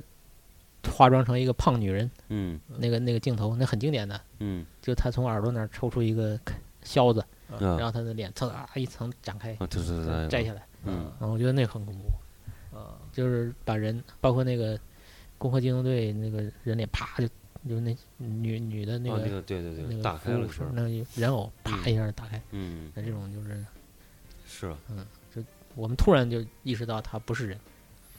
化妆成一个胖女人，嗯那个那个镜头那很经典的，嗯就他从耳朵那儿抽出一个削子，然啊后他的脸蹭啊一层展开啊，对对对，摘下来，嗯啊，我觉得那个很恐怖，啊，就是把人包括那个《攻壳机动队》那个人脸啪就就那女女的那啊个、那个对对那对，个打开服务了是是那个人偶啪一下打开，嗯那这种就是是啊我们突然就意识到他不是人，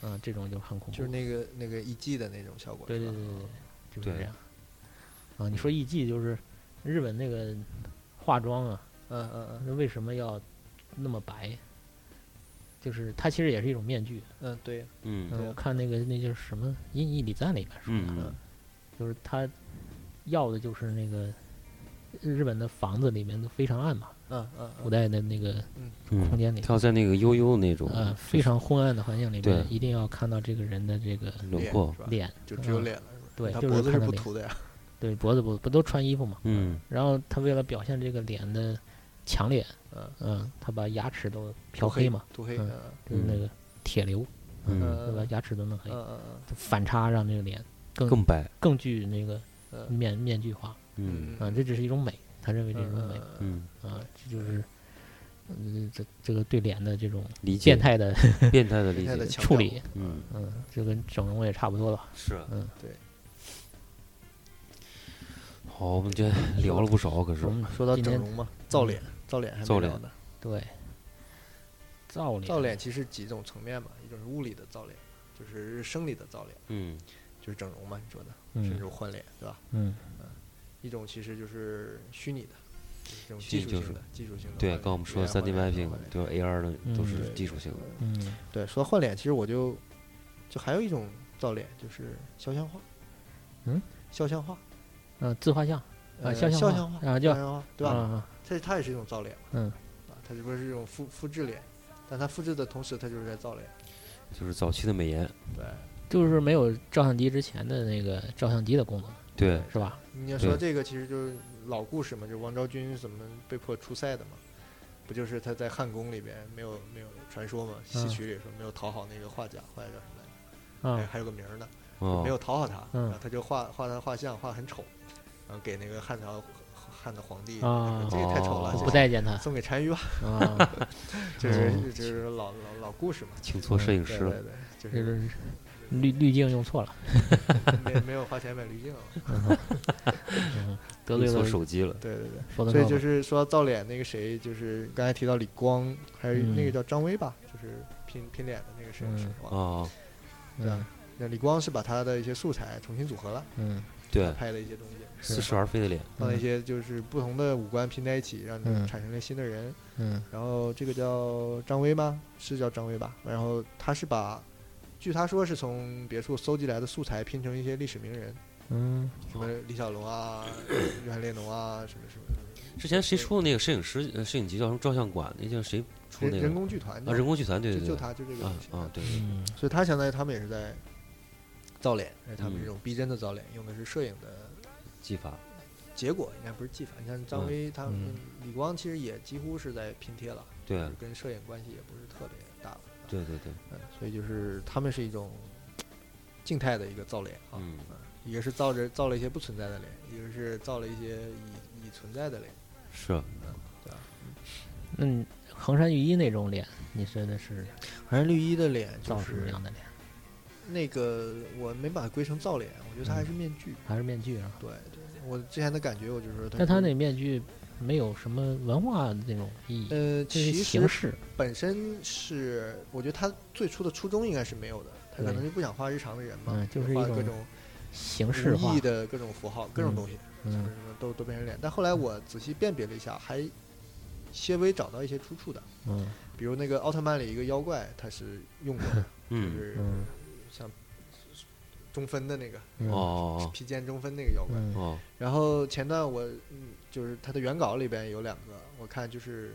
嗯、这种就很恐怖，就是那个那个一季的那种效果，对对是吧对对对，就是对这样。啊，你说艺伎就是日本那个化妆啊，嗯嗯那为什么要那么白？就是它其实也是一种面具。嗯嗯，对，嗯嗯，对我看那个那就是什么《阴翳礼赞》里面说的，嗯嗯就是他要的就是那个日本的房子里面都非常暗嘛，嗯嗯古嗯，代的那个空嗯，间里，他要在那个悠悠那种呃，非常昏暗的环境里对面，一定要看到这个人的这个轮脸廓是，吧？脸，就只有嗯脸了，是吧？对他就是脖子看是到不脸涂的呀，对，脖子不不都穿衣服嘛，嗯然后他为了表现这个脸的强烈，嗯嗯，他把牙齿都涂漂黑嘛，，涂黑，嗯嗯就是那个铁流，嗯，对吧？嗯牙齿都弄黑，嗯嗯反差让这个脸更嗯更白，更具那个嗯面面具化，嗯啊，这只是一种美，他认为这是一种美，嗯嗯，啊，这就是，嗯，这这个对脸的这种理解变态的变态的理变态的解，强处调理，嗯嗯，就跟整容也差不多了，是啊嗯，对，好，我们这聊了不少，可是我们说到今整天嗯容嘛，造脸，造脸还造没脸聊呢。对，造脸，造脸其实几种层面嘛，一种是物理的造脸，就是生理的造脸，嗯就是整容嘛，你说的，甚嗯至换脸，对吧？嗯，一种其实就是虚拟的，就是这种虚拟技术就性是的，技术性的。对，刚刚我们说的三 D mapping 啊换脸就是 AR 的都是嗯技术性的，嗯，对，说到换脸，其实我就就还有一种造脸，就是肖像画。嗯，肖像画呃，自画像，啊呃肖像肖画像画啊叫肖像画，对吧？吧？它它也是一种造脸嘛，嗯啊，它只不过是一种复复制脸，但它复制的同时，它就是在造脸。就是早期的美颜，对，就是没有照相机之前的那个照相机的功能，对，是吧？你要说对这个，其实就是老故事嘛，就是王昭君怎么被迫出塞的嘛，不就是她在汉宫里边没有没有传说嘛，戏嗯曲里说没有讨好那个画家，画家叫什么来着？还啊，还有个名儿呢，哦没，有讨好他，嗯然后他就画画他画像，画得很丑，然后给那个汉朝汉的皇帝，啊他说这个太丑了，哦这不待见 他送给单于吧，啊，这哦是这是老老老故事嘛，请错摄影对师对了，对，就就是是滤滤镜用错了， 嗯没没有花钱买 滤镜嘛，得用嗯罪错了手机了，对对对。说的所以就是说到造脸那个谁，就是刚才提到李光，还有那个嗯叫张威吧，就是拼拼脸的那个摄影师嗯，哇哦，对啊嗯那李光是把他的一些素材重新组合了，嗯对，拍的一些东西，似是而非的脸，放了嗯一些就是不同的五官拼在一起，让你嗯产生了新的人。嗯然后这个叫张威吗？是叫张威吧？然后他是把，据他说是从别处搜集来的素材拼成一些历史名人，嗯什么李小龙啊、 约翰列侬啊，什么什么之前谁出的那个摄影师呃摄影集叫什么照相馆？那叫谁出人那人个工剧团啊？人工剧团，对就对就对，他就这个啊东西啊，对，对嗯所以他相当于他们也是在造脸，而他嗯们这种逼真的造脸用的是摄影的技法，结果，应该不是技法。你看张嗯威他们嗯李光其实也几乎是在拼贴了，对啊就是跟摄影关系也不是特别大了。啊，对对对，嗯，所以就是他们是一种静态的一个造脸啊，嗯一个是造着造了一些不存在的脸，一个是造了一些已已存在的脸。是，那你横山裕一那种脸，你说的是反正绿衣的脸就造什么是样的脸？那个，我没把它归成造脸，我觉得它嗯还是面具。还是面具啊？对对，我之前的感觉，我就是说它但他是那面具没有什么文化的那种意义，呃，这其是实形式。本身是，我觉得他最初的初衷应该是没有的，他可对能就不想画日常的人嘛，嗯就是画一种各种形式无化意义，的各种符号、各种嗯东西，什么嗯什么都都变成脸。但后来我仔细辨别了一下，还些微找到一些出处的，嗯比如那个奥特曼里一个妖怪，他是用过的，就嗯是嗯像中分的那个嗯哦披肩中分那个妖怪。哦嗯哦，然后前段我嗯，就是他的原稿里边有两个，我看就是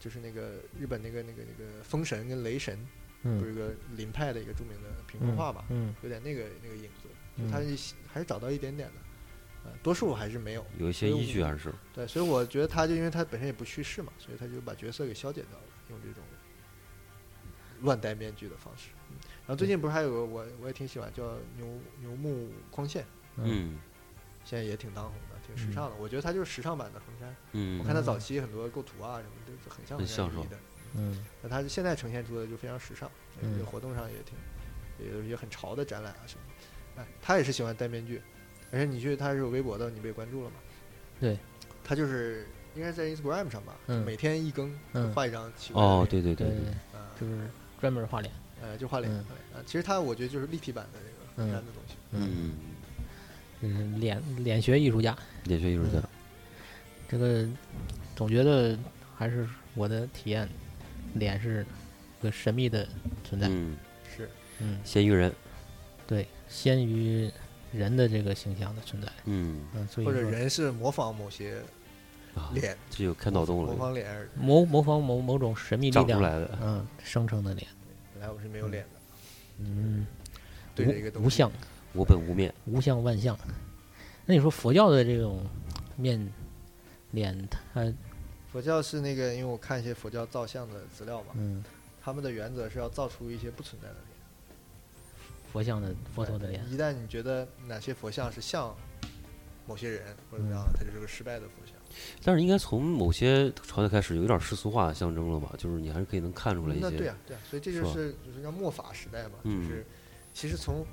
就是那个日本那个那个那个风神跟雷神，不嗯是一个林派的一个著名的屏风嗯画嘛，嗯有点那个那个影子，就嗯他还是找到一点点的，呃，多数还是没有。有一些依据还是对，所以我觉得他就因为他本身也不叙事嘛，所以他就把角色给消解掉了，用这种乱戴面具的方式。嗯然后最近不是还有个我我也挺喜欢叫牛牛木光宪，嗯现在也挺当红的，挺嗯时尚的。我觉得它就是时尚版的横山。我嗯，看它早期很多构图啊什么的，就很像很横山像一是的。嗯那它现在呈现出的就非常时尚，呃嗯有活动上也挺，也有一些很潮的展览啊什么的。哎，他也是喜欢戴面具，而且你去他是有微博的，你被关注了嘛？对，他就是应该是在 Instagram 上吧，嗯每天一更，嗯就画一张奇怪的哦脸，对对对对对，对啊就是专门画脸，呃，就画脸。嗯画脸啊其实他我觉得就是立体版的这个嗯黑暗的东西。嗯，嗯，脸脸学艺术家，也学艺术家，这个总觉得还是我的体验，脸是一个神秘的存在，嗯，是，嗯，鲜鱼人，对，先于人的这个形象的存在，嗯嗯，所以或者说人是模仿某些啊，脸，这就开脑洞模了，仿脸而。模模仿某某种神秘力长出量，来的，嗯，生成的脸，本来我是没有脸的，嗯，对着一个东无无西，相无本无面，无相万象。那你说佛教的这种面脸，它佛教是那个，因为我看一些佛教造像的资料嘛，嗯，他们的原则是要造出一些不存在的脸，佛像的佛陀的脸，一旦你觉得哪些佛像是像某些人或者嗯怎么样，它就是个失败的佛像。但是应该从某些朝代开始，有点世俗化的象征了吧？就是你还是可以能看出来一那些，对啊，对啊，所以这是就吧是就是叫末法时代嘛，就嗯是其实从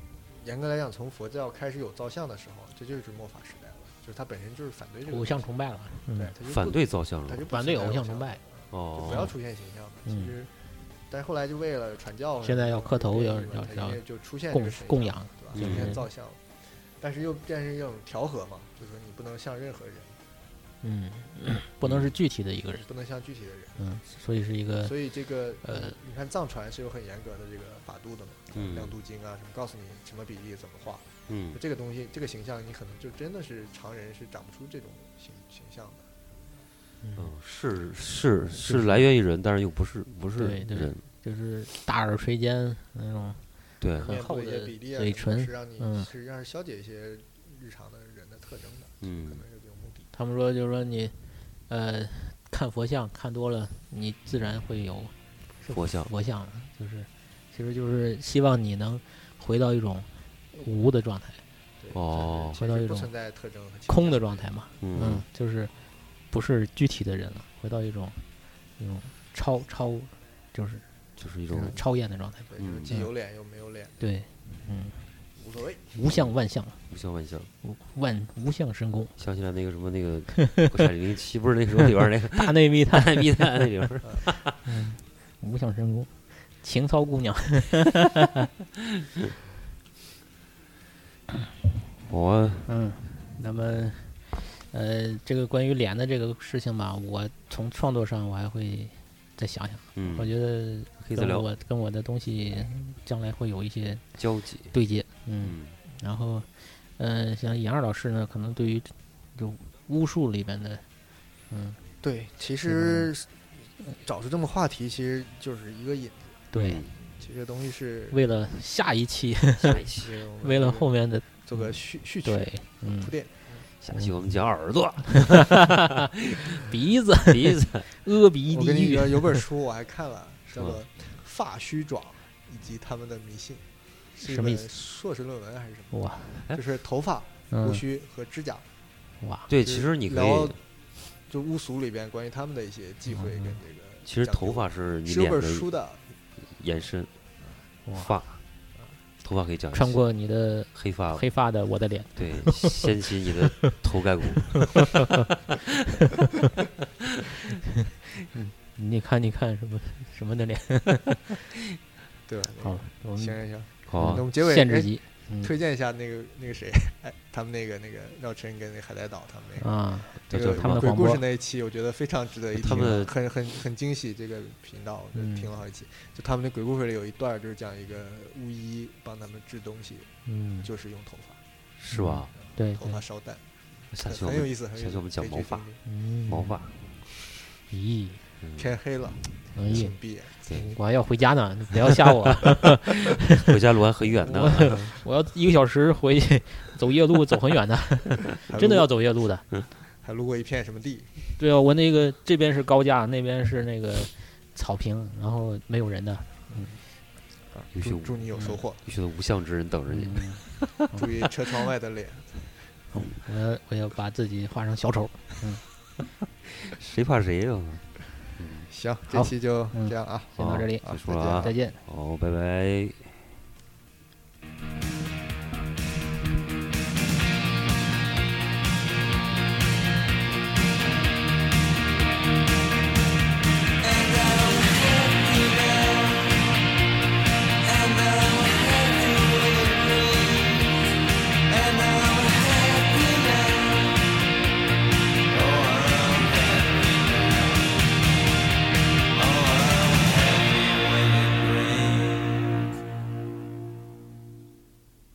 严格来讲，从佛教开始有造像的时候，这就是末法时代了，就是它本身就是反对这个偶像东崇拜了，西，嗯对，，它就不反，对造像它了就，不反对存在偶像偶崇拜，就不要哦，出现形象嘛。嗯其实，但是后来就为了传教嘛，现在要磕头就要是要它要因为就出现供这个神供像养对吧？嗯就出现造像了，但是又变成一种调和嘛，就是说你不能像任何人，嗯，不能是具体的一个人，不能像具体的人，嗯，所以是一个所以这个呃你看藏传是有很严格的这个法度的嘛，嗯量度经啊什么，告诉你什么比例怎么画，嗯就，这个东西这个形象你可能就真的是常人是长不出这种形形象的。嗯，是是是来源于人，但是又不是不是对对人，就是大耳垂肩那种，对，很面厚部的一的些比例啊，嘴什么唇是让嗯你是让人消解一些日常的人的特征的，可嗯能有这种目的。他们说就是说你，呃，看佛像看多了，你自然会有佛像佛像了，就是其实就是希望你能回到一种无的状态，对哦就是回到其实一不种存在特征和情空感的状态嘛，嗯嗯，就是不是具体的人了，回到一种一种超超就是就是一就种是超验的状态，对，就是嗯既有脸又没有脸，对，嗯，无所谓。无相万象，无相万象，无万无相神功，想起来那个什么那个《闪灵七》，不是那个什么里边儿那个大内密探，大密探那里边儿，嗯， 无相神功，情操姑娘， 我嗯， 那么，呃，这个关于脸的这个事情吧，我从创作上我还会再想想。嗯我觉得可以再跟聊我跟我的东西将来会有一些交集，对接，嗯，嗯然后，呃，像尹二老师呢，可能对于就巫术里边的，嗯，对，其实实找出这么话题，其实就是一个引子。对，其实这东西是为了下一期，下一期为为了后面的做个序序曲对，嗯铺，垫。下期我们讲耳朵鼻子鼻 子，阿鼻我跟你地狱，说，有 本书我还看了，叫吗做《发须爪以及他们的迷信》，是一什么意本思硕士论文还是什么？哇，哎就是头发、胡嗯，须和指甲。哇，对，就其是实你可聊以，就巫俗里边关于他们的一些忌讳跟这个。嗯其实头发是你是有脸本的书的，延伸，哇发，头发可以讲一嗯穿些过你的黑发，黑发的我的脸，对，掀起你的头盖 骨，你看你看什么什么的脸，对吧？那好个了，我行们行行，好啊那我，们结尾限制哎级，嗯推荐一下那个那个谁，哎，他们那个那个绕晨跟那个海带岛他们那个。啊，这叫个什他们么的鬼广故播事那一期，我觉得非常值得一听，他们很很很惊喜。这个频道我就嗯听了好几期，就他们的鬼故事里有一段就是讲一个巫医帮他们制东西，嗯，就是用头发，是吧？对头对发，烧蛋，下很期我很有们意思，很下有意期思。我们讲可以毛去发听听嗯毛发，咦，嗯天黑了，哎呀请闭眼。对，我还要回家呢，你不要吓我， 回家路还很远呢， 我我要一个小时回去，走夜路走很远的，还嗯真的路要走夜路的。还路过一片什么地？对啊，我那个这边是高架，那边是那个草坪，然后没有人的，嗯，啊！也许祝祝你有 收获，也许有无相之人等着你。嗯注意车窗外的脸。我要我要把自己画成小丑。谁怕谁呀、行，这好嗯期就这样啊。先到这里，结束了啊再见。好，拜拜。